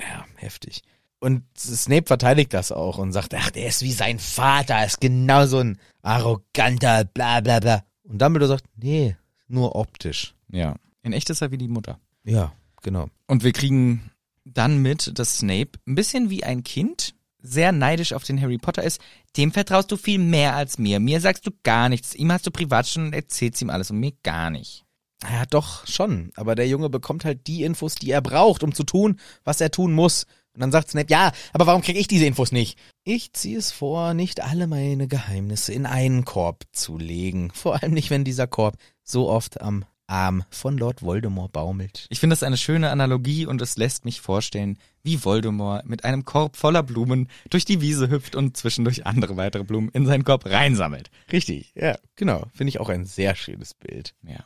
ja, heftig. Und Snape verteidigt das auch und sagt, ach, der ist wie sein Vater, ist genau so ein arroganter, bla bla bla. Und Dumbledore sagt, nee, nur optisch.
Ja. In echt ist er wie die Mutter.
Ja, genau.
Und wir kriegen dann mit, dass Snape ein bisschen wie ein Kind sehr neidisch auf den Harry Potter ist. Dem vertraust du viel mehr als mir. Mir sagst du gar nichts. Ihm hast du Privatstunden und erzählst ihm alles und mir gar nicht.
Ja, doch, schon. Aber der Junge bekommt halt die Infos, die er braucht, um zu tun, was er tun muss. Und dann sagt Snape, ja, aber warum kriege ich diese Infos nicht? Ich ziehe es vor, nicht alle meine Geheimnisse in einen Korb zu legen. Vor allem nicht, wenn dieser Korb so oft am Arm von Lord Voldemort baumelt.
Ich finde das eine schöne Analogie und es lässt mich vorstellen, wie Voldemort mit einem Korb voller Blumen durch die Wiese hüpft und zwischendurch andere weitere Blumen in seinen Korb reinsammelt.
Richtig, ja, genau. Finde ich auch ein sehr schönes Bild.
Ja.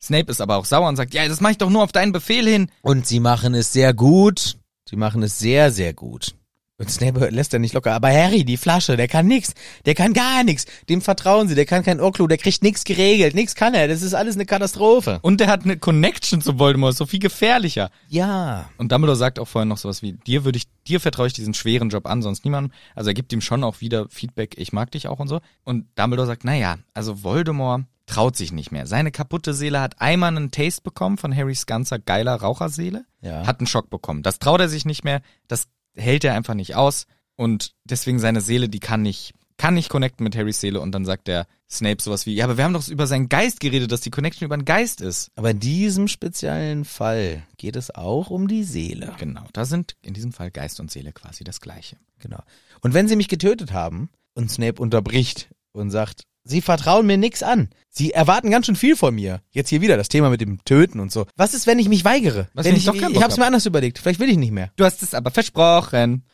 Snape ist aber auch sauer und sagt, ja, das mache ich doch nur auf deinen Befehl hin.
Und sie machen es sehr gut. Sie machen es sehr, sehr gut. Und Snape lässt er nicht locker. Aber Harry, die Flasche, der kann nix. Der kann gar nix. Dem vertrauen sie. Der kann kein Orklo. Der kriegt nix geregelt. Nix kann er. Das ist alles eine Katastrophe.
Und er hat eine Connection zu Voldemort, ist so viel gefährlicher.
Ja.
Und Dumbledore sagt auch vorhin noch sowas wie, dir würde ich, dir vertraue ich diesen schweren Job an, sonst niemandem. Also er gibt ihm schon auch wieder Feedback, ich mag dich auch und so. Und Dumbledore sagt, naja, also Voldemort traut sich nicht mehr. Seine kaputte Seele hat einmal einen Taste bekommen von Harrys ganzer geiler Raucherseele,
Ja.
hat einen Schock bekommen. Das traut er sich nicht mehr, das hält er einfach nicht aus. Und deswegen seine Seele, die kann nicht, kann nicht connecten mit Harrys Seele. Und dann sagt der Snape sowas wie, ja, aber wir haben doch über seinen Geist geredet, dass die Connection über den Geist ist.
Aber in diesem speziellen Fall geht es auch um die Seele.
Genau, da sind in diesem Fall Geist und Seele quasi das Gleiche.
Genau. Und wenn sie mich getötet haben und Snape unterbricht und sagt, sie vertrauen mir nix an. Sie erwarten ganz schön viel von mir. Jetzt hier wieder das Thema mit dem Töten und so. Was ist, wenn ich mich weigere?
Was,
wenn
wenn
ich
ich doch
ich,
keinen
ich
Bock
hab's
hab?
mir anders überlegt. Vielleicht will ich nicht mehr.
Du hast es aber versprochen.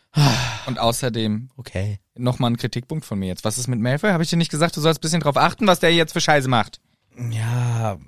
Und außerdem
Okay.
nochmal ein Kritikpunkt von mir jetzt. Was ist mit Malfoy? Habe ich dir nicht gesagt, du sollst ein bisschen drauf achten, was der jetzt für Scheiße macht?
Ja,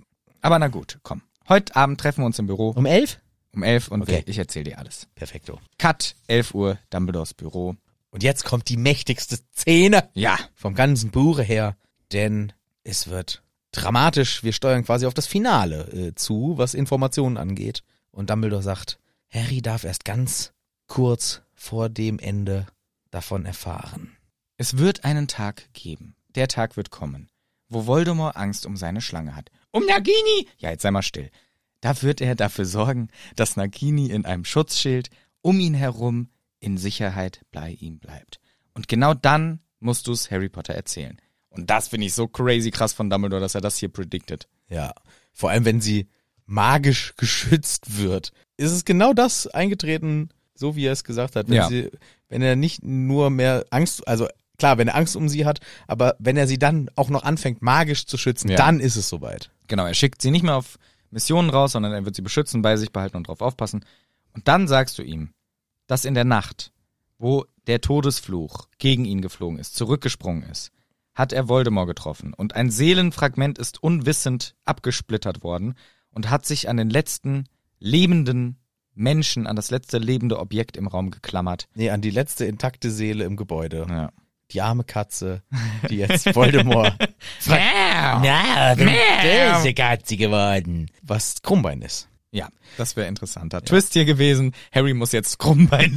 Aber na gut, komm. Heute Abend treffen wir uns im Büro
um elf?
um 11 und
Okay.
ich erzähle dir alles.
Perfekto.
Cut, 11 Uhr, Dumbledores Büro.
Und jetzt kommt die mächtigste Szene
Ja,
vom ganzen Buche her, denn es wird dramatisch. Wir steuern quasi auf das Finale äh, zu, was Informationen angeht. Und Dumbledore sagt, Harry darf erst ganz kurz vor dem Ende davon erfahren.
es wird einen Tag geben. Der Tag wird kommen. wo Voldemort Angst um seine Schlange hat. Um Nagini! Ja, jetzt sei mal still. Da wird er dafür sorgen, dass Nagini in einem Schutzschild um ihn herum in Sicherheit bei ihm bleibt. Und genau dann musst du es Harry Potter erzählen. Und das finde ich so crazy krass von Dumbledore, dass er das hier predicted.
Ja. Vor allem, wenn sie magisch [LAUGHS] geschützt wird. Ist es genau das eingetreten, so wie er es gesagt hat. Wenn,
Ja.
sie, wenn er nicht nur mehr Angst, also klar, wenn er Angst um sie hat, aber wenn er sie dann auch noch anfängt, magisch zu schützen,
Ja.
dann ist es soweit.
Genau, er schickt sie nicht mehr auf Missionen raus, sondern er wird sie beschützen, bei sich behalten und drauf aufpassen. Und dann sagst du ihm, dass in der Nacht, wo der Todesfluch gegen ihn geflogen ist, zurückgesprungen ist, hat er Voldemort getroffen und ein Seelenfragment ist unwissend abgesplittert worden und hat sich an den letzten lebenden Menschen, an das letzte lebende Objekt im Raum geklammert.
Nee, an die letzte intakte Seele im Gebäude.
Ja.
Die arme Katze, die jetzt Voldemort,
Na, bin
Miau.
böse Katze geworden.
was Krummbein ist.
Ja, das wäre interessanter Twist hier gewesen. Harry muss jetzt Krummbein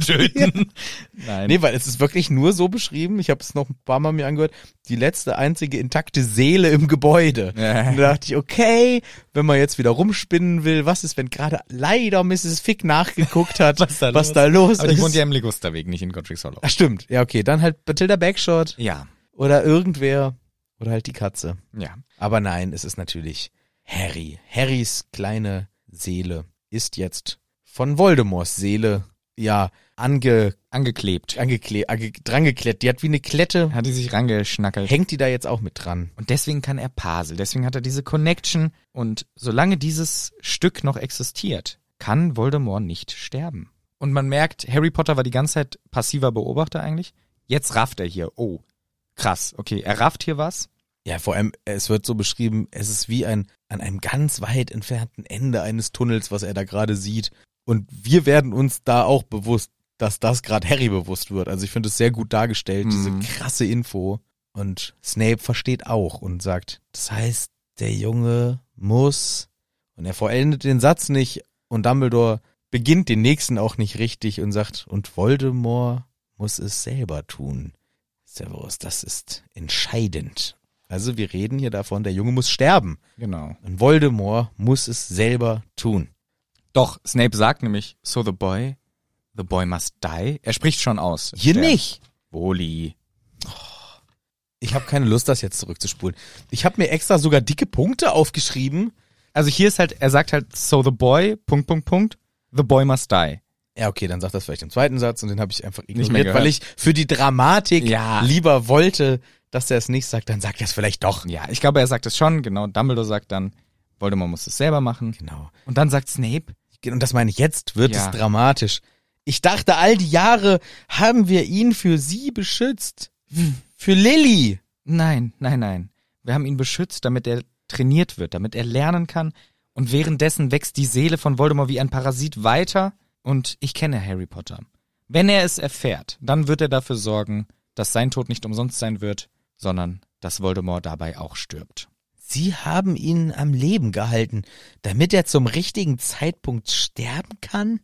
[LAUGHS]
töten. Nein.
Nee, weil es ist wirklich nur so beschrieben, ich habe es noch ein paar Mal mir angehört, die letzte einzige intakte Seele im Gebäude.
Ja.
Und da dachte ich, okay, wenn man jetzt wieder rumspinnen will, was ist, wenn gerade leider Mrs. Fick nachgeguckt
[LAUGHS]
hat, was da los,
Aber die wohnt
ist.
ja im Ligusterweg, nicht in Godric's Hollow.
Ach stimmt, ja okay, dann halt Matilda Backshot
Ja,
oder irgendwer oder halt die Katze.
ja.
Aber nein, es ist natürlich Harry. Harrys kleine Seele ist jetzt von Voldemorts Seele, ja, ange,
Angeklebt.
angekle, ange, drangeklettert. Die hat wie eine Klette
Hat die sich rangeschnackelt.
hängt die da jetzt auch mit dran.
Und deswegen kann er Pasel, deswegen hat er diese Connection. Und solange dieses Stück noch existiert, kann Voldemort nicht sterben. Und man merkt, Harry Potter war die ganze Zeit passiver Beobachter eigentlich. Jetzt rafft er hier. Oh, krass. Okay, er rafft hier was.
Ja, vor allem, es wird so beschrieben, es ist wie ein an einem ganz weit entfernten Ende eines Tunnels, was er da gerade sieht. Und wir werden uns da auch bewusst, dass das gerade Harry bewusst wird. Also ich finde es sehr gut dargestellt, diese
Mhm.
krasse Info. Und Snape versteht auch und sagt, das heißt, der Junge muss. Und er vollendet den Satz nicht und Dumbledore beginnt den nächsten auch nicht richtig und sagt, und Voldemort muss es selber tun. Severus, das ist entscheidend. Also wir reden hier davon, der Junge muss sterben.
Genau.
Und Voldemort muss es selber tun.
Doch, Snape sagt nämlich, so the boy, the boy must die. Er spricht schon aus.
Hier
Sterben.
nicht.
Woli.
Ich habe keine Lust, das jetzt zurückzuspulen. Ich habe mir extra sogar dicke Punkte aufgeschrieben.
Also hier ist halt, er sagt halt, so the boy, Punkt, Punkt, Punkt, the boy must die.
Ja, okay, dann sagt das vielleicht im zweiten Satz und den habe ich einfach
mehr
ignoriert,
gehört.
weil ich für die Dramatik
Ja.
lieber wollte, dass er es nicht sagt. Dann sagt er es vielleicht doch.
Ja, ich glaube, er sagt es schon, genau. Dumbledore sagt dann, Voldemort muss es selber machen.
Genau.
Und dann sagt Snape,
Und das meine ich, jetzt wird
Ja.
es dramatisch. Ich dachte, all die Jahre haben wir ihn für sie beschützt. Für Lilly.
nein, nein, nein. Wir haben ihn beschützt, damit er trainiert wird, damit er lernen kann. Und währenddessen wächst die Seele von Voldemort wie ein Parasit weiter. Und ich kenne Harry Potter. Wenn er es erfährt, dann wird er dafür sorgen, dass sein Tod nicht umsonst sein wird, sondern dass Voldemort dabei auch stirbt.
Sie haben ihn am Leben gehalten, damit er zum richtigen Zeitpunkt sterben kann?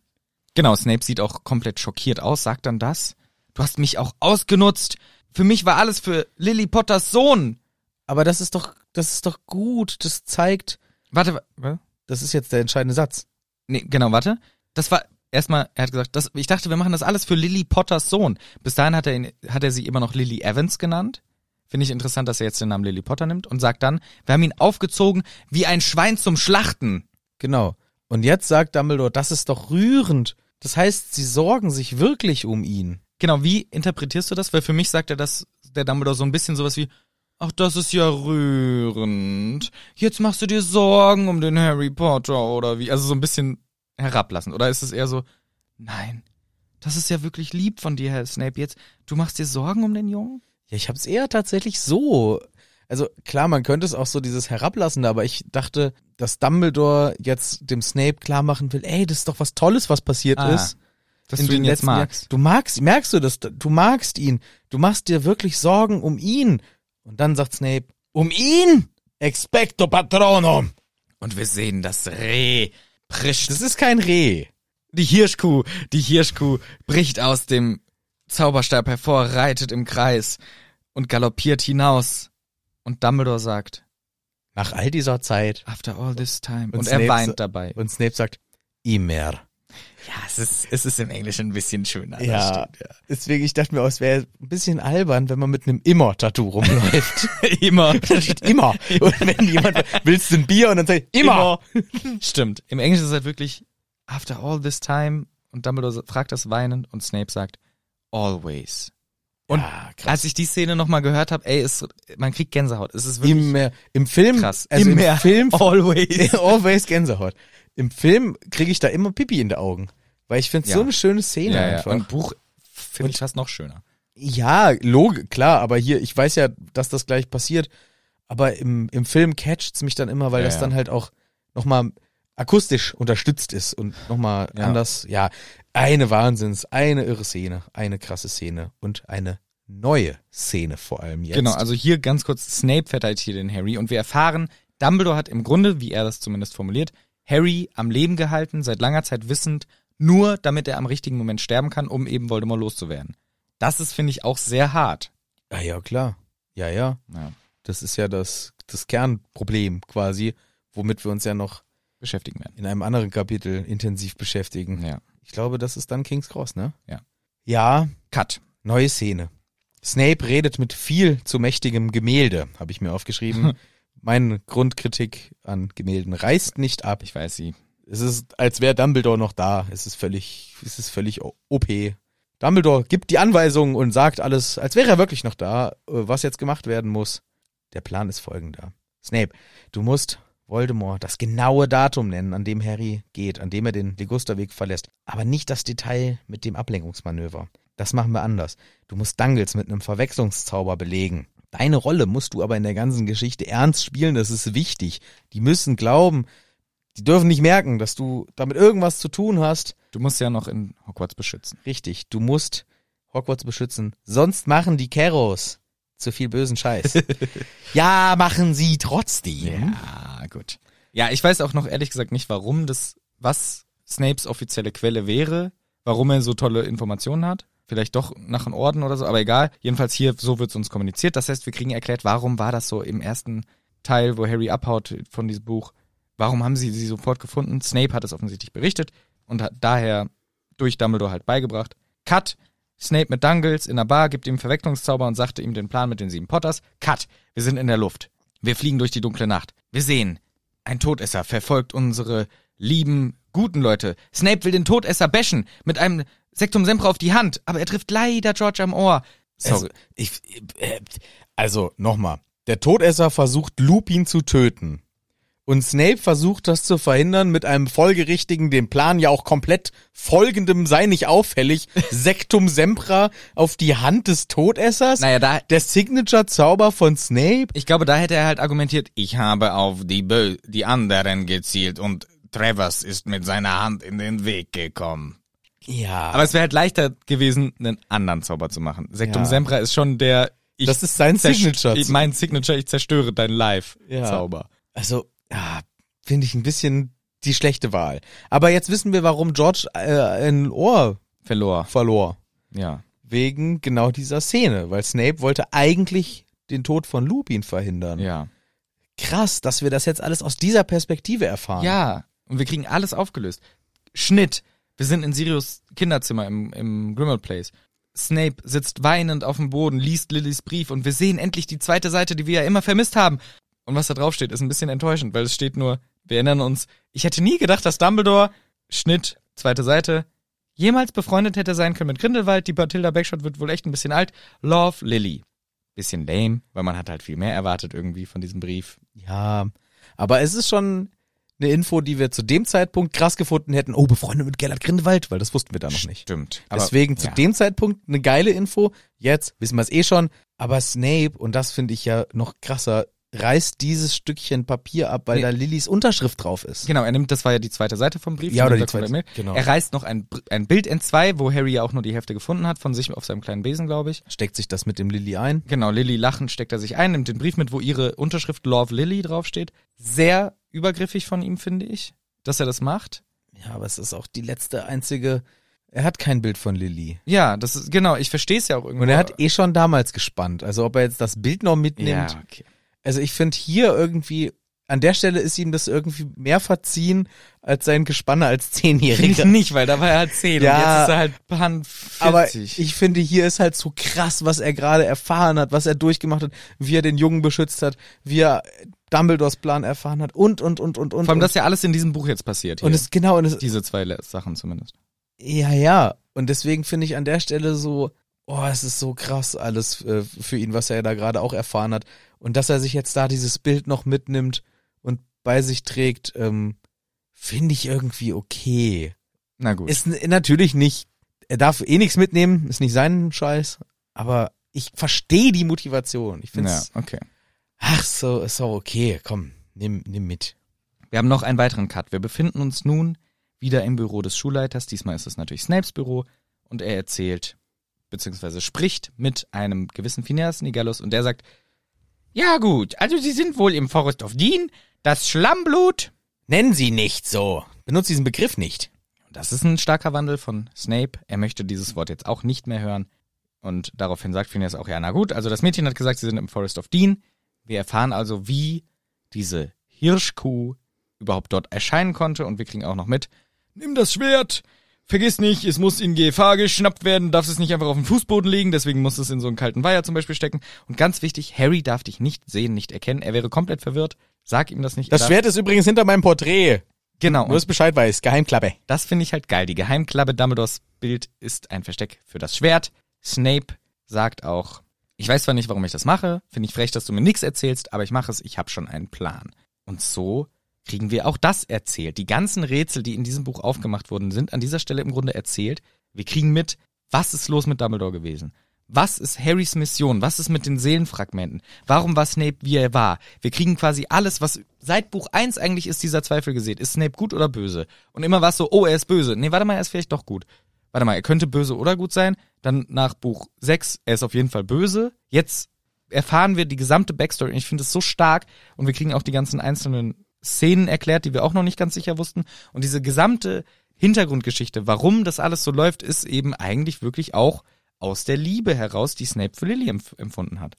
Genau, Snape sieht auch komplett schockiert aus, sagt dann das. Du hast mich auch ausgenutzt. Für mich war alles für Lily Potters Sohn.
Aber das ist doch, das ist doch gut. Das zeigt,
Warte, wa- wa-
das ist jetzt der entscheidende Satz.
nee, genau, warte. Das war erstmal, er hat gesagt, das, ich dachte, wir machen das alles für Lily Potters Sohn. Bis dahin hat er, ihn, hat er sie immer noch Lily Evans genannt. Finde ich interessant, dass er jetzt den Namen Lily Potter nimmt und sagt dann, wir haben ihn aufgezogen wie ein Schwein zum Schlachten.
Genau. Und jetzt sagt Dumbledore, das ist doch rührend. Das heißt, sie sorgen sich wirklich um ihn.
Genau, wie interpretierst du das? Weil für mich sagt er das, der Dumbledore, so ein bisschen sowas wie, ach, das ist ja rührend. Jetzt machst du dir Sorgen um den Harry Potter oder wie? Also so ein bisschen herablassen. Oder ist es eher so, nein, das ist ja wirklich lieb von dir, Herr Snape, jetzt, du machst dir Sorgen um den Jungen?
Ja, ich hab's eher tatsächlich so. Also klar, man könnte es auch so dieses Herablassende, aber ich dachte, dass Dumbledore jetzt dem Snape klar machen will, ey, das ist doch was Tolles, was passiert
Ah.
ist.
Dass
in
du ihn
den
jetzt
letzten Jahren.
magst.
Du magst, merkst du das? Du magst ihn. Du machst dir wirklich Sorgen um ihn. Und dann sagt Snape, um ihn? Expecto Patronum.
Und wir sehen das Reh prischt.
Das ist kein Reh.
Die Hirschkuh, die Hirschkuh bricht aus dem Zauberstab hervor, reitet im Kreis und galoppiert hinaus Und Dumbledore sagt,
Nach all dieser Zeit.
after all this time. Und,
Und
er
Snape sa-
weint dabei.
Und Snape sagt, immer.
Ja, es ist, es ist im Englischen ein bisschen schöner. das
Ja. Deswegen, ich dachte mir, auch, es wäre ein bisschen albern, wenn man mit einem Immer-Tattoo rumläuft. [LAUGHS]
stimmt. [LAUGHS] Immer.
Da steht immer. Und wenn jemand, willst du ein Bier? Und dann sagt, immer.
stimmt. Im Englischen ist es halt wirklich, after all this time. Und Dumbledore sa- fragt das weinend und Snape sagt, always. Und
Ja, krass.
als ich die Szene nochmal gehört habe, ey, es, man kriegt Gänsehaut. Es ist wirklich
Im, äh, Im Film,
krass.
also im,
Immer.
Film, [LAUGHS]
always.
always Gänsehaut. Im Film kriege ich da immer Pipi in die Augen. Weil ich finde es
Ja.
so eine schöne Szene
Ja, ja.
einfach.
Und Buch finde ich fast noch schöner.
Ja, log klar, aber hier, ich weiß ja, dass das gleich passiert, aber im, im Film catcht's mich dann immer, weil
Ja,
das
ja.
dann halt auch nochmal akustisch unterstützt ist und nochmal
Ja.
anders, ja, eine Wahnsinns, eine irre Szene, eine krasse Szene und eine neue Szene vor allem jetzt.
Genau, also hier ganz kurz, Snape verteilt hier den Harry und wir erfahren, Dumbledore hat im Grunde, wie er das zumindest formuliert, Harry am Leben gehalten, seit langer Zeit wissend, nur damit er am richtigen Moment sterben kann, um eben Voldemort loszuwerden. Das ist, finde ich, auch sehr hart.
ja, Ah, ja, klar. Ja, ja.
Ja.
Das ist ja das, das Kernproblem quasi, womit wir uns ja noch
Beschäftigen werden.
in einem anderen Kapitel intensiv beschäftigen.
Ja.
Ich glaube, das ist dann King's Cross, ne?
Ja.
Ja,
Cut.
Neue Szene. Snape redet mit viel zu mächtigem Gemälde, habe ich mir
[LAUGHS]
aufgeschrieben. Meine Grundkritik an Gemälden reißt nicht ab.
Ich weiß sie.
Es ist, als wäre Dumbledore noch da. Es ist völlig, es ist völlig O- OP. Dumbledore gibt die Anweisungen und sagt alles, als wäre er wirklich noch da, äh, was jetzt gemacht werden muss. Der Plan ist folgender. Snape, du musst Voldemort das genaue Datum nennen, an dem Harry geht, an dem er den Ligusterweg verlässt. Aber nicht das Detail mit dem Ablenkungsmanöver. Das machen wir anders. Du musst Dangles mit einem Verwechslungszauber belegen. Deine Rolle musst du aber in der ganzen Geschichte ernst spielen, das ist wichtig. Die müssen glauben, die dürfen nicht merken, dass du damit irgendwas zu tun hast.
Du musst ja noch in Hogwarts beschützen.
Richtig, du musst Hogwarts beschützen. Sonst machen die Keros zu viel bösen [LAUGHS] Scheiß. ja, machen sie trotzdem.
Ja, gut. Ja, ich weiß auch noch ehrlich gesagt nicht, warum das, was Snapes offizielle Quelle wäre, warum er so tolle Informationen hat. Vielleicht doch nach einem Orden oder so, aber egal. Jedenfalls hier, so wird's uns kommuniziert. Das heißt, wir kriegen erklärt, warum war das so im ersten Teil, wo Harry abhaut von diesem Buch. Warum haben sie sie sofort gefunden? Snape hat es offensichtlich berichtet und hat daher durch Dumbledore halt beigebracht. Cut. Snape mit Dangles in der Bar gibt ihm Verwechslungszauber und sagte ihm den Plan mit den sieben Potters. Cut. Wir sind in der Luft. Wir fliegen durch die dunkle Nacht. Wir sehen, ein Todesser verfolgt unsere lieben, guten Leute. Snape will den Todesser bashen mit einem Sektum Sempra auf die Hand, aber er trifft leider George am Ohr.
Also,
Sorry.
ich, äh, also nochmal. Der Todesser versucht, Lupin zu töten. Und Snape versucht, das zu verhindern mit einem folgerichtigen, dem Plan ja auch komplett folgendem, sei nicht [LAUGHS] auffällig, Sektum Sempra auf die Hand des Todessers.
naja, da,
Der Signature-Zauber von Snape?
Ich glaube, da hätte er halt argumentiert, ich habe auf die, Bö die anderen gezielt und Travers ist mit seiner Hand in den Weg gekommen.
Ja.
Aber es wäre halt leichter gewesen, einen anderen Zauber zu machen. Sektum
Ja.
Sempra ist schon der... Ich
Das ist sein
zerst-
Signature.
Ich, mein Signature, ich zerstöre dein
Ja.
Live-Zauber.
also, ja, finde ich ein bisschen die schlechte Wahl. Aber jetzt wissen wir, warum George äh, ein Ohr
Verlor,
verlor.
ja.
Wegen genau dieser Szene. Weil Snape wollte eigentlich den Tod von Lupin verhindern.
Ja.
Krass, dass wir das jetzt alles aus dieser Perspektive erfahren.
Ja, und wir kriegen alles aufgelöst. Schnitt. Wir sind in Sirius Kinderzimmer im, im Grimmauld Place. Snape sitzt weinend auf dem Boden, liest Lillys Brief und wir sehen endlich die zweite Seite, die wir ja immer vermisst haben. Und was da drauf steht, ist ein bisschen enttäuschend, weil es steht nur, wir erinnern uns, ich hätte nie gedacht, dass Dumbledore, Schnitt, zweite Seite, jemals befreundet hätte sein können mit Grindelwald, die Bathilda Backshot wird wohl echt ein bisschen alt, Love Lily. Bisschen lame, weil man hat halt viel mehr erwartet irgendwie von diesem Brief.
Ja. Aber es ist schon eine Info, die wir zu dem Zeitpunkt krass gefunden hätten. Oh, befreundet mit Gellert Grindelwald, weil das wussten wir da noch nicht.
Stimmt.
Deswegen zu
ja.
dem Zeitpunkt eine geile Info. Jetzt wissen wir es eh schon. Aber Snape, und das finde ich ja noch krasser, reißt dieses Stückchen Papier ab, weil
Nee.
da Lillys Unterschrift drauf ist.
Genau, er nimmt, das war ja die zweite Seite vom Brief.
Ja,
von
oder
dieser
die zweite,
Mail.
genau.
Er reißt noch ein, Br- ein Bild entzwei, wo Harry ja auch nur die Hälfte gefunden hat, von sich auf seinem kleinen Besen, glaube ich.
Steckt sich das mit dem Lilly ein?
Genau, Lilly lachend steckt er sich ein, nimmt den Brief mit, wo ihre Unterschrift Love Lilly draufsteht. Sehr übergriffig von ihm, finde ich, dass er das macht.
Ja, aber es ist auch die letzte einzige. Er hat kein Bild von Lilly.
Ja, das ist, genau, ich verstehe es ja auch irgendwo.
Und er hat eh schon damals gespannt. Also ob er jetzt das Bild noch mitnimmt.
ja, okay.
Also ich finde hier irgendwie, an der Stelle ist ihm das irgendwie mehr verziehen als sein Gespanne als [LAUGHS]
Finde ich
Zehnjähriger.
nicht, weil da war er halt 10 und
Ja,
jetzt ist er halt Pan 40.
Aber ich finde, hier ist halt so krass, was er gerade erfahren hat, was er durchgemacht hat, wie er den Jungen beschützt hat, wie er Dumbledores Plan erfahren hat und, und, und, und, und.
Vor allem,
und,
das ist ja alles in diesem Buch jetzt passiert. Hier.
und es, genau, und es,
Diese zwei Le- Sachen zumindest.
Ja, ja. Und deswegen finde ich an der Stelle so, oh, es ist so krass alles äh, für ihn, was er da gerade auch erfahren hat. Und dass er sich jetzt da dieses Bild noch mitnimmt und bei sich trägt, ähm, finde ich irgendwie okay.
Na gut.
Ist n- natürlich nicht, er darf eh nichts mitnehmen, ist nicht sein Scheiß, aber ich verstehe die Motivation. Ich finde
ja,
es,
okay.
ach so, ist auch okay, komm, nimm, nimm mit.
Wir haben noch einen weiteren Cut. Wir befinden uns nun wieder im Büro des Schulleiters. Diesmal ist es natürlich Snapes Büro und er erzählt beziehungsweise spricht mit einem gewissen Phineas Nigellus und der sagt: Ja gut, also Sie sind wohl im Forest of Dean. Das Schlammblut.
Nennen Sie nicht so. Benutzt diesen Begriff nicht.
Das ist ein starker Wandel von Snape. Er möchte dieses Wort jetzt auch nicht mehr hören. Und daraufhin sagt Phineas auch, ja, na gut, also das Mädchen hat gesagt, sie sind im Forest of Dean. Wir erfahren also, wie diese Hirschkuh überhaupt dort erscheinen konnte und wir kriegen auch noch mit, nimm das Schwert, vergiss nicht, es muss in Gefahr geschnappt werden, darfst es nicht einfach auf den Fußboden legen, deswegen muss es in so einen kalten Weiher zum Beispiel stecken. Und ganz wichtig, Harry darf dich nicht sehen, nicht erkennen, er wäre komplett verwirrt, sag ihm das nicht. er
Das
darf-
Schwert ist übrigens hinter meinem Porträt.
genau.
Nur, dass Bescheid weiß. Geheimklappe.
Das finde ich halt geil. Die Geheimklappe Dumbledores Bild ist ein Versteck für das Schwert. Snape sagt auch, ich weiß zwar nicht, warum ich das mache, finde ich frech, dass du mir nichts erzählst, aber ich mache es, ich habe schon einen Plan. Und so kriegen wir auch das erzählt. Die ganzen Rätsel, die in diesem Buch aufgemacht wurden, sind an dieser Stelle im Grunde erzählt. Wir kriegen mit, was ist los mit Dumbledore gewesen? Was ist Harrys Mission? Was ist mit den Seelenfragmenten? Warum war Snape, wie er war? Wir kriegen quasi alles, was seit Buch 1 eigentlich ist dieser Zweifel gesät. Ist Snape gut oder böse? Und immer war es so, oh, er ist böse. Nee, warte mal, er ist vielleicht doch gut. Warte mal, er könnte böse oder gut sein. Dann nach Buch 6, er ist auf jeden Fall böse. Jetzt erfahren wir die gesamte Backstory. Und ich finde es so stark. Und wir kriegen auch die ganzen einzelnen Szenen erklärt, die wir auch noch nicht ganz sicher wussten. Und diese gesamte Hintergrundgeschichte, warum das alles so läuft, ist eben eigentlich wirklich auch aus der Liebe heraus, die Snape für Lily empf empfunden hat.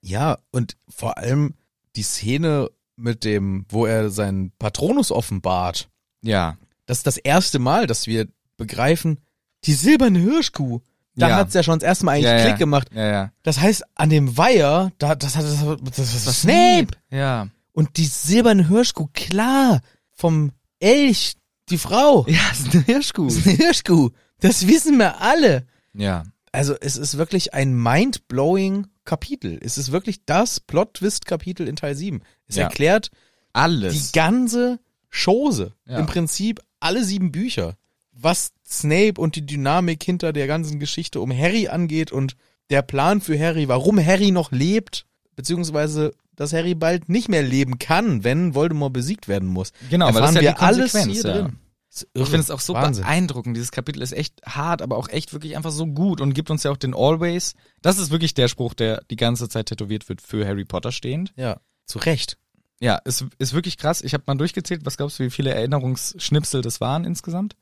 Ja, und vor allem die Szene mit dem, wo er seinen Patronus offenbart.
Ja.
Das ist das erste Mal, dass wir begreifen, die silberne Hirschkuh. Da
Ja.
hat's ja schon das erste Mal eigentlich
Ja, ja.
Klick gemacht.
Ja, ja.
Das heißt, an dem Weiher, da, das hat das, das, das, das Snape.
Ja.
Und die silberne Hirschkuh, klar, vom Elch, die Frau.
Ja, [LAUGHS] ist eine Hirschkuh.
Das ist eine [LAUGHS] Hirschkuh. Das wissen wir alle.
Ja.
Also es ist wirklich ein mind-blowing Kapitel. Es ist wirklich das Plot-Twist-Kapitel in Teil 7. Es
Ja.
erklärt
Alles.
die ganze Chose.
Ja.
Im Prinzip alle sieben Bücher. Was Snape und die Dynamik hinter der ganzen Geschichte um Harry angeht und der Plan für Harry, warum Harry noch lebt, beziehungsweise dass Harry bald nicht mehr leben kann, wenn Voldemort besiegt werden muss.
Genau, weil
Erfahren
das ist ja die
wir alles
Konsequenz,
hier
ja.
drin. Das ist irre.
Ich finde es auch so
Wahnsinn.
beeindruckend. Dieses Kapitel ist echt hart, aber auch echt wirklich einfach so gut und gibt uns ja auch den Always. Das ist wirklich der Spruch, der die ganze Zeit tätowiert wird für Harry Potter stehend.
Ja, zu Recht.
Ja, ist, ist wirklich krass. Ich habe mal durchgezählt, was glaubst du, wie viele Erinnerungsschnipsel das waren insgesamt?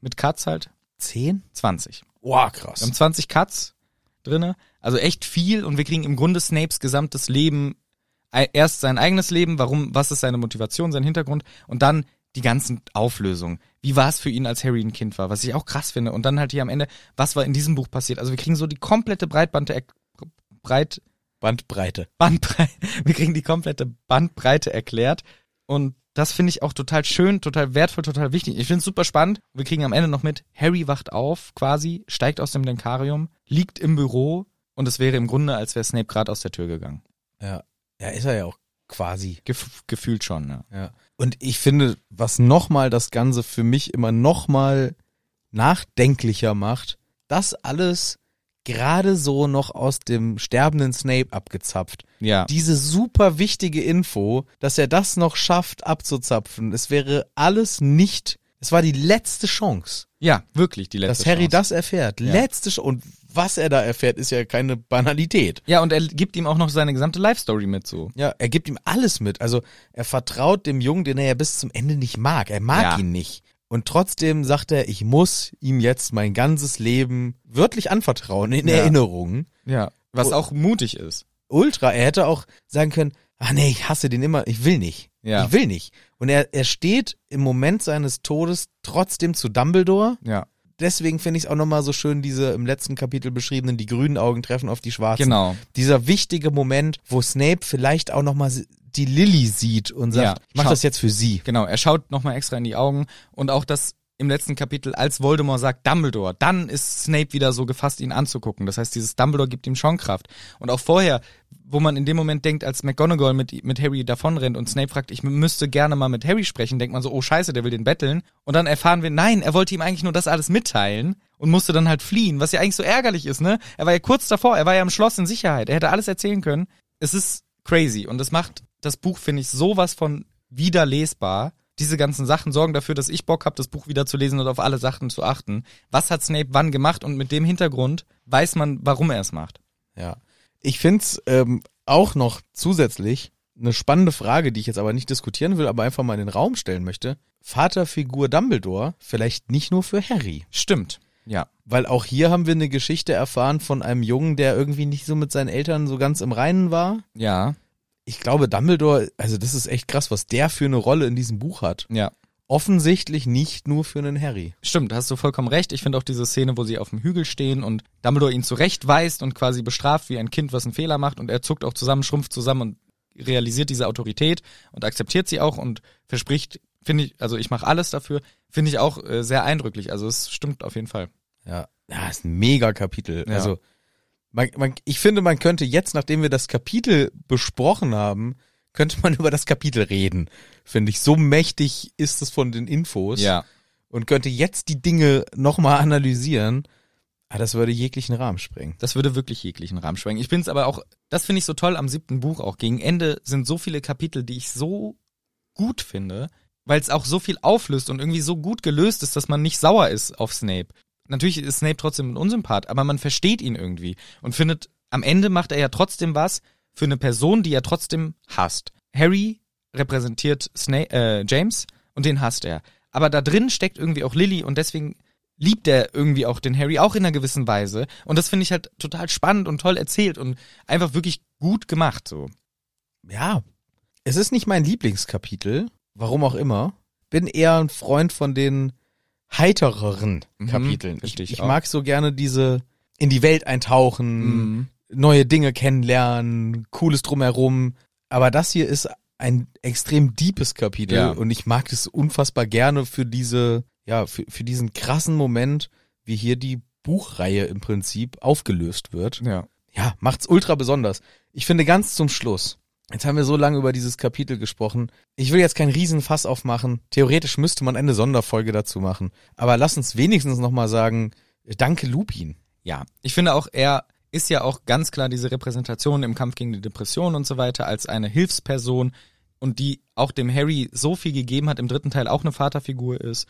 Mit Cuts halt?
Zehn?
20.
Wow,
Wir
krass.
haben 20 Cuts drinne, also echt viel und wir kriegen im Grunde Snapes gesamtes Leben, e- erst sein eigenes Leben, warum, was ist seine Motivation, sein Hintergrund und dann die ganzen Auflösungen. Wie war es für ihn, als Harry ein Kind war, was ich auch krass finde und dann halt hier am Ende, was war in diesem Buch passiert. Also wir kriegen so die komplette Breitband der Breit
Bandbreite.
Bandbreite, [LAUGHS] wir kriegen die komplette Bandbreite erklärt. Und das finde ich auch total schön, total wertvoll, total wichtig. Ich finde es super spannend. Wir kriegen am Ende noch mit, Harry wacht auf quasi, steigt aus dem Denkarium, liegt im Büro und es wäre im Grunde, als wäre Snape gerade aus der Tür gegangen.
Ja. ja, ist er ja auch quasi.
Gef gefühlt schon, ne?
Ja. Und ich finde, was nochmal das Ganze für mich immer nochmal nachdenklicher macht, das alles gerade so noch aus dem sterbenden Snape abgezapft.
Ja.
Diese super wichtige Info, dass er das noch schafft abzuzapfen, es wäre alles nicht, es war die letzte Chance.
ja, wirklich die letzte
dass Harry
Chance.
das erfährt.
Ja.
Letzte Sch und was er da erfährt, ist ja keine Banalität.
Ja, und er gibt ihm auch noch seine gesamte Life-Story mit so.
Ja, er gibt ihm alles mit. Also er vertraut dem Jungen, den er ja bis zum Ende nicht mag. Er mag
Ja.
ihn nicht. Und trotzdem sagt er, ich muss ihm jetzt mein ganzes Leben wörtlich anvertrauen in
Ja.
Erinnerungen.
Ja. Was
Oh.
auch mutig ist.
Ultra, er hätte auch sagen können, ach nee, ich hasse den immer, ich will nicht.
Ja.
Ich will nicht. Und er, er steht im Moment seines Todes trotzdem zu Dumbledore.
Ja,
Deswegen finde ich es auch nochmal so schön, diese im letzten Kapitel beschriebenen, die grünen Augen treffen auf die schwarzen.
genau.
Dieser wichtige Moment, wo Snape vielleicht auch nochmal die Lily sieht und sagt,
Ja.
ich mach
Schau.
das jetzt für sie.
Genau, er schaut nochmal extra in die Augen und auch das im letzten Kapitel, als Voldemort sagt Dumbledore, dann ist Snape wieder so gefasst, ihn anzugucken. Das heißt, dieses Dumbledore gibt ihm schon Kraft. Und auch vorher, wo man in dem Moment denkt, als McGonagall mit, mit Harry davonrennt und Snape fragt, ich müsste gerne mal mit Harry sprechen, denkt man so, oh scheiße, der will den betteln. Und dann erfahren wir, nein, er wollte ihm eigentlich nur das alles mitteilen und musste dann halt fliehen, was ja eigentlich so ärgerlich ist, ne? Er war ja kurz davor, er war ja im Schloss in Sicherheit, er hätte alles erzählen können. Es ist crazy und es macht das Buch, finde ich, sowas von wieder lesbar. Diese ganzen Sachen sorgen dafür, dass ich Bock habe, das Buch wieder zu lesen und auf alle Sachen zu achten. Was hat Snape wann gemacht und mit dem Hintergrund weiß man, warum er es macht.
Ja. Ich find's ähm, auch noch zusätzlich eine spannende Frage, die ich jetzt aber nicht diskutieren will, aber einfach mal in den Raum stellen möchte. Vaterfigur Dumbledore vielleicht nicht nur für Harry.
Stimmt. Ja.
Weil auch hier haben wir eine Geschichte erfahren von einem Jungen, der irgendwie nicht so mit seinen Eltern so ganz im Reinen war.
Ja.
Ich glaube, Dumbledore, also das ist echt krass, was der für eine Rolle in diesem Buch hat.
Ja.
Offensichtlich nicht nur für einen Harry.
Stimmt, hast du vollkommen recht. Ich finde auch diese Szene, wo sie auf dem Hügel stehen und Dumbledore ihn zurechtweist und quasi bestraft wie ein Kind, was einen Fehler macht und er zuckt auch zusammen, schrumpft zusammen und realisiert diese Autorität und akzeptiert sie auch und verspricht, finde ich, also ich mache alles dafür, finde ich auch äh, sehr eindrücklich. Also es stimmt auf jeden Fall.
Ja, ja ist ein mega Kapitel.
Ja.
Also, man, man, ich finde, man könnte jetzt, nachdem wir das Kapitel besprochen haben, könnte man [LAUGHS] über das Kapitel reden. Finde ich. So mächtig ist es von den Infos. Und könnte jetzt die Dinge nochmal analysieren. Ah, das würde jeglichen Rahmen sprengen.
Das würde wirklich jeglichen Rahmen sprengen. Ich bin es aber auch, das finde ich so toll am siebten Buch auch. Gegen Ende sind so viele Kapitel, die ich so gut finde, weil es auch so viel auflöst und irgendwie so gut gelöst ist, dass man nicht sauer ist auf Snape. Natürlich ist Snape trotzdem ein Unsympath, aber man versteht ihn irgendwie und findet, am Ende macht er ja trotzdem was für eine Person, die er trotzdem hasst. Harry repräsentiert Snape, äh, James und den hasst er. Aber da drin steckt irgendwie auch Lily und deswegen liebt er irgendwie auch den Harry, auch in einer gewissen Weise. Und das finde ich halt total spannend und toll erzählt und einfach wirklich gut gemacht so.
Ja. Es ist nicht mein Lieblingskapitel. Warum auch immer. Bin eher ein Freund von den heitereren
Mhm,
Kapiteln.
verstehe ich
ich
auch.
mag so gerne diese in die Welt eintauchen. neue Dinge kennenlernen, cooles drumherum. Aber das hier ist ein extrem deepes Kapitel
Ja.
und ich mag es unfassbar gerne für diese, ja, für, für diesen krassen Moment, wie hier die Buchreihe im Prinzip aufgelöst wird.
Ja.
Ja, macht's ultra besonders. Ich finde ganz zum Schluss. Jetzt haben wir so lange über dieses Kapitel gesprochen. Ich will jetzt kein Riesenfass aufmachen. Theoretisch müsste man eine Sonderfolge dazu machen. Aber lass uns wenigstens nochmal sagen, danke Lupin.
Ja. Ich finde auch, er ist ja auch ganz klar diese Repräsentation im Kampf gegen die Depression und so weiter als eine Hilfsperson und die auch dem Harry so viel gegeben hat, im dritten Teil auch eine Vaterfigur ist.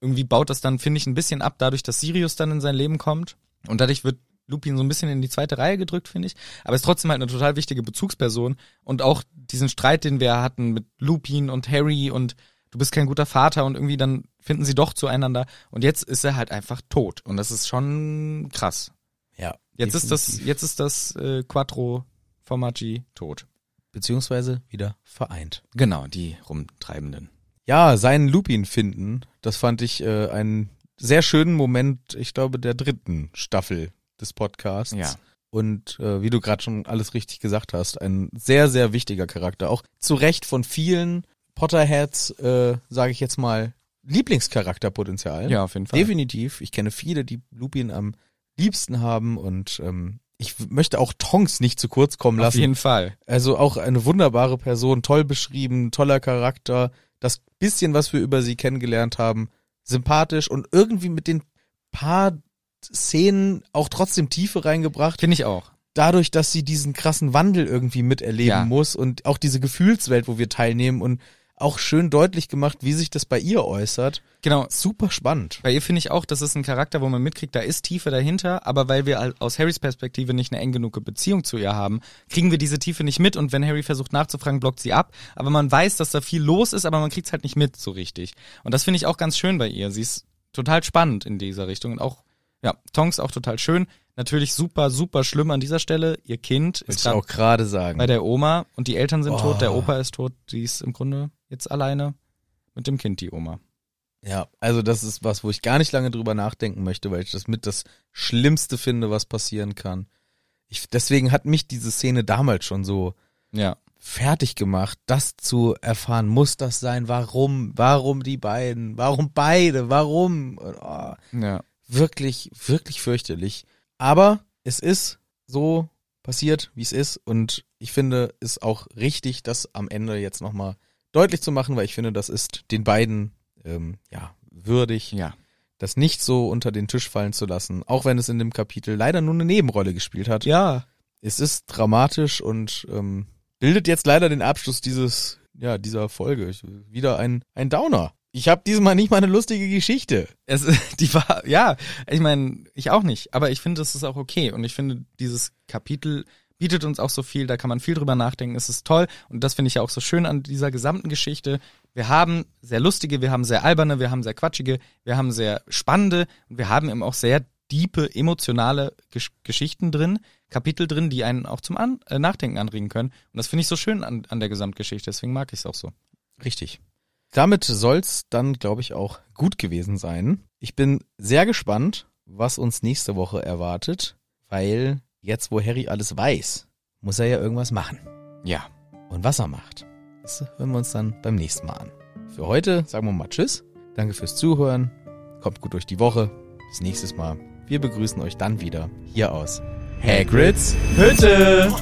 Irgendwie baut das dann, finde ich, ein bisschen ab, dadurch, dass Sirius dann in sein Leben kommt. Und dadurch wird Lupin so ein bisschen in die zweite Reihe gedrückt, finde ich. Aber ist trotzdem halt eine total wichtige Bezugsperson. Und auch diesen Streit, den wir hatten mit Lupin und Harry und du bist kein guter Vater und irgendwie dann finden sie doch zueinander. Und jetzt ist er halt einfach tot. Und das ist schon krass.
Ja.
Jetzt ist
definitiv.
das, jetzt ist das äh, Quattro Formaggi tot.
beziehungsweise wieder vereint.
Genau, die rumtreibenden.
Ja, seinen Lupin finden, das fand ich äh, einen sehr schönen Moment, ich glaube, der dritten Staffel des Podcasts.
Ja.
Und äh, wie du gerade schon alles richtig gesagt hast, ein sehr, sehr wichtiger Charakter. Auch zu Recht von vielen Potterheads, äh, sage ich jetzt mal, Lieblingscharakterpotenzial.
Ja, auf jeden Fall.
Definitiv. Ich kenne viele, die Lupin am liebsten haben und ähm, ich w- möchte auch Tonks nicht zu kurz kommen
Auf
lassen.
jeden Fall.
Also auch eine wunderbare Person, toll beschrieben, toller Charakter. Das bisschen, was wir über sie kennengelernt haben, sympathisch und irgendwie mit den paar Szenen auch trotzdem Tiefe reingebracht.
Finde ich auch.
Dadurch, dass sie diesen krassen Wandel irgendwie miterleben
Ja.
muss und auch diese Gefühlswelt, wo wir teilnehmen und auch schön deutlich gemacht, wie sich das bei ihr äußert.
Genau,
Super spannend.
Bei ihr finde ich auch, das ist ein Charakter, wo man mitkriegt, da ist Tiefe dahinter, aber weil wir al- aus Harrys Perspektive nicht eine eng genug Beziehung zu ihr haben, kriegen wir diese Tiefe nicht mit und wenn Harry versucht nachzufragen, blockt sie ab. Aber man weiß, dass da viel los ist, aber man kriegt es halt nicht mit so richtig. Und das finde ich auch ganz schön bei ihr. Sie ist total spannend in dieser Richtung und auch Ja, Tonks auch total schön. Natürlich super, super schlimm an dieser Stelle. Ihr Kind
Wollte
ist
ich
grad
auch gerade sagen.
bei der Oma und die Eltern sind
Oh.
tot, der Opa ist tot, die ist im Grunde jetzt alleine mit dem Kind, die Oma.
Ja, also das ist was, wo ich gar nicht lange drüber nachdenken möchte, weil ich das mit das Schlimmste finde, was passieren kann. Ich, deswegen hat mich diese Szene damals schon so
Ja.
fertig gemacht, das zu erfahren, muss das sein, warum, warum die beiden, warum beide, warum. Und, Oh,
Ja.
wirklich, wirklich fürchterlich. Aber es ist so passiert, wie es ist. Und ich finde es auch richtig, das am Ende jetzt nochmal deutlich zu machen, weil ich finde, das ist den beiden ähm, ja, würdig,
Ja.
das nicht so unter den Tisch fallen zu lassen. Auch wenn es in dem Kapitel leider nur eine Nebenrolle gespielt hat.
Ja.
Es ist dramatisch und ähm, bildet jetzt leider den Abschluss dieses, ja, dieser Folge. Ich, wieder ein, ein Downer. Ich habe diesmal nicht mal eine lustige Geschichte.
Es, die war, ja, ich meine, ich auch nicht, aber ich finde, das ist auch okay und ich finde, dieses Kapitel bietet uns auch so viel, da kann man viel drüber nachdenken, es ist toll und das finde ich ja auch so schön an dieser gesamten Geschichte. Wir haben sehr lustige, wir haben sehr alberne, wir haben sehr quatschige, wir haben sehr spannende und wir haben eben auch sehr diepe emotionale Gesch Geschichten drin, Kapitel drin, die einen auch zum an äh, Nachdenken anregen können und das finde ich so schön an, an der Gesamtgeschichte, deswegen mag ich es auch so.
Richtig. Damit soll's dann, glaube ich, auch gut gewesen sein. Ich bin sehr gespannt, was uns nächste Woche erwartet, weil jetzt, wo Harry alles weiß, muss er ja irgendwas machen.
Ja.
Und was er macht, das hören wir uns dann beim nächsten Mal an. Für heute sagen wir mal Tschüss. Danke fürs Zuhören. Kommt gut durch die Woche. Bis nächstes Mal. Wir begrüßen euch dann wieder hier aus Hagrids Hütte.